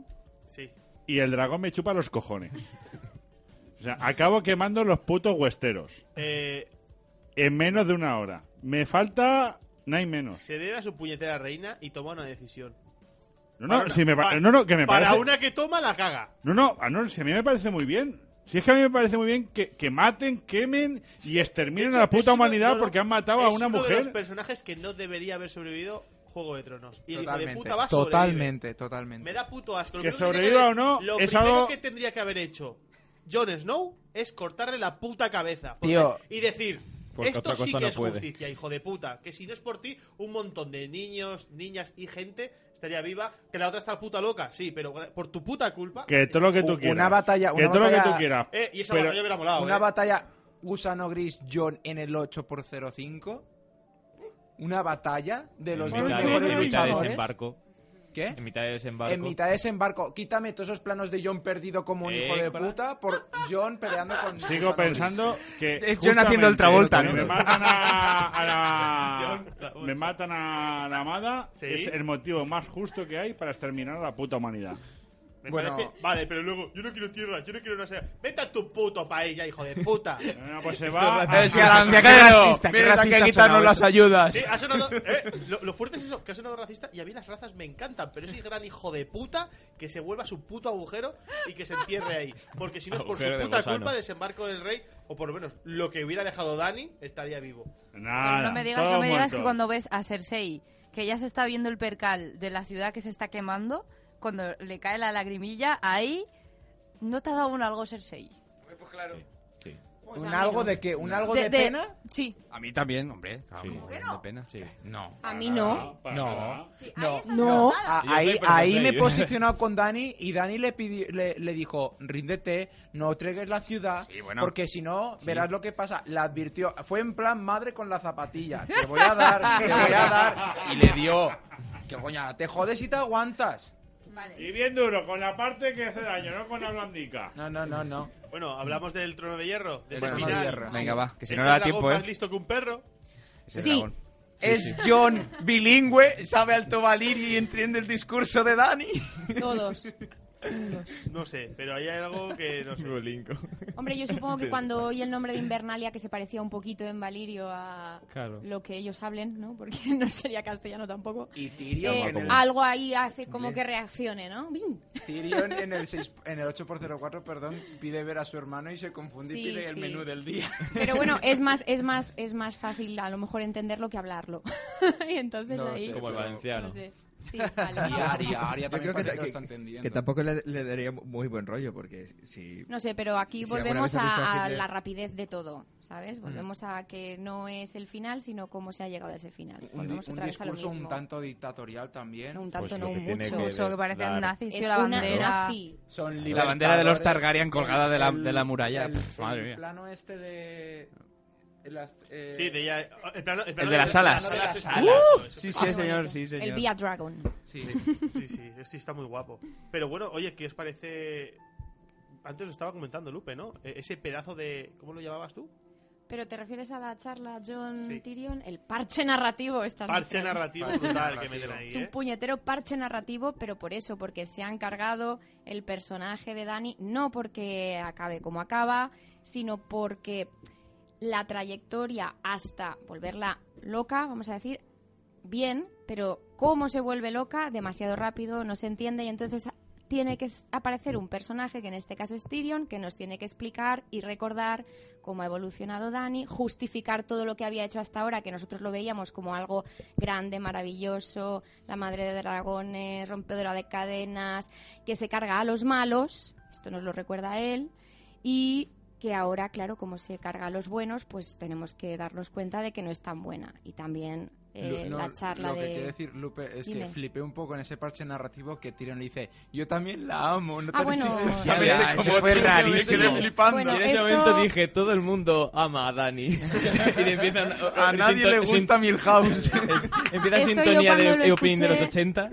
[SPEAKER 2] sí.
[SPEAKER 8] y el dragón me chupa los cojones. O sea, acabo quemando los putos huesteros.
[SPEAKER 2] Eh,
[SPEAKER 8] En menos de una hora. Me falta... No hay menos.
[SPEAKER 2] se debe a su puñetera reina y toma una decisión.
[SPEAKER 8] No, no,
[SPEAKER 2] Para
[SPEAKER 8] si me pa-
[SPEAKER 2] pa-
[SPEAKER 8] no, no, que me
[SPEAKER 2] para
[SPEAKER 8] parece...
[SPEAKER 2] una que toma, la caga.
[SPEAKER 8] No, no, ah, no, si a mí me parece muy bien. Si es que a mí me parece muy bien que, que maten, quemen y
[SPEAKER 2] De
[SPEAKER 8] exterminen
[SPEAKER 2] hecho,
[SPEAKER 8] a la puta
[SPEAKER 2] es uno-
[SPEAKER 8] humanidad
[SPEAKER 2] no, no,
[SPEAKER 8] porque han matado a
[SPEAKER 2] es
[SPEAKER 8] una
[SPEAKER 2] uno de los
[SPEAKER 8] mujer.
[SPEAKER 2] personajes que no debería haber sobrevivido Juego de Tronos. Y el hijo de
[SPEAKER 3] Totalmente,
[SPEAKER 2] puta va sobrevive.
[SPEAKER 3] totalmente, totalmente.
[SPEAKER 2] Me da puto asco. Lo
[SPEAKER 8] Que
[SPEAKER 2] primero tiene
[SPEAKER 8] sobreviva
[SPEAKER 2] haber-
[SPEAKER 8] o no,
[SPEAKER 2] Lo
[SPEAKER 8] es
[SPEAKER 2] primero
[SPEAKER 8] algo-
[SPEAKER 2] que tendría que haber hecho Jon Snow es cortarle la puta cabeza. Porque-
[SPEAKER 3] Tío.
[SPEAKER 2] Y decir.
[SPEAKER 5] Porque
[SPEAKER 2] Esto
[SPEAKER 5] otra
[SPEAKER 2] sí
[SPEAKER 5] cosa
[SPEAKER 2] que
[SPEAKER 5] no
[SPEAKER 2] es
[SPEAKER 5] puede".
[SPEAKER 2] justicia, hijo de puta. Que si no es por ti, un montón de niños, niñas y gente estaría viva. Que la otra está puta loca, sí, pero por tu puta culpa.
[SPEAKER 8] Que todo lo que tú
[SPEAKER 3] Una
[SPEAKER 8] quieras.
[SPEAKER 3] batalla-
[SPEAKER 8] que
[SPEAKER 3] una
[SPEAKER 8] todo lo que
[SPEAKER 3] batalla-
[SPEAKER 8] tú quieras.
[SPEAKER 2] Eh, y esa
[SPEAKER 8] Pero-
[SPEAKER 2] batalla hubiera molado.
[SPEAKER 3] Una
[SPEAKER 2] eh.
[SPEAKER 3] batalla gusano gris John en el 8x05. Una batalla de los
[SPEAKER 5] En
[SPEAKER 3] dos
[SPEAKER 5] mitad, de,
[SPEAKER 3] mejores
[SPEAKER 5] en mitad de
[SPEAKER 3] luchadores.
[SPEAKER 5] desembarco.
[SPEAKER 3] ¿Qué?
[SPEAKER 5] En mitad de desembarco.
[SPEAKER 3] En mitad de desembarco, quítame todos esos planos de John perdido como un
[SPEAKER 5] Eh,
[SPEAKER 3] hijo de
[SPEAKER 5] cola.
[SPEAKER 3] puta por John peleando con.
[SPEAKER 8] Sigo
[SPEAKER 3] Susana
[SPEAKER 8] pensando que.
[SPEAKER 1] Es John haciendo el
[SPEAKER 8] justamente
[SPEAKER 1] Travolta,
[SPEAKER 8] Me
[SPEAKER 1] ¿no?
[SPEAKER 8] matan a, a la.
[SPEAKER 2] John Travolta.
[SPEAKER 8] me matan a la amada.
[SPEAKER 2] Sí.
[SPEAKER 8] Es el motivo más justo que hay para exterminar a la puta humanidad.
[SPEAKER 2] Me
[SPEAKER 3] Bueno.
[SPEAKER 2] parece- vale, pero luego, yo no quiero tierra, yo no quiero una sea. Vete a tu puto país ya, hijo de puta.
[SPEAKER 8] No, pues se
[SPEAKER 2] Eso
[SPEAKER 8] va.
[SPEAKER 2] es
[SPEAKER 8] a-
[SPEAKER 2] racista.
[SPEAKER 8] a-
[SPEAKER 2] Hostia, qué racista, qué
[SPEAKER 3] Vienes aquí a
[SPEAKER 2] racista
[SPEAKER 3] quitarnos
[SPEAKER 2] sonaba
[SPEAKER 3] las
[SPEAKER 2] eso.
[SPEAKER 3] ayudas.
[SPEAKER 2] Sí, ha sonado- eh, lo, lo fuerte es eso, que ha sonado racista y a mí las razas me encantan, pero ese gran hijo de puta que se vuelva a su puto agujero y que se entierre ahí. Porque si no es por su
[SPEAKER 13] Agujero de
[SPEAKER 2] puta
[SPEAKER 13] gusano.
[SPEAKER 2] culpa, desembarco del rey, o por lo menos lo que hubiera dejado Dani, estaría vivo.
[SPEAKER 8] Nada,
[SPEAKER 9] no me digas,
[SPEAKER 8] todo
[SPEAKER 3] Oh
[SPEAKER 9] no me digas que
[SPEAKER 8] muerto.
[SPEAKER 9] cuando ves a Cersei, que ya se está viendo el percal de la ciudad que se está quemando, cuando le cae la lagrimilla, ahí no te ha dado un algo Cersei.
[SPEAKER 5] Pues claro.
[SPEAKER 13] Sí.
[SPEAKER 3] ¿Un algo de qué? ¿Un algo de, pena?
[SPEAKER 9] Sí.
[SPEAKER 1] A mí también, hombre. claro, un montón de pena. No.
[SPEAKER 4] A mí no.
[SPEAKER 8] Para
[SPEAKER 3] No.
[SPEAKER 8] nada.
[SPEAKER 3] No,
[SPEAKER 4] No.
[SPEAKER 3] Ah,
[SPEAKER 13] Yo soy
[SPEAKER 3] ahí,
[SPEAKER 13] profesor,
[SPEAKER 3] ahí me he
[SPEAKER 13] yo-
[SPEAKER 3] posicionado con Dani y Dani le pidió, le, le dijo, ríndete, no traigas la ciudad,
[SPEAKER 1] Sí, bueno.
[SPEAKER 3] porque si no, verás lo que pasa. La advirtió, fue en plan madre con la zapatilla, te voy a dar, te voy a dar, y le dio. Que coña, te jodes y te aguantas.
[SPEAKER 8] Y bien duro, con la parte que hace daño, no con la blandica.
[SPEAKER 3] No, no, no, no.
[SPEAKER 2] Bueno, hablamos del trono de hierro, de ese
[SPEAKER 3] Bueno,
[SPEAKER 2] final.
[SPEAKER 3] de hierro.
[SPEAKER 1] Venga, va, que si
[SPEAKER 2] Ese
[SPEAKER 1] no da
[SPEAKER 2] dragón
[SPEAKER 1] tiempo,
[SPEAKER 2] más
[SPEAKER 1] ¿eh?
[SPEAKER 2] listo que un perro.
[SPEAKER 1] Ese
[SPEAKER 4] Sí.
[SPEAKER 1] dragón.
[SPEAKER 3] es John bilingüe, sabe alto valir y entiende el discurso de Dani.
[SPEAKER 4] Todos.
[SPEAKER 2] No sé, pero ahí hay algo que no sé.
[SPEAKER 4] Hombre, yo supongo que cuando oí el nombre de Invernalia, que se parecía un poquito en Valirio a
[SPEAKER 5] Claro.
[SPEAKER 4] lo que ellos hablen, ¿no? Porque no sería castellano tampoco.
[SPEAKER 3] Y Tyrion,
[SPEAKER 4] Eh,
[SPEAKER 3] en, el,
[SPEAKER 4] algo ahí hace como que reaccione, ¿no? ¡Bing!
[SPEAKER 3] Tyrion en, el 6, en el 8x04, perdón, pide ver a su hermano y se confunde y
[SPEAKER 4] Sí,
[SPEAKER 3] pide el
[SPEAKER 4] sí.
[SPEAKER 3] menú del día.
[SPEAKER 4] Pero bueno, es más, es más, es más fácil a lo mejor entenderlo que hablarlo. y entonces
[SPEAKER 3] No
[SPEAKER 4] ahí.
[SPEAKER 3] sé,
[SPEAKER 13] Como el
[SPEAKER 3] pero-
[SPEAKER 13] valenciano.
[SPEAKER 4] no sé. Sí, vale.
[SPEAKER 3] Y Aria, Aria también
[SPEAKER 6] Yo creo
[SPEAKER 3] parece
[SPEAKER 6] que,
[SPEAKER 3] que, lo
[SPEAKER 6] que-
[SPEAKER 3] está entendiendo.
[SPEAKER 6] que tampoco le, le daría muy buen rollo, porque si...
[SPEAKER 4] No sé, pero aquí
[SPEAKER 6] Si alguna
[SPEAKER 4] volvemos
[SPEAKER 6] vez has visto a
[SPEAKER 4] a, a
[SPEAKER 6] Hitler-
[SPEAKER 4] la rapidez de todo,
[SPEAKER 3] Mm.
[SPEAKER 4] ¿sabes? Volvemos a que no es el final, sino cómo se ha llegado a ese final.
[SPEAKER 3] un, di-
[SPEAKER 4] Volvemos
[SPEAKER 3] un
[SPEAKER 4] otra vez a lo
[SPEAKER 3] discurso un
[SPEAKER 4] mismo.
[SPEAKER 3] tanto dictatorial también.
[SPEAKER 4] No un tanto,
[SPEAKER 13] Pues lo
[SPEAKER 4] no
[SPEAKER 13] que
[SPEAKER 4] un
[SPEAKER 13] tiene
[SPEAKER 4] mucho.
[SPEAKER 13] que-
[SPEAKER 9] Mucho, que parecen
[SPEAKER 13] dar-
[SPEAKER 9] nazis,
[SPEAKER 4] Es
[SPEAKER 9] tío, la
[SPEAKER 4] una
[SPEAKER 9] bandera.
[SPEAKER 4] nazi.
[SPEAKER 3] Son
[SPEAKER 1] La bandera de los
[SPEAKER 3] libertadores.
[SPEAKER 1] Targaryen colgada de la,
[SPEAKER 3] El-
[SPEAKER 1] de la muralla.
[SPEAKER 3] el-
[SPEAKER 1] Pff, madre
[SPEAKER 3] El
[SPEAKER 1] mía.
[SPEAKER 3] plano este de... el as- eh,
[SPEAKER 2] Sí, de ya- el, plano- el, plano
[SPEAKER 1] de las
[SPEAKER 2] el plano
[SPEAKER 1] alas.
[SPEAKER 2] de las
[SPEAKER 1] Uh,
[SPEAKER 2] alas, eso, eso.
[SPEAKER 1] Sí,
[SPEAKER 4] Ah,
[SPEAKER 1] sí,
[SPEAKER 4] qué
[SPEAKER 1] señor,
[SPEAKER 4] bonito.
[SPEAKER 1] sí,
[SPEAKER 4] El
[SPEAKER 1] señor.
[SPEAKER 4] Via Dragon.
[SPEAKER 3] sí.
[SPEAKER 2] Sí, sí, este sí, está muy guapo. Pero bueno, oye, ¿qué os parece? Antes lo estaba comentando Lupe, ¿no? E- Ese pedazo de. ¿Cómo lo llamabas tú?
[SPEAKER 4] Pero te refieres a la charla John
[SPEAKER 2] Sí.
[SPEAKER 4] Tyrion, el parche narrativo. Estás
[SPEAKER 2] Parche
[SPEAKER 4] diciendo.
[SPEAKER 2] narrativo
[SPEAKER 3] Parche
[SPEAKER 2] brutal que
[SPEAKER 3] narrativo.
[SPEAKER 2] meten ahí,
[SPEAKER 4] Es un
[SPEAKER 2] ¿eh?
[SPEAKER 4] puñetero parche narrativo, pero por eso, porque se han cargado el personaje de Dani, no porque acabe como acaba, sino porque la trayectoria hasta volverla loca, vamos a decir, bien, pero cómo se vuelve loca, demasiado rápido, no se entiende y entonces tiene que s- aparecer un personaje, que en este caso es Tyrion, que nos tiene que explicar y recordar cómo ha evolucionado Dani, justificar todo lo que había hecho hasta ahora, que nosotros lo veíamos como algo grande, maravilloso, la madre de dragones, rompedora de cadenas, que se carga a los malos, esto nos lo recuerda a él, y que ahora, claro, como se carga a los buenos, pues tenemos que darnos cuenta de que no es tan buena. Y también eh,
[SPEAKER 3] Lu- no,
[SPEAKER 4] la charla
[SPEAKER 3] lo que
[SPEAKER 4] de...
[SPEAKER 3] quiero decir, Lupe, es
[SPEAKER 4] Dime.
[SPEAKER 3] que flipé un poco en ese parche narrativo que Tyrion le dice, yo también la amo, no
[SPEAKER 4] Ah,
[SPEAKER 3] te
[SPEAKER 4] bueno.
[SPEAKER 3] resistes a
[SPEAKER 4] Ya,
[SPEAKER 3] saber
[SPEAKER 1] ya,
[SPEAKER 3] de
[SPEAKER 1] eso
[SPEAKER 3] cómo
[SPEAKER 1] fue
[SPEAKER 3] te-
[SPEAKER 1] rarísimo.
[SPEAKER 3] quedé flipando.
[SPEAKER 4] Bueno,
[SPEAKER 5] y en ese
[SPEAKER 4] esto-
[SPEAKER 5] momento dije, todo el mundo ama a Dani. y le empiezan a,
[SPEAKER 3] A nadie le gusta Milhouse.
[SPEAKER 5] Empieza
[SPEAKER 4] Esto yo
[SPEAKER 5] sintonía
[SPEAKER 4] cuando
[SPEAKER 5] de
[SPEAKER 4] lo
[SPEAKER 5] Eopin de los
[SPEAKER 4] escuché-
[SPEAKER 5] 80.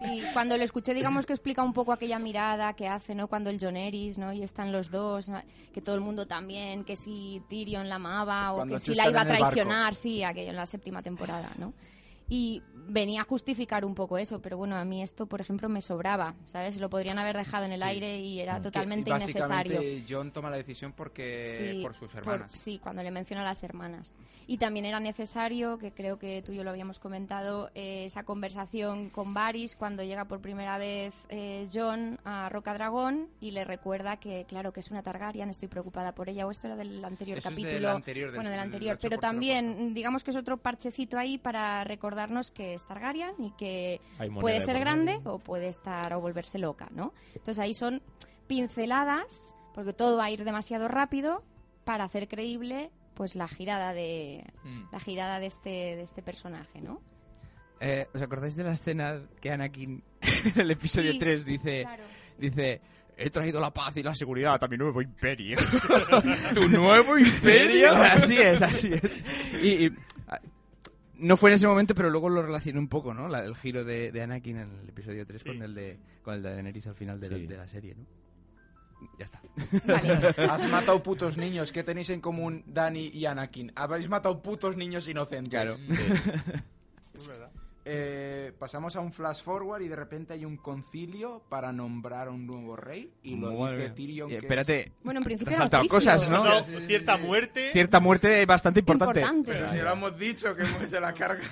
[SPEAKER 4] Sí, cuando lo escuché, digamos que explica un poco aquella mirada que hace, ¿no? Cuando el John Eris, ¿no? Y están los dos, ¿no? que todo el mundo también, que si Tyrion la amaba o
[SPEAKER 3] Cuando
[SPEAKER 4] que si
[SPEAKER 3] chuscan
[SPEAKER 4] la iba a
[SPEAKER 3] en el barco.
[SPEAKER 4] traicionar, sí, aquello en la séptima temporada, ¿no? Y venía a justificar un poco eso, pero bueno, a mí esto, por ejemplo, me sobraba, ¿sabes? Lo podrían haber dejado en el aire y era totalmente
[SPEAKER 3] Y
[SPEAKER 4] innecesario.
[SPEAKER 3] Básicamente, John toma la decisión porque
[SPEAKER 4] Sí,
[SPEAKER 3] eh, por sus
[SPEAKER 4] por-
[SPEAKER 3] hermanas.
[SPEAKER 4] sí, cuando le menciona a las hermanas. Y también era necesario, que creo que tú y yo lo habíamos comentado, eh, esa conversación con Varys cuando llega por primera vez eh, John a Roca Dragón y le recuerda que, claro, que es una Targaryen, estoy preocupada por ella. O esto era del anterior
[SPEAKER 3] Eso es del
[SPEAKER 4] capítulo.
[SPEAKER 3] anterior, del-
[SPEAKER 4] bueno, del
[SPEAKER 3] del
[SPEAKER 4] anterior.
[SPEAKER 3] 8x04.
[SPEAKER 4] Pero también, digamos que es otro parchecito ahí para recordarnos que es Targaryen y que
[SPEAKER 5] Hay moneda
[SPEAKER 4] puede
[SPEAKER 5] de
[SPEAKER 4] ser
[SPEAKER 5] por
[SPEAKER 4] grande
[SPEAKER 5] medio.
[SPEAKER 4] o puede estar o volverse loca, ¿no? Entonces ahí son pinceladas, porque todo va a ir demasiado rápido para hacer creíble pues la girada de la girada de este de este personaje, ¿no?
[SPEAKER 1] Eh, ¿Os acordáis de la escena que Anakin en el episodio
[SPEAKER 4] Sí,
[SPEAKER 1] 3 dice, dice, he traído la paz y la seguridad a mi nuevo imperio?
[SPEAKER 6] ¿Tu nuevo imperio?
[SPEAKER 1] así es, así es. Y, y, ah, no fue en ese momento, pero luego lo relacioné un poco, ¿no? La- el giro de, de Anakin en el episodio 3
[SPEAKER 2] Sí.
[SPEAKER 1] con, el de, con el de Daenerys al final de, la,
[SPEAKER 13] Sí.
[SPEAKER 1] de la serie, ¿no? Ya está.
[SPEAKER 4] Vale.
[SPEAKER 3] Has matado putos niños. ¿Qué tenéis en común Dani y Anakin? Habéis matado putos niños inocentes.
[SPEAKER 1] Claro.
[SPEAKER 2] Es verdad.
[SPEAKER 3] eh, pasamos a un flash forward y de repente hay un concilio para nombrar a un nuevo rey y lo
[SPEAKER 1] Madre
[SPEAKER 3] dice
[SPEAKER 1] mía.
[SPEAKER 3] Tyrion.
[SPEAKER 1] Eh,
[SPEAKER 3] que
[SPEAKER 1] espérate.
[SPEAKER 3] es-
[SPEAKER 4] Bueno, en principio
[SPEAKER 1] Te has
[SPEAKER 4] era
[SPEAKER 1] saltado
[SPEAKER 4] oficio.
[SPEAKER 1] cosas, ¿no?
[SPEAKER 2] No, cierta muerte.
[SPEAKER 1] Cierta muerte bastante importante.
[SPEAKER 4] Importante.
[SPEAKER 3] Pero si lo hemos dicho que hemos de la carga.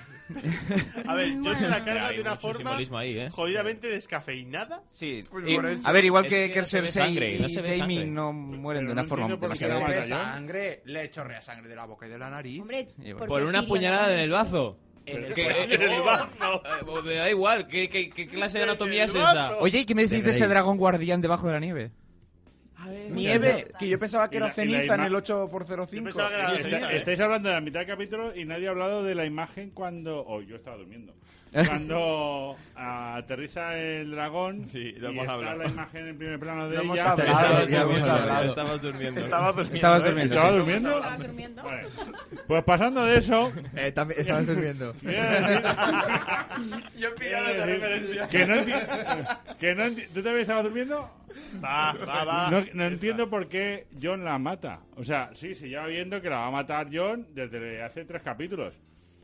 [SPEAKER 2] A ver, yo se la carga
[SPEAKER 5] Hay
[SPEAKER 2] de una
[SPEAKER 5] mucho
[SPEAKER 2] forma
[SPEAKER 5] simbolismo ahí, ¿eh?
[SPEAKER 2] jodidamente descafeinada.
[SPEAKER 1] Sí.
[SPEAKER 3] Pues
[SPEAKER 1] y-
[SPEAKER 3] por eso.
[SPEAKER 1] a ver, igual
[SPEAKER 5] Es
[SPEAKER 1] que,
[SPEAKER 5] que
[SPEAKER 1] que
[SPEAKER 5] no se ve
[SPEAKER 1] Cersei
[SPEAKER 5] sangre, no
[SPEAKER 1] y
[SPEAKER 5] se ve
[SPEAKER 1] Jaime
[SPEAKER 5] sangre.
[SPEAKER 1] no mueren
[SPEAKER 2] Pero
[SPEAKER 1] de una
[SPEAKER 2] no
[SPEAKER 1] forma
[SPEAKER 2] entiendo por qué
[SPEAKER 3] Si
[SPEAKER 1] demasiado-
[SPEAKER 3] no
[SPEAKER 2] no
[SPEAKER 3] ve
[SPEAKER 2] batallón.
[SPEAKER 3] sangre, le chorrea sangre de la boca y de la nariz.
[SPEAKER 4] Hombre,
[SPEAKER 1] Y bueno.
[SPEAKER 4] porque
[SPEAKER 5] Por una
[SPEAKER 4] Tyrion
[SPEAKER 5] puñalada en
[SPEAKER 4] era-
[SPEAKER 5] el bazo.
[SPEAKER 3] En el
[SPEAKER 5] ¿Qué?
[SPEAKER 3] cuello.
[SPEAKER 5] En el
[SPEAKER 2] bazo.
[SPEAKER 5] Eh, pues me da igual, ¿qué, qué, qué clase de anatomía es
[SPEAKER 2] En el
[SPEAKER 5] esa?
[SPEAKER 2] bazo.
[SPEAKER 1] Oye, ¿y qué me decís de ese
[SPEAKER 6] Grey.
[SPEAKER 1] dragón guardián debajo de la nieve?
[SPEAKER 3] Nieve, que yo pensaba que
[SPEAKER 8] Y
[SPEAKER 3] era
[SPEAKER 8] la- y la
[SPEAKER 3] ceniza en
[SPEAKER 8] ima-
[SPEAKER 3] el 8x05.
[SPEAKER 2] Yo pensaba que era
[SPEAKER 8] Está-
[SPEAKER 2] ceniza, ¿eh?
[SPEAKER 8] estáis hablando de la mitad del capítulo y nadie ha hablado de la imagen cuando. Oh, yo estaba durmiendo. Cuando ah, aterriza el dragón.
[SPEAKER 5] Sí, lo
[SPEAKER 8] y
[SPEAKER 5] hemos
[SPEAKER 8] está
[SPEAKER 5] hablado.
[SPEAKER 8] la imagen en primer plano de
[SPEAKER 3] Lo hemos
[SPEAKER 8] ella.
[SPEAKER 3] hablado,
[SPEAKER 8] Estaba-
[SPEAKER 3] lo hemos
[SPEAKER 8] estaba-
[SPEAKER 3] hablado.
[SPEAKER 5] Estabas durmiendo.
[SPEAKER 2] Estaba durmiendo.
[SPEAKER 1] Estabas
[SPEAKER 2] ¿eh?
[SPEAKER 1] durmiendo.
[SPEAKER 8] ¿Estaba
[SPEAKER 1] sí.
[SPEAKER 8] durmiendo?
[SPEAKER 7] Estaba durmiendo.
[SPEAKER 8] Vale. Pues pasando de eso.
[SPEAKER 6] Eh, también estabas durmiendo.
[SPEAKER 3] Yo he pillado esa referencia.
[SPEAKER 8] Que no enti- que no enti- ¿Tú también estabas durmiendo?
[SPEAKER 2] Va, va, va.
[SPEAKER 8] No, no entiendo por qué John la mata. O sea, sí, se lleva viendo que la va a matar John desde hace tres capítulos.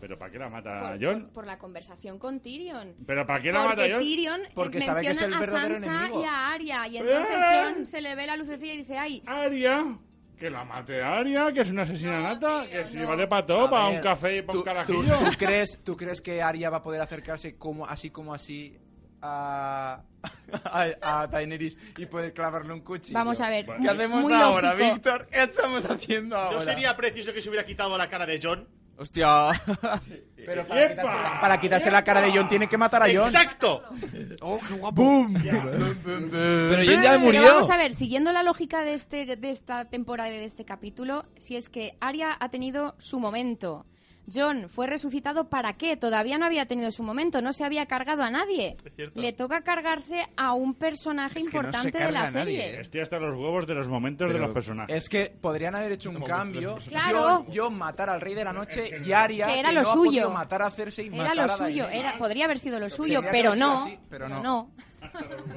[SPEAKER 8] Pero ¿para qué la mata
[SPEAKER 4] Por,
[SPEAKER 8] John?
[SPEAKER 4] por- por la conversación con Tyrion.
[SPEAKER 8] ¿pero ¿para qué la mata
[SPEAKER 4] Porque
[SPEAKER 8] John?
[SPEAKER 4] Tyrion eh,
[SPEAKER 3] Porque
[SPEAKER 4] menciona
[SPEAKER 3] sabe que es el verdadero
[SPEAKER 4] a Sansa
[SPEAKER 3] enemigo.
[SPEAKER 4] y a Arya y entonces
[SPEAKER 8] ¡Eh!
[SPEAKER 4] John se le ve la lucecilla y dice, ay,
[SPEAKER 8] Aria, que la mate Aria, que es una asesina
[SPEAKER 4] No,
[SPEAKER 8] nata,
[SPEAKER 4] tío,
[SPEAKER 8] que si
[SPEAKER 4] no.
[SPEAKER 8] vale para todo,
[SPEAKER 3] A
[SPEAKER 8] para
[SPEAKER 3] ver,
[SPEAKER 8] un café y para un
[SPEAKER 3] ¿tú- tú,
[SPEAKER 8] carajillo.
[SPEAKER 3] tú crees, ¿Tú crees que Arya va a poder acercarse como así como así a, a, a Daenerys y poder clavarle un cuchillo?
[SPEAKER 4] vamos a ver.
[SPEAKER 8] Bueno.
[SPEAKER 3] ¿Qué
[SPEAKER 4] muy-
[SPEAKER 3] hacemos
[SPEAKER 4] muy
[SPEAKER 3] ahora,
[SPEAKER 4] lógico.
[SPEAKER 3] Víctor? ¿Qué estamos haciendo ahora?
[SPEAKER 2] ¿No sería precioso que se hubiera quitado la cara de John?
[SPEAKER 1] Hostia.
[SPEAKER 3] Pero para,
[SPEAKER 8] ¡Epa!
[SPEAKER 3] quitarse, la- para quitarse la cara de John tiene que matar a John.
[SPEAKER 2] ¡Exacto!
[SPEAKER 1] Oh, qué guapo. ¡Boom!
[SPEAKER 5] Pero John ya
[SPEAKER 4] Pero
[SPEAKER 5] murió.
[SPEAKER 4] vamos a ver, siguiendo la lógica de, este, de esta temporada y de este capítulo, si es que Arya ha tenido su momento. John fue resucitado para qué? Todavía no había tenido su momento, no se había cargado a nadie.
[SPEAKER 2] Es cierto.
[SPEAKER 4] Le toca cargarse a un personaje
[SPEAKER 1] Es que no se
[SPEAKER 4] importante de
[SPEAKER 1] carga
[SPEAKER 4] la
[SPEAKER 1] a nadie, ¿eh?
[SPEAKER 4] serie.
[SPEAKER 8] Estoy hasta los huevos de los momentos de
[SPEAKER 1] Pero-
[SPEAKER 8] los personajes.
[SPEAKER 3] eh. Es que podrían haber hecho un cambio.
[SPEAKER 4] Claro.
[SPEAKER 3] John, John matar al rey de la noche y Arya
[SPEAKER 4] Que era
[SPEAKER 3] que
[SPEAKER 4] lo
[SPEAKER 3] no ha
[SPEAKER 4] suyo.
[SPEAKER 3] podido matar a Cersei y
[SPEAKER 4] Era
[SPEAKER 3] matar
[SPEAKER 4] lo
[SPEAKER 3] a
[SPEAKER 4] suyo,
[SPEAKER 3] Daenerys.
[SPEAKER 4] era, podría haber sido lo suyo,
[SPEAKER 3] Tendría que
[SPEAKER 4] pero
[SPEAKER 3] haber sido
[SPEAKER 4] no,
[SPEAKER 3] así, pero no.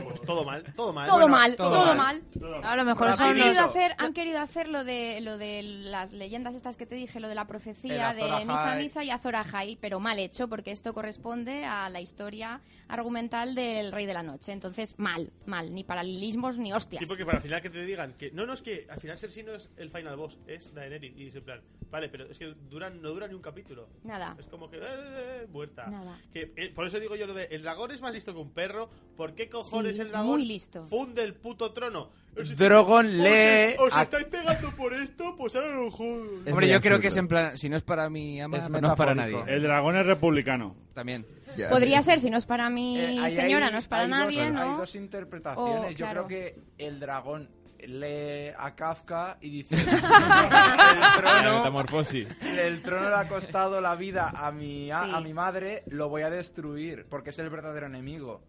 [SPEAKER 2] Pues todo mal, todo mal.
[SPEAKER 4] Todo mal,
[SPEAKER 3] todo
[SPEAKER 4] todo,
[SPEAKER 3] mal.
[SPEAKER 4] mal.
[SPEAKER 9] A lo mejor
[SPEAKER 4] Han
[SPEAKER 9] son
[SPEAKER 2] Rapidito.
[SPEAKER 9] los...
[SPEAKER 4] querido, hacer, han querido hacer lo de lo de las leyendas estas que te dije, lo de la
[SPEAKER 3] El
[SPEAKER 4] profecía
[SPEAKER 3] Azor
[SPEAKER 4] de Misa
[SPEAKER 3] Ahai.
[SPEAKER 4] Misa y Azor Ahai, pero mal hecho porque esto corresponde a la historia argumental del Rey de la Noche. Entonces, mal, mal, ni paralelismos ni hostias.
[SPEAKER 2] Sí, porque para al final que te digan que no, no es que al final Cersei no es el final boss, es Daenerys. Y es en plan, vale, pero es que duran, no dura ni un capítulo.
[SPEAKER 4] Nada.
[SPEAKER 2] Es como que, eh, eh, eh, muerta.
[SPEAKER 4] Nada.
[SPEAKER 2] Que, eh, por eso digo yo lo de, el dragón es más listo que un perro. ¿Por qué cojones
[SPEAKER 4] Sí,
[SPEAKER 2] el
[SPEAKER 4] es
[SPEAKER 2] dragón
[SPEAKER 4] muy listo.
[SPEAKER 2] funde el puto trono? Os-
[SPEAKER 3] Drogon lee
[SPEAKER 2] Os, os
[SPEAKER 3] a-
[SPEAKER 2] estáis pegando por esto, pues ahora no jodo.
[SPEAKER 6] Es
[SPEAKER 1] Hombre,
[SPEAKER 6] muy
[SPEAKER 1] yo creo
[SPEAKER 6] absurdo.
[SPEAKER 1] que es en plan, si no es para mi ama,
[SPEAKER 3] Es
[SPEAKER 1] no es para
[SPEAKER 3] metafórico.
[SPEAKER 1] nadie.
[SPEAKER 8] El dragón es republicano.
[SPEAKER 1] También.
[SPEAKER 6] Ya.
[SPEAKER 4] Podría ser, si no es para mi
[SPEAKER 3] Eh, ahí
[SPEAKER 4] señora,
[SPEAKER 3] hay-
[SPEAKER 4] no es para
[SPEAKER 3] hay
[SPEAKER 4] nadie,
[SPEAKER 3] dos,
[SPEAKER 4] ¿no?
[SPEAKER 3] Hay dos interpretaciones.
[SPEAKER 4] Oh,
[SPEAKER 3] Yo creo
[SPEAKER 4] claro.
[SPEAKER 3] que el dragón lee a Kafka y dice: el,
[SPEAKER 5] La
[SPEAKER 3] trono,
[SPEAKER 5] metamorfosis.
[SPEAKER 3] el trono le ha costado la vida a mi, a,
[SPEAKER 4] Sí.
[SPEAKER 3] a mi madre, lo voy a destruir porque es el verdadero enemigo.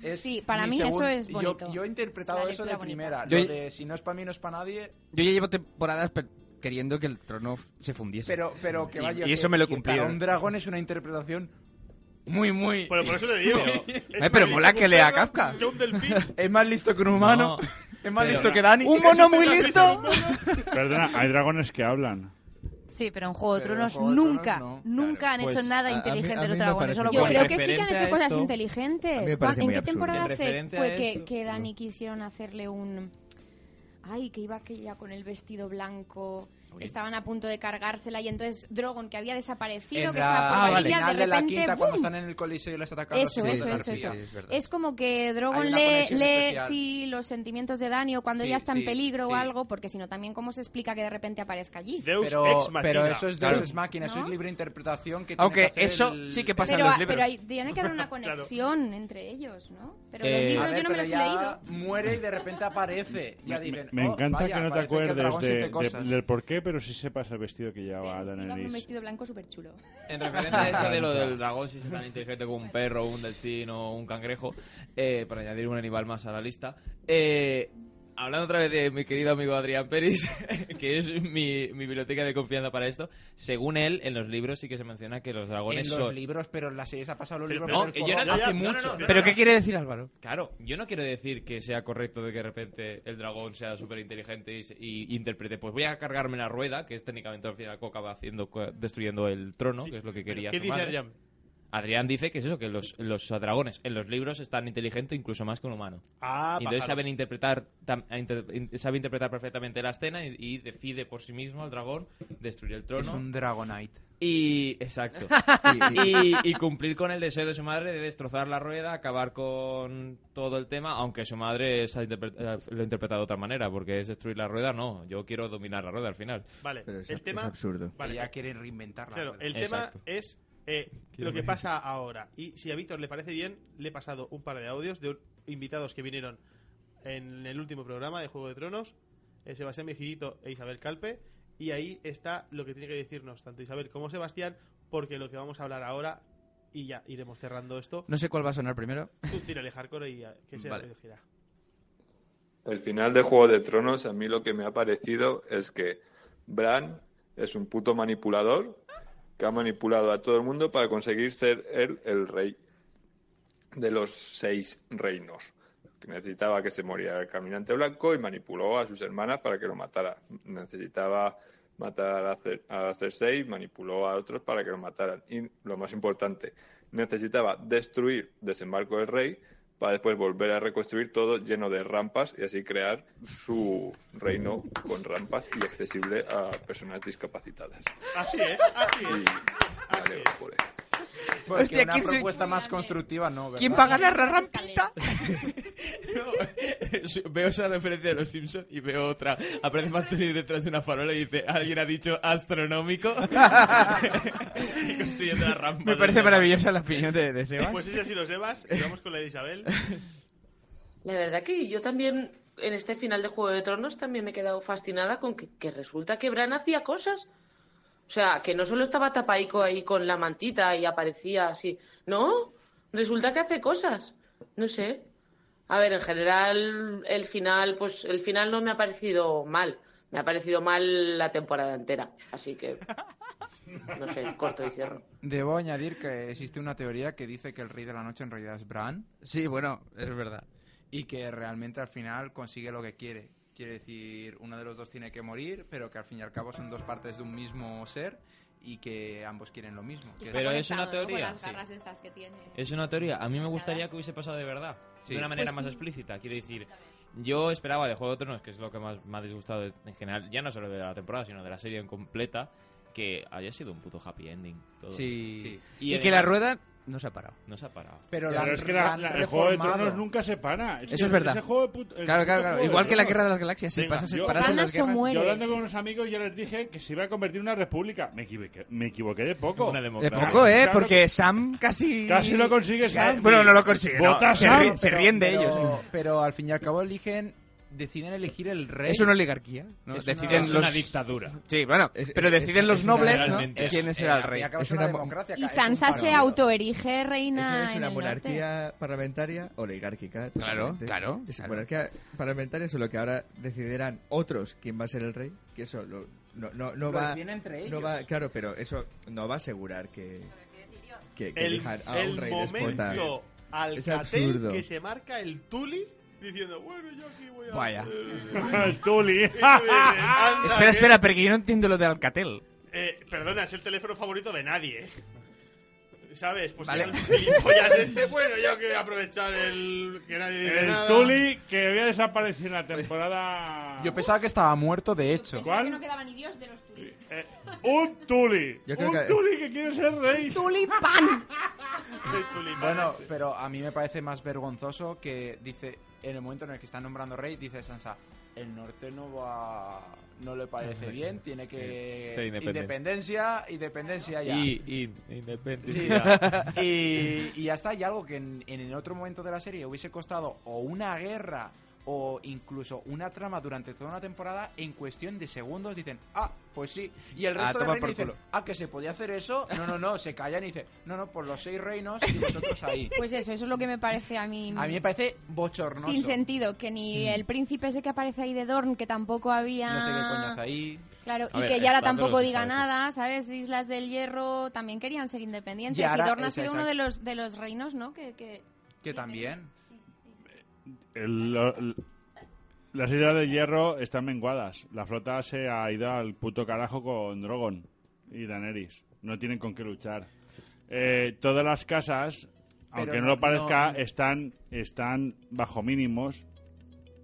[SPEAKER 3] Es
[SPEAKER 4] Sí, para
[SPEAKER 3] mi
[SPEAKER 4] mí eso
[SPEAKER 3] segun-
[SPEAKER 4] es
[SPEAKER 3] yo-
[SPEAKER 4] bonito.
[SPEAKER 3] Yo, he interpretado
[SPEAKER 4] Es la
[SPEAKER 3] eso de
[SPEAKER 4] lectura bonita.
[SPEAKER 3] primera.
[SPEAKER 1] Yo-
[SPEAKER 3] Lo de si no es para mí, no es para nadie.
[SPEAKER 1] Yo ya llevo temporadas pe- queriendo que el trono se fundiese.
[SPEAKER 3] Pero, pero que
[SPEAKER 1] Y-
[SPEAKER 3] vaya.
[SPEAKER 1] y eso
[SPEAKER 3] que-
[SPEAKER 1] me lo
[SPEAKER 3] que
[SPEAKER 1] cumplieron.
[SPEAKER 3] Para un dragón es una interpretación muy, muy.
[SPEAKER 2] Bueno, por eso te digo. es
[SPEAKER 1] pero
[SPEAKER 2] más listo
[SPEAKER 1] mola que
[SPEAKER 2] un
[SPEAKER 1] lea
[SPEAKER 2] perro
[SPEAKER 1] Kafka.
[SPEAKER 2] que un delfín.
[SPEAKER 3] Es más listo que un humano.
[SPEAKER 1] No,
[SPEAKER 3] es más
[SPEAKER 1] pero-
[SPEAKER 3] listo que Dani.
[SPEAKER 1] ¡Un mono muy listo!
[SPEAKER 8] Perdona, hay dragones que hablan.
[SPEAKER 9] Sí, pero en Juego de
[SPEAKER 3] Pero en
[SPEAKER 9] Tronos
[SPEAKER 3] Juego de
[SPEAKER 9] nunca,
[SPEAKER 3] Tronos no.
[SPEAKER 9] nunca han
[SPEAKER 5] Pues,
[SPEAKER 9] hecho nada
[SPEAKER 6] a- a mí-
[SPEAKER 9] inteligente
[SPEAKER 6] a mí
[SPEAKER 9] los
[SPEAKER 6] me
[SPEAKER 9] dragones.
[SPEAKER 6] parece
[SPEAKER 9] Solo
[SPEAKER 6] que
[SPEAKER 4] Yo
[SPEAKER 9] por
[SPEAKER 5] Bueno,
[SPEAKER 4] creo que sí que han
[SPEAKER 5] referente
[SPEAKER 4] hecho
[SPEAKER 5] a
[SPEAKER 4] cosas
[SPEAKER 5] esto-
[SPEAKER 6] a mí me
[SPEAKER 4] inteligentes.
[SPEAKER 6] parece
[SPEAKER 4] ¿En
[SPEAKER 6] muy
[SPEAKER 4] qué
[SPEAKER 6] absurdo.
[SPEAKER 4] temporada fe-
[SPEAKER 5] Referente a
[SPEAKER 4] fue que,
[SPEAKER 5] esto-
[SPEAKER 4] que Dani quisieron hacerle un... Ay, que iba aquella con el vestido blanco, estaban a punto de cargársela y entonces Drogon, que había desaparecido,
[SPEAKER 3] En
[SPEAKER 4] que
[SPEAKER 3] la-
[SPEAKER 1] Ah,
[SPEAKER 4] estaba por
[SPEAKER 1] vale.
[SPEAKER 4] Valirian,
[SPEAKER 3] final
[SPEAKER 4] de
[SPEAKER 3] de la
[SPEAKER 4] repente...
[SPEAKER 3] quinta, cuando
[SPEAKER 4] ¡bum!
[SPEAKER 3] están en el coliseo y les atacan
[SPEAKER 4] Eso,
[SPEAKER 3] los
[SPEAKER 4] eso,
[SPEAKER 1] sí,
[SPEAKER 3] soldados
[SPEAKER 4] eso,
[SPEAKER 1] sí,
[SPEAKER 4] eso.
[SPEAKER 1] sí,
[SPEAKER 4] es,
[SPEAKER 1] es verdad.
[SPEAKER 4] como que
[SPEAKER 3] Hay
[SPEAKER 4] Drogon
[SPEAKER 3] una
[SPEAKER 4] lee,
[SPEAKER 3] conexión
[SPEAKER 4] lee,
[SPEAKER 3] especial.
[SPEAKER 4] sí, los sentimientos de Dani o cuando
[SPEAKER 1] Sí,
[SPEAKER 4] ella está
[SPEAKER 1] sí,
[SPEAKER 4] en peligro
[SPEAKER 1] sí.
[SPEAKER 4] o algo, porque si no también cómo se explica que de repente aparezca allí.
[SPEAKER 2] Deus
[SPEAKER 3] Pero,
[SPEAKER 2] ex machina.
[SPEAKER 3] pero eso es Deus
[SPEAKER 1] Claro.
[SPEAKER 3] es máquina, eso
[SPEAKER 4] ¿No?
[SPEAKER 3] es libre interpretación que tiene
[SPEAKER 1] Aunque
[SPEAKER 3] que hacer
[SPEAKER 1] eso
[SPEAKER 3] el-
[SPEAKER 1] sí que pasa
[SPEAKER 4] pero,
[SPEAKER 1] en
[SPEAKER 4] a-
[SPEAKER 1] los libros.
[SPEAKER 4] pero hay- tiene que haber una conexión entre ellos, ¿no? Pero
[SPEAKER 5] Eh,
[SPEAKER 4] los
[SPEAKER 3] A
[SPEAKER 4] libros
[SPEAKER 3] ver,
[SPEAKER 4] yo no me
[SPEAKER 3] pero
[SPEAKER 4] los he
[SPEAKER 3] ya
[SPEAKER 4] leído.
[SPEAKER 3] muere y de repente aparece. Ya dicen,
[SPEAKER 8] Me
[SPEAKER 3] "Oh,
[SPEAKER 8] encanta
[SPEAKER 3] vaya,
[SPEAKER 8] que no te
[SPEAKER 3] parece el
[SPEAKER 8] acuerdes
[SPEAKER 3] dragón
[SPEAKER 8] de-
[SPEAKER 3] siente
[SPEAKER 8] de-
[SPEAKER 3] cosas".
[SPEAKER 8] del por qué, pero sí sepas el vestido que llevaba
[SPEAKER 4] Entonces, iba con un
[SPEAKER 8] Daenerys.
[SPEAKER 4] vestido blanco súper chulo.
[SPEAKER 5] En referencia a eso de lo del dragón, si es tan inteligente como un perro, un delfín o un cangrejo, eh, para añadir un animal más a la lista, eh, hablando otra vez de mi querido amigo Adrián Peris, que es mi, mi biblioteca de confianza para esto, según él, en los libros sí que se menciona que los dragones
[SPEAKER 3] En los
[SPEAKER 5] son...
[SPEAKER 3] libros, pero en las series ha pasado los
[SPEAKER 2] Pero-
[SPEAKER 3] libros.
[SPEAKER 5] no,
[SPEAKER 3] por el
[SPEAKER 5] yo
[SPEAKER 3] forro.
[SPEAKER 5] no-
[SPEAKER 3] hace
[SPEAKER 5] no, no, no,
[SPEAKER 3] mucho.
[SPEAKER 5] no, no,
[SPEAKER 1] ¿Pero qué quiere decir Álvaro?
[SPEAKER 5] Claro, yo no quiero decir que sea correcto de que de repente el dragón sea súper inteligente y, se- y interprete, pues voy a cargarme la rueda, que es técnicamente al final Coca va haciendo, co- destruyendo el trono, que es lo que quería
[SPEAKER 2] ¿Qué
[SPEAKER 5] su
[SPEAKER 2] dice
[SPEAKER 5] madre.
[SPEAKER 2] Adrián?
[SPEAKER 5] Adrián dice que es eso, que los, los dragones en los libros están inteligentes incluso más que un humano.
[SPEAKER 2] Ah,
[SPEAKER 5] Y entonces
[SPEAKER 2] pájaro.
[SPEAKER 5] saben interpretar, tam- a inter- in- sabe interpretar perfectamente la escena y, y decide por sí mismo el dragón destruir el trono.
[SPEAKER 3] Es un Dragonite.
[SPEAKER 5] Y. Exacto.
[SPEAKER 3] Y-
[SPEAKER 5] y, y cumplir con el deseo de su madre de destrozar la rueda, acabar con todo el tema, aunque su madre es- ha interpre- eh, lo ha interpretado de otra manera, porque es destruir la rueda, no. Yo quiero dominar la rueda al final.
[SPEAKER 2] Vale,
[SPEAKER 6] Pero es
[SPEAKER 2] el
[SPEAKER 6] ab-
[SPEAKER 2] tema...
[SPEAKER 6] es absurdo.
[SPEAKER 2] Vale,
[SPEAKER 3] ya quieren reinventarla.
[SPEAKER 2] Claro, el
[SPEAKER 5] Exacto.
[SPEAKER 2] tema es eh, lo que pasa ahora. Y si a Víctor le parece bien, le he pasado un par de audios de un- invitados que vinieron en el último programa de Juego de Tronos, eh, Sebastián Mejillito e Isabel Calpe. Y ahí está lo que tiene que decirnos tanto Isabel como Sebastián, porque lo que vamos a hablar ahora, y ya iremos cerrando esto,
[SPEAKER 1] No sé cuál va a sonar primero.
[SPEAKER 2] tú tírale hardcore y eh, que sea
[SPEAKER 1] Vale.
[SPEAKER 2] lo que gira.
[SPEAKER 14] El final de Juego de Tronos, a mí lo que me ha parecido es que Bran es un puto manipulador que ha manipulado a todo el mundo para conseguir ser él el rey de los seis reinos. Que necesitaba que se muriera el caminante blanco y manipuló a sus hermanas para que lo matara. Necesitaba matar a, Cer a Cersei, manipuló a otros para que lo mataran. Y lo más importante, necesitaba destruir Desembarco del Rey para después volver a reconstruir todo lleno de rampas y así crear su reino con rampas y accesible a personas discapacitadas.
[SPEAKER 2] Así es, así es.
[SPEAKER 14] Me alegro por ello.
[SPEAKER 2] Pues
[SPEAKER 3] Porque
[SPEAKER 15] Hostia,
[SPEAKER 3] una
[SPEAKER 15] ¿quién se-
[SPEAKER 3] propuesta más constructiva, no. ¿verdad?
[SPEAKER 15] ¿Quién va a ganar la rampita?
[SPEAKER 5] veo esa referencia de los Simpsons y veo otra. Aparece Anthony detrás de una farola y dice: Alguien ha dicho astronómico. Y construyendo la rampa.
[SPEAKER 1] Me parece maravillosa la opinión de, de Sebas.
[SPEAKER 2] Pues ese ha sido Sebas, y vamos con la de Isabel.
[SPEAKER 16] La verdad que yo también, en este final de Juego de Tronos, también me he quedado fascinada con que, que resulta que Bran hacía cosas. O sea, que no solo estaba tapaico ahí con la mantita y aparecía así. No, resulta que hace cosas. No sé. A ver, en general, el final, pues el final no me ha parecido mal. Me ha parecido mal la temporada entera. Así que, no sé, corto y cierro.
[SPEAKER 3] Debo añadir que existe una teoría que dice que el rey de la noche en realidad es Bran.
[SPEAKER 1] Sí, bueno, es verdad.
[SPEAKER 3] Y que realmente al final consigue lo que quiere. Quiere decir, uno de los dos tiene que morir, pero que al fin y al cabo son dos partes de un mismo ser y que ambos quieren lo mismo. Que
[SPEAKER 5] Pero es una
[SPEAKER 4] Conectado, ¿no? Con
[SPEAKER 5] teoría.
[SPEAKER 4] las garras estas que tiene.
[SPEAKER 5] Es una teoría. A mí me gustaría que hubiese pasado de verdad.
[SPEAKER 1] Sí.
[SPEAKER 5] De una manera
[SPEAKER 1] Pues
[SPEAKER 5] más
[SPEAKER 1] sí.
[SPEAKER 5] explícita. Quiero decir, yo esperaba de Juego de Tronos, que es lo que más me ha disgustado en general, ya no solo de la temporada, sino de la serie en completa, que haya sido un puto happy ending. todo.
[SPEAKER 1] Sí.
[SPEAKER 5] Y
[SPEAKER 1] Y, que la
[SPEAKER 5] además-
[SPEAKER 1] rueda no se ha parado.
[SPEAKER 5] No se ha parado.
[SPEAKER 3] Pero
[SPEAKER 8] Pero es que la- la- el Juego de Tronos nunca se para. Es
[SPEAKER 1] Eso
[SPEAKER 8] que
[SPEAKER 1] es verdad.
[SPEAKER 8] ese juego de puto- el
[SPEAKER 1] Claro, claro,
[SPEAKER 8] puto
[SPEAKER 1] claro.
[SPEAKER 8] juego de
[SPEAKER 1] Igual que la
[SPEAKER 8] Tronos.
[SPEAKER 1] Guerra de las Galaxias, si pasas- paras en las guerras-
[SPEAKER 8] Yo hablando con unos amigos, yo les dije que se iba a convertir en una república. Me equivoqué, me equivoqué de poco.
[SPEAKER 1] De poco, ¿eh? Porque Sam casi...
[SPEAKER 8] Casi lo consigue
[SPEAKER 1] Ca-
[SPEAKER 8] Sam.
[SPEAKER 1] Bueno, no lo consigue, no.
[SPEAKER 8] Vota
[SPEAKER 1] Se,
[SPEAKER 8] Sam.
[SPEAKER 1] ri- se ríen de ellos. eh.
[SPEAKER 3] Pero al fin y al cabo eligen, deciden elegir el rey.
[SPEAKER 1] Es una oligarquía, ¿no?
[SPEAKER 3] Es
[SPEAKER 1] deciden
[SPEAKER 3] una-
[SPEAKER 1] los... Sí, bueno,
[SPEAKER 6] Es-
[SPEAKER 1] pero
[SPEAKER 6] es-
[SPEAKER 1] deciden
[SPEAKER 6] es-
[SPEAKER 1] los
[SPEAKER 6] es una-
[SPEAKER 1] nobles, ¿no?
[SPEAKER 6] realmente.
[SPEAKER 1] ¿Quién
[SPEAKER 6] Es-
[SPEAKER 1] será el
[SPEAKER 6] eh,
[SPEAKER 1] rey?
[SPEAKER 6] al cabo es una democracia
[SPEAKER 4] Y Sansa se autoerige reina
[SPEAKER 6] Eso es
[SPEAKER 4] Ah, en
[SPEAKER 6] una
[SPEAKER 4] el norte.
[SPEAKER 6] monarquía parlamentaria
[SPEAKER 1] Claro,
[SPEAKER 6] oligarquica. totalmente.
[SPEAKER 1] claro,
[SPEAKER 6] Es
[SPEAKER 1] claro.
[SPEAKER 6] monarquía parlamentaria, solo que ahora decidirán otros quién va a ser el rey, que eso lo- no, no, no
[SPEAKER 3] Lo
[SPEAKER 6] va...
[SPEAKER 3] deciden entre
[SPEAKER 6] no
[SPEAKER 3] ellos.
[SPEAKER 6] va- claro, pero eso no va a asegurar que... Que, que
[SPEAKER 2] el,
[SPEAKER 6] elijan a
[SPEAKER 2] el
[SPEAKER 6] un rey déspota.
[SPEAKER 2] momento al
[SPEAKER 6] Es absurdo.
[SPEAKER 2] que se marca el Tuli diciendo, bueno, yo aquí voy a...
[SPEAKER 1] Vaya.
[SPEAKER 8] El Tuli.
[SPEAKER 1] Espera, espera, porque yo no entiendo lo de Alcatel.
[SPEAKER 2] Eh, perdona, es el teléfono favorito de nadie. ¿Sabes? Pues
[SPEAKER 1] Vale.
[SPEAKER 2] el gilipollas este, bueno, yo que voy a aprovechar el que nadie dice
[SPEAKER 8] El
[SPEAKER 2] nada.
[SPEAKER 8] Tuli que había desaparecido en la temporada.
[SPEAKER 3] Yo pensaba que estaba muerto, de hecho.
[SPEAKER 8] ¿Cuál?
[SPEAKER 7] No quedaban ni Dios de los tuyos.
[SPEAKER 8] Eh, un Tuli.
[SPEAKER 3] Yo creo
[SPEAKER 8] un
[SPEAKER 3] que-
[SPEAKER 8] Tuli que quiere ser rey.
[SPEAKER 7] ¡Tulipán!
[SPEAKER 3] Bueno, pero a mí me parece más vergonzoso que dice, en el momento en el que está nombrando rey, dice Sansa, el norte no va... No le parece bien, tiene que...
[SPEAKER 5] Ser independiente.
[SPEAKER 3] Independencia, independencia ya.
[SPEAKER 5] Y, y
[SPEAKER 3] Sí.
[SPEAKER 5] independencia.
[SPEAKER 3] y, y ya está, y algo que en, en el otro momento de la serie hubiese costado o una guerra o incluso una trama durante toda una temporada, en cuestión de segundos dicen, ah, pues sí. Y el
[SPEAKER 1] Ah,
[SPEAKER 3] resto de
[SPEAKER 1] toma
[SPEAKER 3] reinos
[SPEAKER 1] por
[SPEAKER 3] dicen,
[SPEAKER 1] culo.
[SPEAKER 3] ah, que se podía hacer eso. No, no, no, se callan y dicen, no, no, por los seis reinos y vosotros ahí.
[SPEAKER 4] Pues eso, eso es lo que me parece a mí.
[SPEAKER 3] A mí me parece bochornoso.
[SPEAKER 4] sin sentido, que ni el príncipe ese que aparece ahí de Dorn, que tampoco había...
[SPEAKER 3] No sé qué coño hace ahí.
[SPEAKER 4] Claro,
[SPEAKER 3] A
[SPEAKER 4] y
[SPEAKER 3] ver,
[SPEAKER 4] que Yara
[SPEAKER 3] Star Wars
[SPEAKER 4] tampoco
[SPEAKER 3] se
[SPEAKER 4] diga
[SPEAKER 3] sabe.
[SPEAKER 4] nada, ¿sabes? Islas del Hierro también querían ser independientes.
[SPEAKER 3] Yara,
[SPEAKER 4] y Dorn ha
[SPEAKER 3] esa,
[SPEAKER 4] sido uno
[SPEAKER 3] esa.
[SPEAKER 4] de los, de los reinos, ¿no? Que, que-
[SPEAKER 3] Que también.
[SPEAKER 8] El- lo- l- las islas de hierro están menguadas. La flota se ha ido al puto carajo con Drogon y Daenerys. No tienen con qué luchar. eh, todas las casas, aunque no,
[SPEAKER 3] no-
[SPEAKER 8] lo parezca,
[SPEAKER 3] no-
[SPEAKER 8] están están bajo mínimos.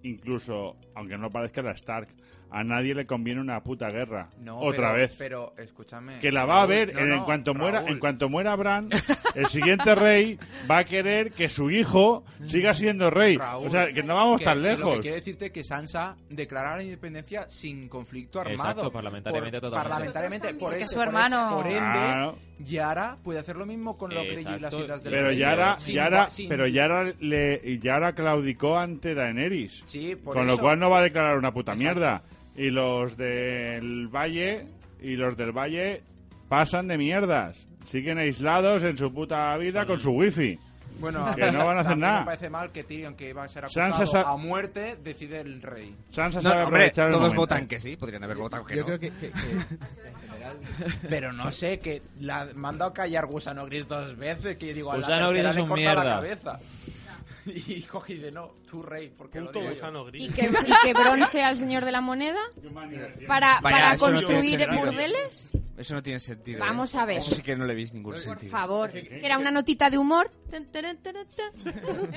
[SPEAKER 8] Incluso, aunque no lo parezca, la Stark. A nadie le conviene una puta guerra.
[SPEAKER 3] No,
[SPEAKER 8] Otra
[SPEAKER 3] pero-
[SPEAKER 8] vez.
[SPEAKER 3] Pero escúchame.
[SPEAKER 8] Que la va a
[SPEAKER 3] Raúl,
[SPEAKER 8] ver
[SPEAKER 3] no,
[SPEAKER 8] en, en
[SPEAKER 3] no,
[SPEAKER 8] cuanto muera,
[SPEAKER 3] Raúl.
[SPEAKER 8] en cuanto muera Bran, el siguiente rey va a querer que su hijo siga siendo rey.
[SPEAKER 3] Raúl,
[SPEAKER 8] o sea, que no vamos
[SPEAKER 3] que-
[SPEAKER 8] tan
[SPEAKER 3] que lo que
[SPEAKER 8] lejos.
[SPEAKER 3] quiere decirte que Sansa declarará la independencia sin conflicto armado.
[SPEAKER 5] Exacto, parlamentariamente
[SPEAKER 3] Por-
[SPEAKER 5] totalmente.
[SPEAKER 3] parlamentariamente,
[SPEAKER 9] Nosotros
[SPEAKER 3] por
[SPEAKER 9] también.
[SPEAKER 3] eso,
[SPEAKER 9] Porque su
[SPEAKER 3] por eso,
[SPEAKER 9] hermano-
[SPEAKER 3] Por ende,
[SPEAKER 8] Claro.
[SPEAKER 3] Yara puede hacer lo mismo con los y las
[SPEAKER 5] Exacto.
[SPEAKER 3] Islas del
[SPEAKER 8] Pero
[SPEAKER 3] Rey.
[SPEAKER 8] Yara,
[SPEAKER 3] Sin-
[SPEAKER 8] Yara,
[SPEAKER 3] sin-
[SPEAKER 8] pero Yara, le, Yara claudicó ante Daenerys.
[SPEAKER 3] por
[SPEAKER 8] con lo
[SPEAKER 3] eso.
[SPEAKER 8] cual no va a declarar una puta mierda. Y los del Valle y los del Valle pasan de mierdas. Siguen aislados en su puta vida con su wifi.
[SPEAKER 3] Bueno,
[SPEAKER 8] que no van a hacer
[SPEAKER 3] también Me
[SPEAKER 8] nada.
[SPEAKER 3] parece mal que Tyrion, que iba a ser
[SPEAKER 8] Sansa
[SPEAKER 3] acusado
[SPEAKER 8] sa-
[SPEAKER 3] a muerte, decide el rey.
[SPEAKER 8] Sansa
[SPEAKER 1] No,
[SPEAKER 8] sabe
[SPEAKER 1] hombre,
[SPEAKER 8] aprovechar el eh.
[SPEAKER 1] todos
[SPEAKER 8] momento.
[SPEAKER 1] votan que sí, podrían haber votado que
[SPEAKER 6] yo
[SPEAKER 1] no.
[SPEAKER 6] creo que- que-
[SPEAKER 3] Pero no sé, que la me han dado a callar Gusano Gris dos veces, que yo digo, a la
[SPEAKER 5] Gusano Gris
[SPEAKER 3] tercera
[SPEAKER 5] es
[SPEAKER 3] le
[SPEAKER 5] un
[SPEAKER 3] corta la
[SPEAKER 5] mierda.
[SPEAKER 3] cabeza. Y cogí de no, tú rey, porque
[SPEAKER 2] Puto
[SPEAKER 3] lo digo
[SPEAKER 2] Gusano
[SPEAKER 3] yo.
[SPEAKER 2] Gris.
[SPEAKER 12] Y que, y que Bron sea el señor de la moneda para, Ah,
[SPEAKER 1] Vaya,
[SPEAKER 12] para
[SPEAKER 1] eso no tiene
[SPEAKER 12] construir
[SPEAKER 1] sentido.
[SPEAKER 12] burdeles.
[SPEAKER 1] Eso no tiene sentido.
[SPEAKER 12] Vamos
[SPEAKER 1] ¿eh?
[SPEAKER 12] a ver.
[SPEAKER 1] Eso sí que no le veis ningún
[SPEAKER 12] Por
[SPEAKER 1] sentido.
[SPEAKER 12] favor, que era una notita de humor. Tan, taran, taran, tan.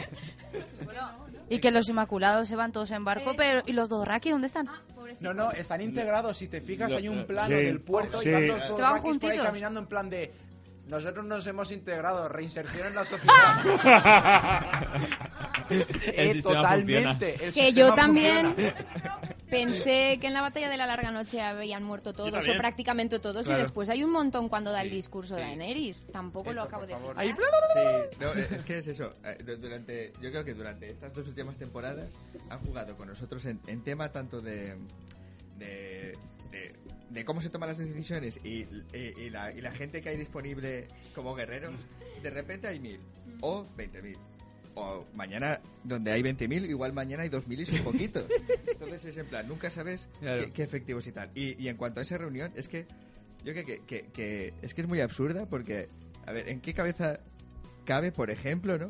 [SPEAKER 9] Y que los Inmaculados se van todos en
[SPEAKER 4] Eh.
[SPEAKER 9] barco, pero ¿y los Dothraki dónde están?
[SPEAKER 4] Ah,
[SPEAKER 3] No, no, están integrados. Si te fijas,
[SPEAKER 8] Lo-
[SPEAKER 3] hay
[SPEAKER 8] lo-
[SPEAKER 3] un plano
[SPEAKER 8] sí,
[SPEAKER 3] del puerto
[SPEAKER 8] sí.
[SPEAKER 3] y van los dos
[SPEAKER 9] Se van
[SPEAKER 3] raquis por ahí
[SPEAKER 9] juntitos.
[SPEAKER 3] caminando en plan de. Nosotros nos hemos integrado, reinserción en la sociedad.
[SPEAKER 5] El
[SPEAKER 3] Eh,
[SPEAKER 5] sistema
[SPEAKER 3] totalmente.
[SPEAKER 5] funciona.
[SPEAKER 3] el
[SPEAKER 12] Que
[SPEAKER 3] sistema
[SPEAKER 12] yo también
[SPEAKER 3] funciona.
[SPEAKER 12] pensé que en la batalla de la larga noche habían muerto todos
[SPEAKER 2] también.
[SPEAKER 12] o prácticamente todos
[SPEAKER 1] Claro.
[SPEAKER 12] y después hay un montón cuando da el discurso de Daenerys. Tampoco lo acabo de ver.
[SPEAKER 3] Ahí,
[SPEAKER 6] Sí, no, eh, es que es eso. eh, du- Durante, yo creo que durante estas dos últimas temporadas han jugado con nosotros en, en tema tanto de, de, de- de cómo se toman las decisiones y, y- y la, y la gente que hay disponible como guerreros. De repente hay mil o veinte mil. O mañana, donde hay 20.000, igual mañana hay 2.000 y son poquitos. Entonces es en plan, nunca sabes
[SPEAKER 10] Claro.
[SPEAKER 6] qué, qué efectivos y tal. Y, y en cuanto a esa reunión, es que yo creo que, que- que es que es muy absurda porque, a ver, ¿en qué cabeza cabe, por ejemplo, ¿no?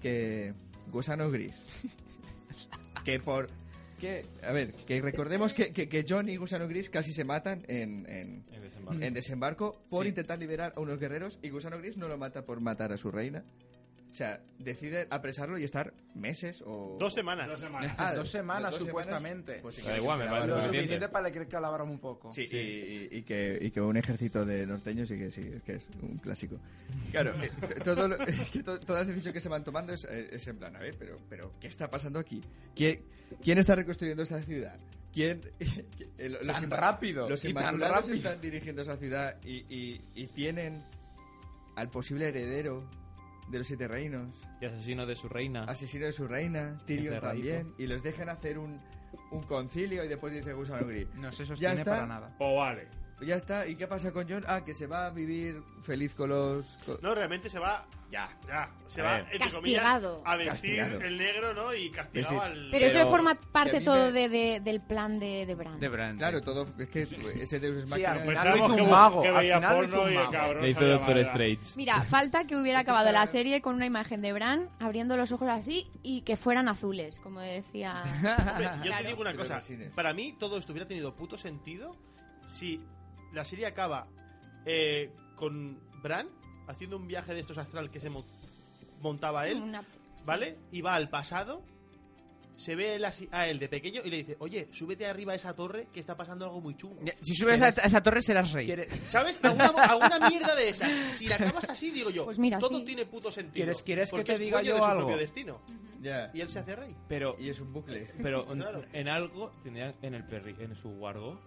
[SPEAKER 6] Que Gusano Gris. que por... Que, a ver, que recordemos que, que, que John y Gusano Gris casi se matan en, en,
[SPEAKER 5] En desembarco.
[SPEAKER 6] en desembarco por intentar liberar a unos guerreros y Gusano Gris no lo mata por matar a su reina. O sea, decide apresarlo y estar meses o...
[SPEAKER 2] Dos semanas.
[SPEAKER 8] Dos semanas.
[SPEAKER 6] Ah,
[SPEAKER 3] Dos semanas,
[SPEAKER 6] dos
[SPEAKER 3] supuestamente.
[SPEAKER 6] Pues sí,
[SPEAKER 5] Da igual, me
[SPEAKER 6] se
[SPEAKER 5] parece
[SPEAKER 6] la-
[SPEAKER 3] Lo
[SPEAKER 5] suficiente.
[SPEAKER 3] suficiente para que que alabaran un poco.
[SPEAKER 6] Sí, y, y- y que, eh, y que un ejército de norteños y que sí, es que es un clásico. Claro, eh, todo lo- es que to- todas las decisiones que se van tomando es, eh, es en plan, a ver, pero, pero ¿qué está pasando aquí? ¿Quién, quién está reconstruyendo esa ciudad? ¿Quién, eh, lo-
[SPEAKER 3] Tan
[SPEAKER 6] inma-
[SPEAKER 3] rápido,
[SPEAKER 6] Los
[SPEAKER 3] y tan
[SPEAKER 6] inmaculados
[SPEAKER 3] rápido.
[SPEAKER 6] están dirigiendo esa ciudad y, y- y tienen al posible heredero de los siete reinos,
[SPEAKER 5] Y asesino de su reina.
[SPEAKER 6] asesino de su reina, Tyrion
[SPEAKER 5] Encerradito.
[SPEAKER 6] también, y los dejan hacer un, un concilio y después dice Gusano Gris.
[SPEAKER 3] No se
[SPEAKER 6] Ya
[SPEAKER 3] sostiene
[SPEAKER 6] está.
[SPEAKER 3] para nada.
[SPEAKER 2] Oh,
[SPEAKER 8] O vale.
[SPEAKER 6] Ya está, ¿y qué pasa con John? Ah, que se va a vivir feliz con los... con-
[SPEAKER 2] No, realmente se va.
[SPEAKER 6] Ya.
[SPEAKER 2] Ya, se
[SPEAKER 5] A
[SPEAKER 2] va,
[SPEAKER 5] ver.
[SPEAKER 2] entre
[SPEAKER 12] Castigado.
[SPEAKER 2] comillas, a vestir
[SPEAKER 6] Castigado.
[SPEAKER 2] el negro, ¿no? Y castigado
[SPEAKER 6] Vestir.
[SPEAKER 2] al.
[SPEAKER 12] Pero eso
[SPEAKER 5] Pero-
[SPEAKER 12] forma
[SPEAKER 6] que a
[SPEAKER 12] parte
[SPEAKER 6] mí
[SPEAKER 12] todo
[SPEAKER 6] me-
[SPEAKER 12] de, de- del plan de, de Bran.
[SPEAKER 1] De Brand. eh.
[SPEAKER 6] Claro, todo... Es que ese Deus es
[SPEAKER 3] Sí, al
[SPEAKER 8] Pensábamos
[SPEAKER 3] final lo hizo
[SPEAKER 8] Pues que-
[SPEAKER 3] un mago.
[SPEAKER 8] que
[SPEAKER 3] al
[SPEAKER 8] veía
[SPEAKER 3] final lo hizo
[SPEAKER 8] porno
[SPEAKER 3] un
[SPEAKER 8] y el
[SPEAKER 3] mago.
[SPEAKER 8] cabrón
[SPEAKER 5] Le hizo
[SPEAKER 8] sabía
[SPEAKER 5] Doctor
[SPEAKER 8] bailar.
[SPEAKER 5] Strange.
[SPEAKER 12] Mira, falta que hubiera acabado la serie con una imagen de Bran abriendo los ojos así y que fueran azules, como decía.
[SPEAKER 2] Hombre, yo te
[SPEAKER 12] Claro.
[SPEAKER 2] digo una
[SPEAKER 6] Pero
[SPEAKER 2] cosa.
[SPEAKER 6] en cines.
[SPEAKER 2] Para mí todo esto hubiera tenido puto sentido si la serie acaba eh, con Bran haciendo un viaje de estos astral que se mo- montaba él,
[SPEAKER 12] Una-
[SPEAKER 2] ¿vale? Y va al pasado, se ve él así- a él de pequeño y le dice, oye, súbete arriba a esa torre que está pasando algo muy chungo.
[SPEAKER 1] Si subes a, a esa torre serás rey.
[SPEAKER 3] ¿Quieres,
[SPEAKER 2] ¿Sabes? Alguna, alguna mierda de esas. Si la acabas así, digo yo,
[SPEAKER 12] Pues mira,
[SPEAKER 2] todo
[SPEAKER 12] sí.
[SPEAKER 2] tiene puto sentido.
[SPEAKER 3] ¿Quieres- quieres que
[SPEAKER 2] porque
[SPEAKER 3] te
[SPEAKER 2] es
[SPEAKER 3] diga
[SPEAKER 2] dueño
[SPEAKER 3] yo
[SPEAKER 2] de su
[SPEAKER 3] algo?
[SPEAKER 2] propio destino.
[SPEAKER 6] Ya.
[SPEAKER 2] Y él se hace rey.
[SPEAKER 5] Pero,
[SPEAKER 6] Y es un bucle.
[SPEAKER 5] pero en-
[SPEAKER 2] Claro.
[SPEAKER 5] en algo tendrían en el perri, en su guargo.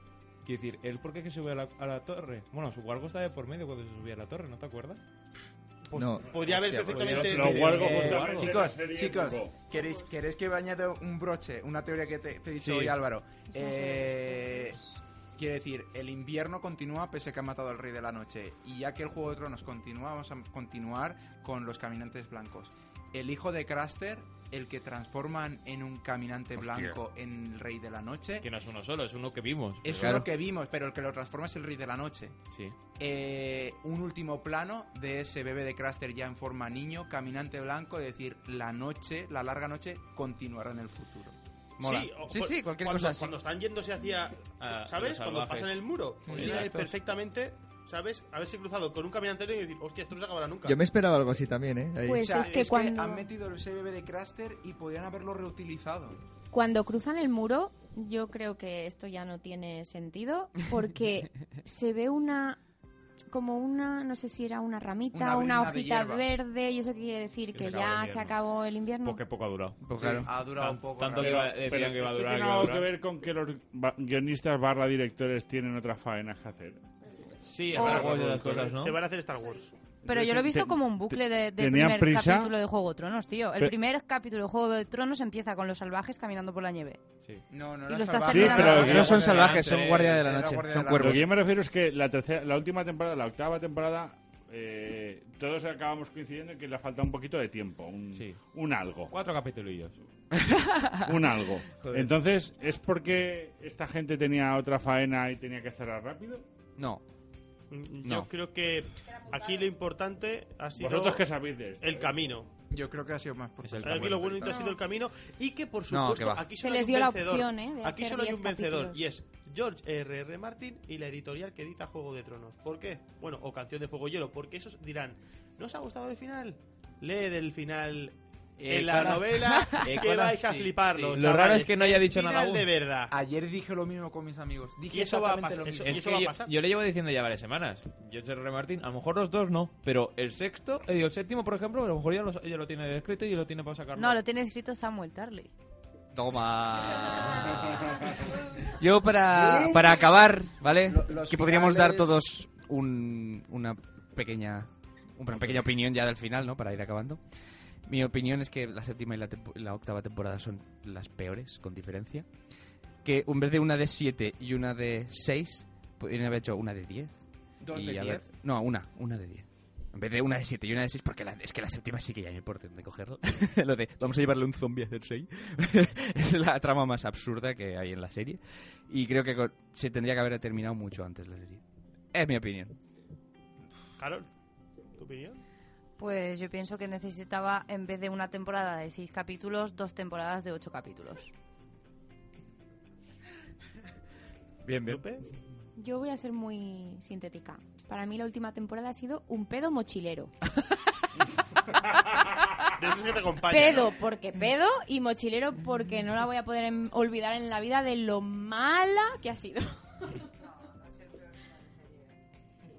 [SPEAKER 5] Quiero decir, ¿él por qué que sube a la, a la torre? Bueno, su guargo estaba de por medio cuando se subía a la torre, ¿no te acuerdas?
[SPEAKER 2] Pues
[SPEAKER 6] No.
[SPEAKER 2] podría haber
[SPEAKER 1] Hostia, pues
[SPEAKER 2] perfectamente...
[SPEAKER 8] Lo guardo
[SPEAKER 3] Eh,
[SPEAKER 8] justamente.
[SPEAKER 3] chicos,
[SPEAKER 8] Serie
[SPEAKER 3] chicos,
[SPEAKER 8] épico.
[SPEAKER 3] ¿queréis, ¿queréis que añada un broche? Una teoría que te, te he dicho
[SPEAKER 5] Sí.
[SPEAKER 3] hoy, Álvaro. Eh, quiere decir, el invierno continúa pese a que ha matado al rey de la noche. Y ya que el juego de tronos continúa, vamos a continuar con los caminantes blancos. El hijo de Craster, el que transforman en un caminante
[SPEAKER 1] Hostia.
[SPEAKER 3] blanco en el rey de la noche.
[SPEAKER 5] Que no es uno solo, es uno que vimos. pero
[SPEAKER 3] Eso es
[SPEAKER 5] claro.
[SPEAKER 3] lo que vimos, pero el que lo transforma es el rey de la noche
[SPEAKER 5] Sí.
[SPEAKER 3] eh, un último plano de ese bebé de Craster ya en forma niño, caminante blanco, es decir, la noche, la larga noche, continuará en el futuro. Mola.
[SPEAKER 2] Sí, o-
[SPEAKER 1] Sí,
[SPEAKER 2] cu-
[SPEAKER 1] sí, cualquier
[SPEAKER 2] cuando,
[SPEAKER 1] cosa así.
[SPEAKER 2] Cuando están yéndose hacia.
[SPEAKER 5] Ah,
[SPEAKER 2] ¿Sabes?
[SPEAKER 5] los
[SPEAKER 2] Cuando
[SPEAKER 5] salvajes.
[SPEAKER 2] pasan el muro.
[SPEAKER 5] Sí.
[SPEAKER 2] Podría
[SPEAKER 5] Exacto.
[SPEAKER 2] perfectamente ¿sabes? Haberse cruzado con un caminante negro y decir, hostia, esto no se acabará nunca.
[SPEAKER 6] Yo me esperaba algo así también, ¿eh? Ahí.
[SPEAKER 4] Pues
[SPEAKER 3] O sea,
[SPEAKER 4] es que cuando-
[SPEAKER 3] han metido el CBB de Craster y podrían haberlo reutilizado.
[SPEAKER 4] Cuando cruzan el muro, yo creo que esto ya no tiene sentido porque se ve una como una, no sé si era una ramita,
[SPEAKER 1] Una brina
[SPEAKER 4] una,
[SPEAKER 1] de hierba.
[SPEAKER 4] hojita verde y eso qué quiere decir
[SPEAKER 5] Que
[SPEAKER 4] que
[SPEAKER 5] se acabó
[SPEAKER 4] ya
[SPEAKER 5] el
[SPEAKER 4] se
[SPEAKER 5] invierno.
[SPEAKER 4] acabó el invierno.
[SPEAKER 5] Porque poco ha durado.
[SPEAKER 3] Pues claro. ha durado un poco,
[SPEAKER 5] Tanto que
[SPEAKER 8] Pero-
[SPEAKER 5] iba, decían
[SPEAKER 8] pero
[SPEAKER 5] que iba a
[SPEAKER 8] esto
[SPEAKER 5] durar.
[SPEAKER 8] ¿Tiene
[SPEAKER 5] que iba a
[SPEAKER 8] algo que
[SPEAKER 5] durar.
[SPEAKER 8] ver con que los ba- guionistas barra directores tienen otras faenas que hacer?
[SPEAKER 5] Sí, O- algo de las cosas, ¿no?
[SPEAKER 2] Oh. Se van a hacer Star Wars.
[SPEAKER 9] Pero yo lo he visto
[SPEAKER 8] Ten-
[SPEAKER 9] como un bucle de, del
[SPEAKER 8] tenían
[SPEAKER 9] primer
[SPEAKER 8] prisa.
[SPEAKER 9] capítulo de Juego de Tronos, tío. El
[SPEAKER 8] Pe-
[SPEAKER 9] primer capítulo de Juego de Tronos empieza con los salvajes caminando por la nieve.
[SPEAKER 3] No, no
[SPEAKER 9] Y
[SPEAKER 3] era
[SPEAKER 9] lo estás
[SPEAKER 3] salvaje.
[SPEAKER 8] Sí, pero
[SPEAKER 1] No son salvajes, son guardia de la
[SPEAKER 3] Era
[SPEAKER 1] noche,
[SPEAKER 3] guardia
[SPEAKER 1] son
[SPEAKER 3] de la
[SPEAKER 8] Lo
[SPEAKER 1] cuervos.
[SPEAKER 8] que yo me refiero es que la, tercera, la última temporada, la octava temporada, eh, todos acabamos coincidiendo en que le ha faltado un poquito de tiempo, un,
[SPEAKER 5] Sí.
[SPEAKER 8] un algo.
[SPEAKER 5] Cuatro capitulillos.
[SPEAKER 8] un algo. Entonces, ¿es porque esta gente tenía otra faena y tenía que cerrar rápido?
[SPEAKER 1] No.
[SPEAKER 2] Mm,
[SPEAKER 1] No.
[SPEAKER 2] Yo creo que aquí lo importante ha sido
[SPEAKER 8] Vosotros que sabéis de esto.
[SPEAKER 2] el
[SPEAKER 8] ¿eh?
[SPEAKER 2] camino.
[SPEAKER 3] Yo creo que ha sido más por
[SPEAKER 2] Aquí lo bonito ha sido el camino y que por
[SPEAKER 1] No,
[SPEAKER 2] supuesto
[SPEAKER 1] que va.
[SPEAKER 2] aquí
[SPEAKER 4] Se
[SPEAKER 2] solo
[SPEAKER 4] les
[SPEAKER 2] hay un
[SPEAKER 4] dio la
[SPEAKER 2] vencedor.
[SPEAKER 4] opción, ¿eh? de
[SPEAKER 2] aquí
[SPEAKER 4] hacer
[SPEAKER 2] solo hay
[SPEAKER 4] 10
[SPEAKER 2] un vencedor
[SPEAKER 4] capítulos.
[SPEAKER 2] y es George R. R. Martin y la editorial que edita Juego de Tronos. ¿Por qué? Bueno, o Canción de Fuego y Hielo, porque esos dirán, ¿no os ha gustado el final? Lee del final
[SPEAKER 5] Eh,
[SPEAKER 2] en la
[SPEAKER 5] cara-
[SPEAKER 2] novela
[SPEAKER 5] eh,
[SPEAKER 2] que
[SPEAKER 5] cara-
[SPEAKER 2] vais a
[SPEAKER 5] sí,
[SPEAKER 2] fliparlo.
[SPEAKER 5] sí. Lo raro es que no haya dicho nada aún.
[SPEAKER 2] de verdad.
[SPEAKER 3] Ayer dije lo mismo con mis amigos. Dije
[SPEAKER 2] Y eso va a
[SPEAKER 3] exactamente lo
[SPEAKER 2] pasar,
[SPEAKER 3] mismo.
[SPEAKER 2] ¿Y
[SPEAKER 5] Es
[SPEAKER 2] eso
[SPEAKER 5] que
[SPEAKER 2] va a
[SPEAKER 5] yo,
[SPEAKER 2] pasar?
[SPEAKER 5] yo le llevo diciendo ya varias semanas. Yo, R. Martín, a lo mejor los dos no, pero el sexto, eh, digo, el séptimo, por ejemplo, a lo mejor ya lo, ya lo tiene escrito y lo tiene para sacarlo.
[SPEAKER 9] No, lo tiene escrito Samuel Tarly.
[SPEAKER 1] Toma. Yo para, para acabar, ¿vale?
[SPEAKER 3] Lo- los
[SPEAKER 1] que podríamos dar
[SPEAKER 3] finales-
[SPEAKER 1] todos un- una pequeña una pequeña opinión ya del final, ¿no? Para ir acabando. Mi opinión es que la séptima y la, tempo- la octava temporada son las peores, con diferencia. Que en vez de una de siete y una de seis, podrían haber hecho una de diez.
[SPEAKER 3] Dos
[SPEAKER 1] y
[SPEAKER 3] de
[SPEAKER 1] haber-
[SPEAKER 3] diez.
[SPEAKER 1] No, una, una de diez. En vez de una de siete y una de seis, porque la- es que la séptima sí que ya no importa dónde cogerla. Lo de vamos a llevarle un zombie a Cersei. es la trama más absurda que hay en la serie. Y creo que co- se tendría que haber terminado mucho antes la serie. Es mi opinión.
[SPEAKER 2] Carol, ¿tu opinión?
[SPEAKER 9] Pues yo pienso que necesitaba, en vez de una temporada de seis capítulos, dos temporadas de ocho capítulos.
[SPEAKER 1] Bien,
[SPEAKER 2] ¿Lupe?
[SPEAKER 4] Yo voy a ser muy sintética. Para mí la última temporada ha sido un pedo mochilero.
[SPEAKER 2] De esos que te acompañan.
[SPEAKER 4] Pedo porque pedo y mochilero porque no la voy a poder em- olvidar en la vida de lo mala que ha sido.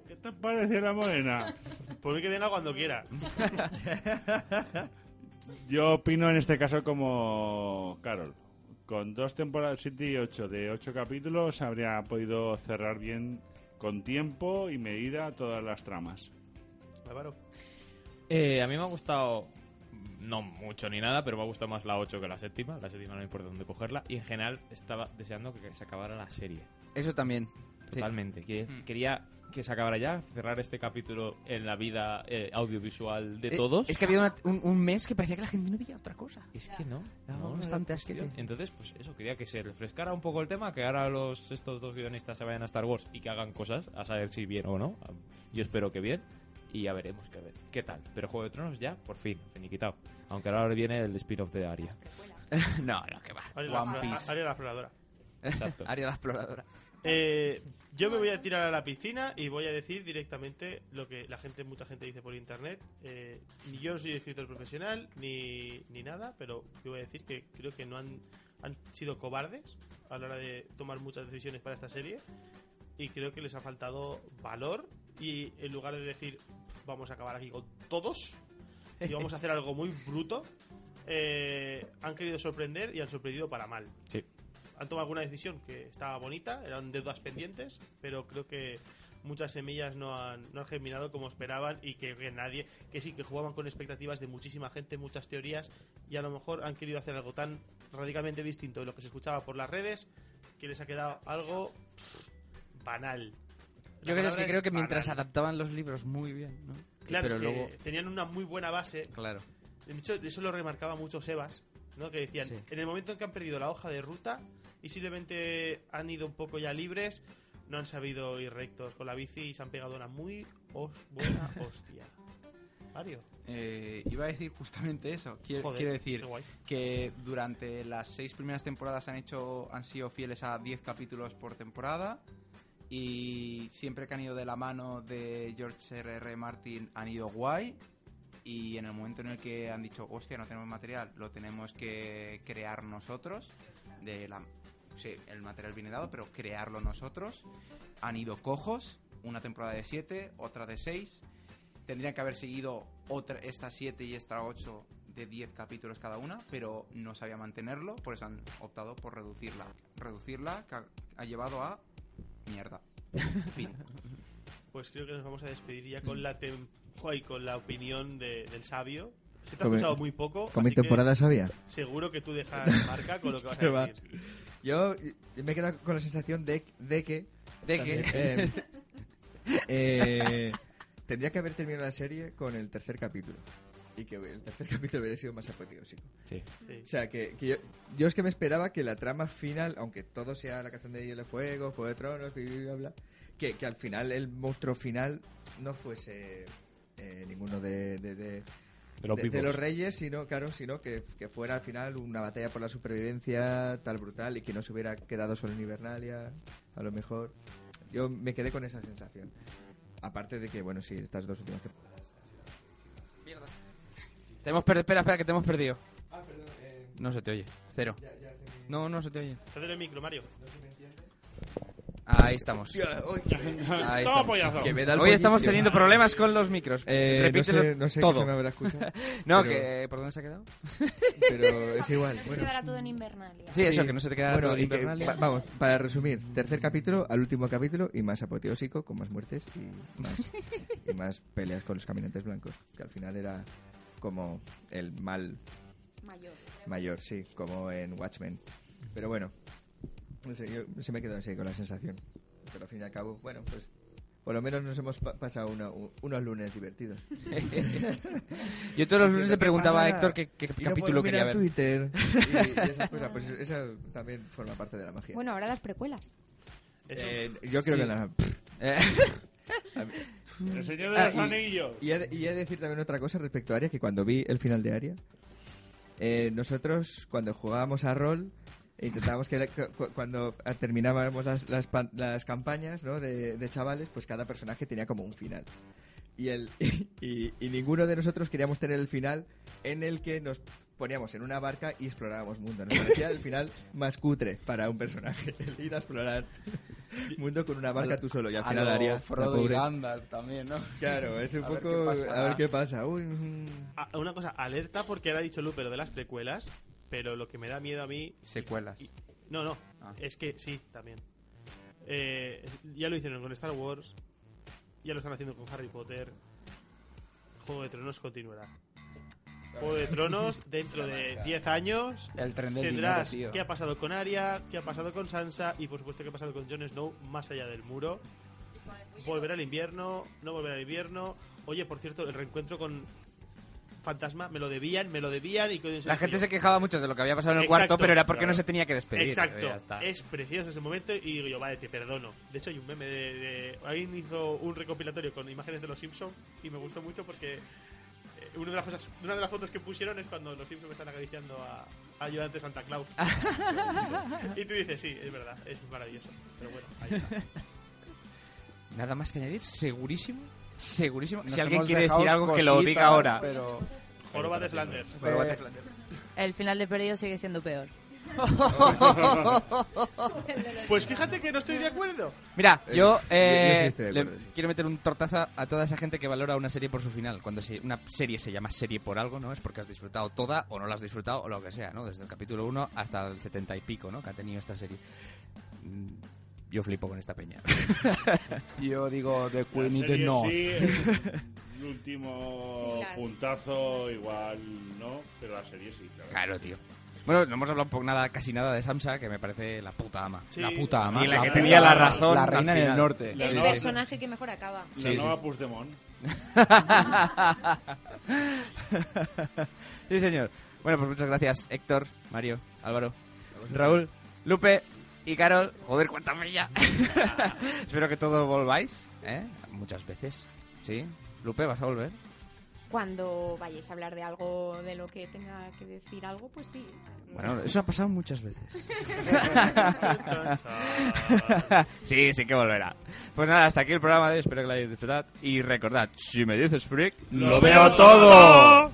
[SPEAKER 8] ¿Qué te parece la morena?
[SPEAKER 2] ¿no? Ponle que venga cuando quiera.
[SPEAKER 8] Yo opino en este caso como Carol. Con dos temporadas, 7 y 8 de 8 capítulos, habría podido cerrar bien con tiempo y medida todas las tramas.
[SPEAKER 2] Álvaro.
[SPEAKER 5] Eh, a mí me ha gustado, no mucho ni nada, pero me ha gustado más la 8 que la séptima. La séptima no me importa dónde cogerla. Y en general estaba deseando que se acabara la serie.
[SPEAKER 1] Eso también. Sí.
[SPEAKER 5] Totalmente. Que-
[SPEAKER 1] Mm.
[SPEAKER 5] Quería que se acabara ya, cerrar este capítulo en la vida eh, audiovisual de
[SPEAKER 1] Eh,
[SPEAKER 5] todos.
[SPEAKER 1] Es que había una- un, un mes que parecía que la gente no veía otra cosa.
[SPEAKER 5] Es que no.
[SPEAKER 1] Era
[SPEAKER 5] no,
[SPEAKER 1] bastante
[SPEAKER 5] no,
[SPEAKER 1] asquete.
[SPEAKER 5] tío. Entonces, pues eso, quería que se refrescara un poco el tema, que ahora los estos dos guionistas se vayan a Star Wars y que hagan cosas, a saber si bien o no. Yo espero que bien. Y ya veremos qué, qué tal. Pero Juego de Tronos ya, por fin, finiquitado. Aunque ahora viene el spin-off de Aria.
[SPEAKER 1] no, no, que va.
[SPEAKER 2] Ariel la-
[SPEAKER 3] One Piece.
[SPEAKER 2] Ariel la exploradora.
[SPEAKER 5] Exacto.
[SPEAKER 1] Área la exploradora.
[SPEAKER 2] Eh, yo me voy a tirar a la piscina y voy a decir directamente lo que la gente, mucha gente dice por internet. Eh, ni yo no soy escritor profesional ni, ni nada, pero yo voy a decir que creo que no han, han sido cobardes a la hora de tomar muchas decisiones para esta serie y creo que les ha faltado valor y en lugar de decir vamos a acabar aquí con todos y vamos a hacer algo muy bruto, eh, han querido sorprender y han sorprendido para mal
[SPEAKER 5] Sí.
[SPEAKER 2] han tomado alguna decisión que estaba bonita, eran deudas pendientes, pero creo que muchas semillas no han, no han germinado como esperaban y que, que nadie, que sí, que jugaban con expectativas de muchísima gente, muchas teorías, y a lo mejor han querido hacer algo tan radicalmente distinto de lo que se escuchaba por las redes, que les ha quedado algo pff, banal.
[SPEAKER 1] Yo creo que, es que creo que mientras adaptaban los libros muy bien, ¿no?
[SPEAKER 2] Claro,
[SPEAKER 1] Pero
[SPEAKER 2] es que
[SPEAKER 1] luego,
[SPEAKER 2] tenían una muy buena base,
[SPEAKER 1] claro.
[SPEAKER 2] de hecho, eso lo remarcaba mucho Sebas, ¿no? Que decían,
[SPEAKER 1] Sí.
[SPEAKER 2] en el momento en que han perdido la hoja de ruta y simplemente han ido un poco ya libres, no han sabido ir rectos con la bici y se han pegado una muy os- buena hostia. Mario,
[SPEAKER 3] Eh, iba a decir justamente eso. Quiero,
[SPEAKER 2] joder,
[SPEAKER 3] quiero
[SPEAKER 2] qué
[SPEAKER 3] decir
[SPEAKER 2] guay.
[SPEAKER 3] que durante las seis primeras temporadas han hecho han sido fieles a 10 capítulos por temporada y siempre que han ido de la mano de George R.R. Martin han ido guay y en el momento en el que han dicho, hostia, no tenemos material, lo tenemos que crear nosotros, de la, sí, el material viene dado, pero crearlo nosotros, han ido cojos, una temporada de 7, otra de 6, tendrían que haber seguido otra, esta 7 y esta 8 de 10 capítulos cada una, pero no sabía mantenerlo, por eso han optado por reducirla. Reducirla que ha- ha llevado a mierda. Fin.
[SPEAKER 2] Pues creo que nos vamos a despedir ya con la tem- jo, y con la opinión de- del sabio. Se te ha
[SPEAKER 6] Con mi-
[SPEAKER 2] escuchado muy poco.
[SPEAKER 6] con mi
[SPEAKER 2] así que
[SPEAKER 6] temporada sabia.
[SPEAKER 2] Seguro que tú dejas marca con lo que vas
[SPEAKER 6] Que
[SPEAKER 2] a
[SPEAKER 6] va.
[SPEAKER 2] decir.
[SPEAKER 6] Yo yo me he quedado con la sensación de, de que...
[SPEAKER 1] De
[SPEAKER 6] también,
[SPEAKER 1] que.
[SPEAKER 6] eh, eh, tendría que haber terminado la serie con el tercer capítulo. Y que el tercer capítulo hubiera sido más apoteósico.
[SPEAKER 10] Sí.
[SPEAKER 2] Sí.
[SPEAKER 6] O sea, que, que yo, yo es que me esperaba que la trama final, aunque todo sea la canción de Hielo y Fuego, Juego de Tronos, bla, bla, bla, que, que al final el monstruo final no fuese eh, ninguno de, de, de-
[SPEAKER 5] De los vivos.
[SPEAKER 6] reyes, sino, claro, sino que, que fuera al final una batalla por la supervivencia tal brutal y que no se hubiera quedado solo en Hibernalia, a lo mejor. Yo me quedé con esa sensación. Aparte de que, bueno, sí, estas dos últimas temporadas.
[SPEAKER 1] Mierda. Te hemos perdido. Espera, espera, que te hemos perdido.
[SPEAKER 12] Ah, eh.
[SPEAKER 1] No se te oye. Cero. No, no se te oye.
[SPEAKER 2] Hazle el micro, Mario.
[SPEAKER 1] Ahí estamos. Ahí
[SPEAKER 2] Toma,
[SPEAKER 1] estamos.
[SPEAKER 2] pollazo.
[SPEAKER 6] Que me da el
[SPEAKER 1] Hoy estamos
[SPEAKER 6] bollicio.
[SPEAKER 1] teniendo problemas con los micros.
[SPEAKER 6] Eh, no
[SPEAKER 1] Repítelo
[SPEAKER 6] sé- no sé
[SPEAKER 1] todo.
[SPEAKER 6] qué se me habrá escuchado,
[SPEAKER 1] no,
[SPEAKER 6] pero-
[SPEAKER 1] que eh, ¿por dónde se ha quedado?
[SPEAKER 6] Pero es igual.
[SPEAKER 12] Se
[SPEAKER 6] Bueno.
[SPEAKER 12] quedará todo en Invernalia.
[SPEAKER 1] Sí, eso, que no se te queda
[SPEAKER 6] Bueno,
[SPEAKER 1] todo
[SPEAKER 6] y que-
[SPEAKER 1] Invernalia.
[SPEAKER 6] va- vamos, para resumir, tercer capítulo al último capítulo y más apoteósico, con más muertes y más, y más peleas con los caminantes blancos, que al final era como el mal
[SPEAKER 12] Mayor.
[SPEAKER 6] mayor, sí, como en Watchmen. Pero bueno, no sé, yo se me quedó así con la sensación. Pero al fin y al cabo, bueno, pues por lo menos nos hemos pa- pasado una- u- unos lunes divertidos.
[SPEAKER 1] Yo todos los lunes le
[SPEAKER 6] ¿Qué
[SPEAKER 1] preguntaba a
[SPEAKER 6] pasa?
[SPEAKER 1] Héctor qué, qué
[SPEAKER 6] Y no puedo
[SPEAKER 1] capítulo quería
[SPEAKER 6] mirar
[SPEAKER 1] ver.
[SPEAKER 6] Twitter y, y esas cosas, pues esa también forma parte de la magia.
[SPEAKER 12] Bueno, ahora las precuelas.
[SPEAKER 2] Eso.
[SPEAKER 6] Eh, yo creo
[SPEAKER 1] Sí.
[SPEAKER 6] que la...
[SPEAKER 1] Eh.
[SPEAKER 6] A mí-
[SPEAKER 8] El señor de
[SPEAKER 6] Ah,
[SPEAKER 8] los
[SPEAKER 6] y-
[SPEAKER 8] anillos.
[SPEAKER 6] Y he, de, y he de decir también otra cosa respecto a Aria, que cuando vi el final de Aria, eh, nosotros cuando jugábamos a rol, e intentábamos que la- cu- cu- cuando terminábamos las, las, pan- las campañas ¿no? de, de chavales, pues cada personaje tenía como un final. Y, el, y, y ninguno de nosotros queríamos tener el final en el que nos poníamos en una barca y explorábamos mundo. Nos parecía el final más cutre para un personaje, el ir a explorar mundo con una barca tú solo. Y al
[SPEAKER 3] A
[SPEAKER 6] final
[SPEAKER 3] lo
[SPEAKER 6] Aria... la
[SPEAKER 3] Frodo y
[SPEAKER 6] pobre-
[SPEAKER 3] Gandalf también, ¿no?
[SPEAKER 6] Claro, es un
[SPEAKER 3] A ver
[SPEAKER 6] poco.
[SPEAKER 3] qué pasa.
[SPEAKER 6] a ver qué pasa. Uy, mm,
[SPEAKER 2] Ah, una cosa, alerta porque ahora ha dicho Lupe lo de las precuelas, pero lo que me da miedo a mí...
[SPEAKER 3] Secuelas.
[SPEAKER 2] y- no, no,
[SPEAKER 3] Ah.
[SPEAKER 2] es que sí, también. Eh, ya lo hicieron con Star Wars, ya lo están haciendo con Harry Potter. Juego de Tronos continuará. Juego de Tronos, dentro de 10 años,
[SPEAKER 3] El tren del dinero,
[SPEAKER 2] tendrás
[SPEAKER 3] tío.
[SPEAKER 2] qué ha pasado con Arya, qué ha pasado con Sansa y por supuesto qué ha pasado con Jon Snow más allá del muro. Volverá al invierno, no volverá al invierno. Oye, por cierto, el reencuentro con Fantasma me lo debían, me lo debían y que hoy en
[SPEAKER 1] La gente
[SPEAKER 2] día-
[SPEAKER 1] se quejaba mucho de lo que había pasado en el
[SPEAKER 2] Exacto.
[SPEAKER 1] cuarto, pero era porque
[SPEAKER 2] Claro.
[SPEAKER 1] no se tenía que despedir.
[SPEAKER 2] Exacto,
[SPEAKER 1] Ya
[SPEAKER 8] Eh.
[SPEAKER 1] está.
[SPEAKER 2] es precioso ese momento y digo yo, vale, te perdono. De hecho, hay un meme de, de- Alguien hizo un recopilatorio con imágenes de los Simpsons y me gustó mucho porque eh, una, de las cosas, una de las fotos que pusieron es cuando los Simpsons están acariciando a, a ayudante Santa Claus. y tú dices, sí, es verdad, es maravilloso. Pero bueno, ahí está.
[SPEAKER 1] Nada más que añadir, segurísimo. Segurísimo.
[SPEAKER 3] Nos
[SPEAKER 1] si alguien
[SPEAKER 3] hemos
[SPEAKER 1] quiere
[SPEAKER 3] dejado
[SPEAKER 1] decir algo, que lo diga
[SPEAKER 3] cositas,
[SPEAKER 1] ahora.
[SPEAKER 3] Pero...
[SPEAKER 2] Joroba de Flanders.
[SPEAKER 1] Pero
[SPEAKER 3] Eh,
[SPEAKER 1] bate Flanders.
[SPEAKER 9] El final de perdido sigue siendo peor.
[SPEAKER 2] Pues fíjate que no estoy de acuerdo.
[SPEAKER 1] Mira,
[SPEAKER 6] Eh,
[SPEAKER 1] yo,
[SPEAKER 6] yo- yo sí
[SPEAKER 1] eh,
[SPEAKER 6] estoy de
[SPEAKER 1] le
[SPEAKER 6] acuerdo.
[SPEAKER 1] quiero meter un tortazo a toda esa gente que valora una serie por su final. Cuando si una serie se llama serie por algo, ¿no? Es porque has disfrutado toda o no la has disfrutado o lo que sea, ¿no? Desde el capítulo 1 hasta el 70 y pico, ¿no? Que ha tenido esta serie. Mm, Yo flipo con esta peña.
[SPEAKER 3] Yo digo The
[SPEAKER 8] La
[SPEAKER 3] Queen y the
[SPEAKER 8] serie
[SPEAKER 3] North.
[SPEAKER 8] sí, el último
[SPEAKER 12] Sí, las-
[SPEAKER 8] puntazo igual no, pero la serie sí, claro.
[SPEAKER 1] Claro, tío. Bueno, no hemos hablado por nada, casi nada de Samsa, que me parece la puta ama.
[SPEAKER 2] Sí.
[SPEAKER 3] La puta ama.
[SPEAKER 1] Y la que
[SPEAKER 3] puta
[SPEAKER 1] tenía la
[SPEAKER 3] ama.
[SPEAKER 1] razón
[SPEAKER 3] La
[SPEAKER 1] al
[SPEAKER 3] reina en el
[SPEAKER 1] final.
[SPEAKER 3] norte.
[SPEAKER 8] La
[SPEAKER 12] El
[SPEAKER 8] nueva-
[SPEAKER 12] personaje que mejor acaba.
[SPEAKER 8] La
[SPEAKER 1] Sí,
[SPEAKER 8] nueva Puigdemont.
[SPEAKER 1] sí, señor. Bueno, pues muchas gracias, Héctor, Mario, Álvaro, Raúl, Lupe y Carol. Joder, cuánta bella. Espero que todos volváis, ¿eh? Muchas veces. ¿Sí? Lupe, ¿vas a volver?
[SPEAKER 4] Cuando vayáis a hablar de algo, de lo que tenga que decir algo, pues sí.
[SPEAKER 1] Bueno, eso ha pasado muchas veces. sí, sí que volverá. Pues nada, hasta aquí el programa de hoy. Espero que lo hayáis disfrutado. Y recordad, si me dices freak,
[SPEAKER 8] Oh.
[SPEAKER 2] ¡Lo veo todo!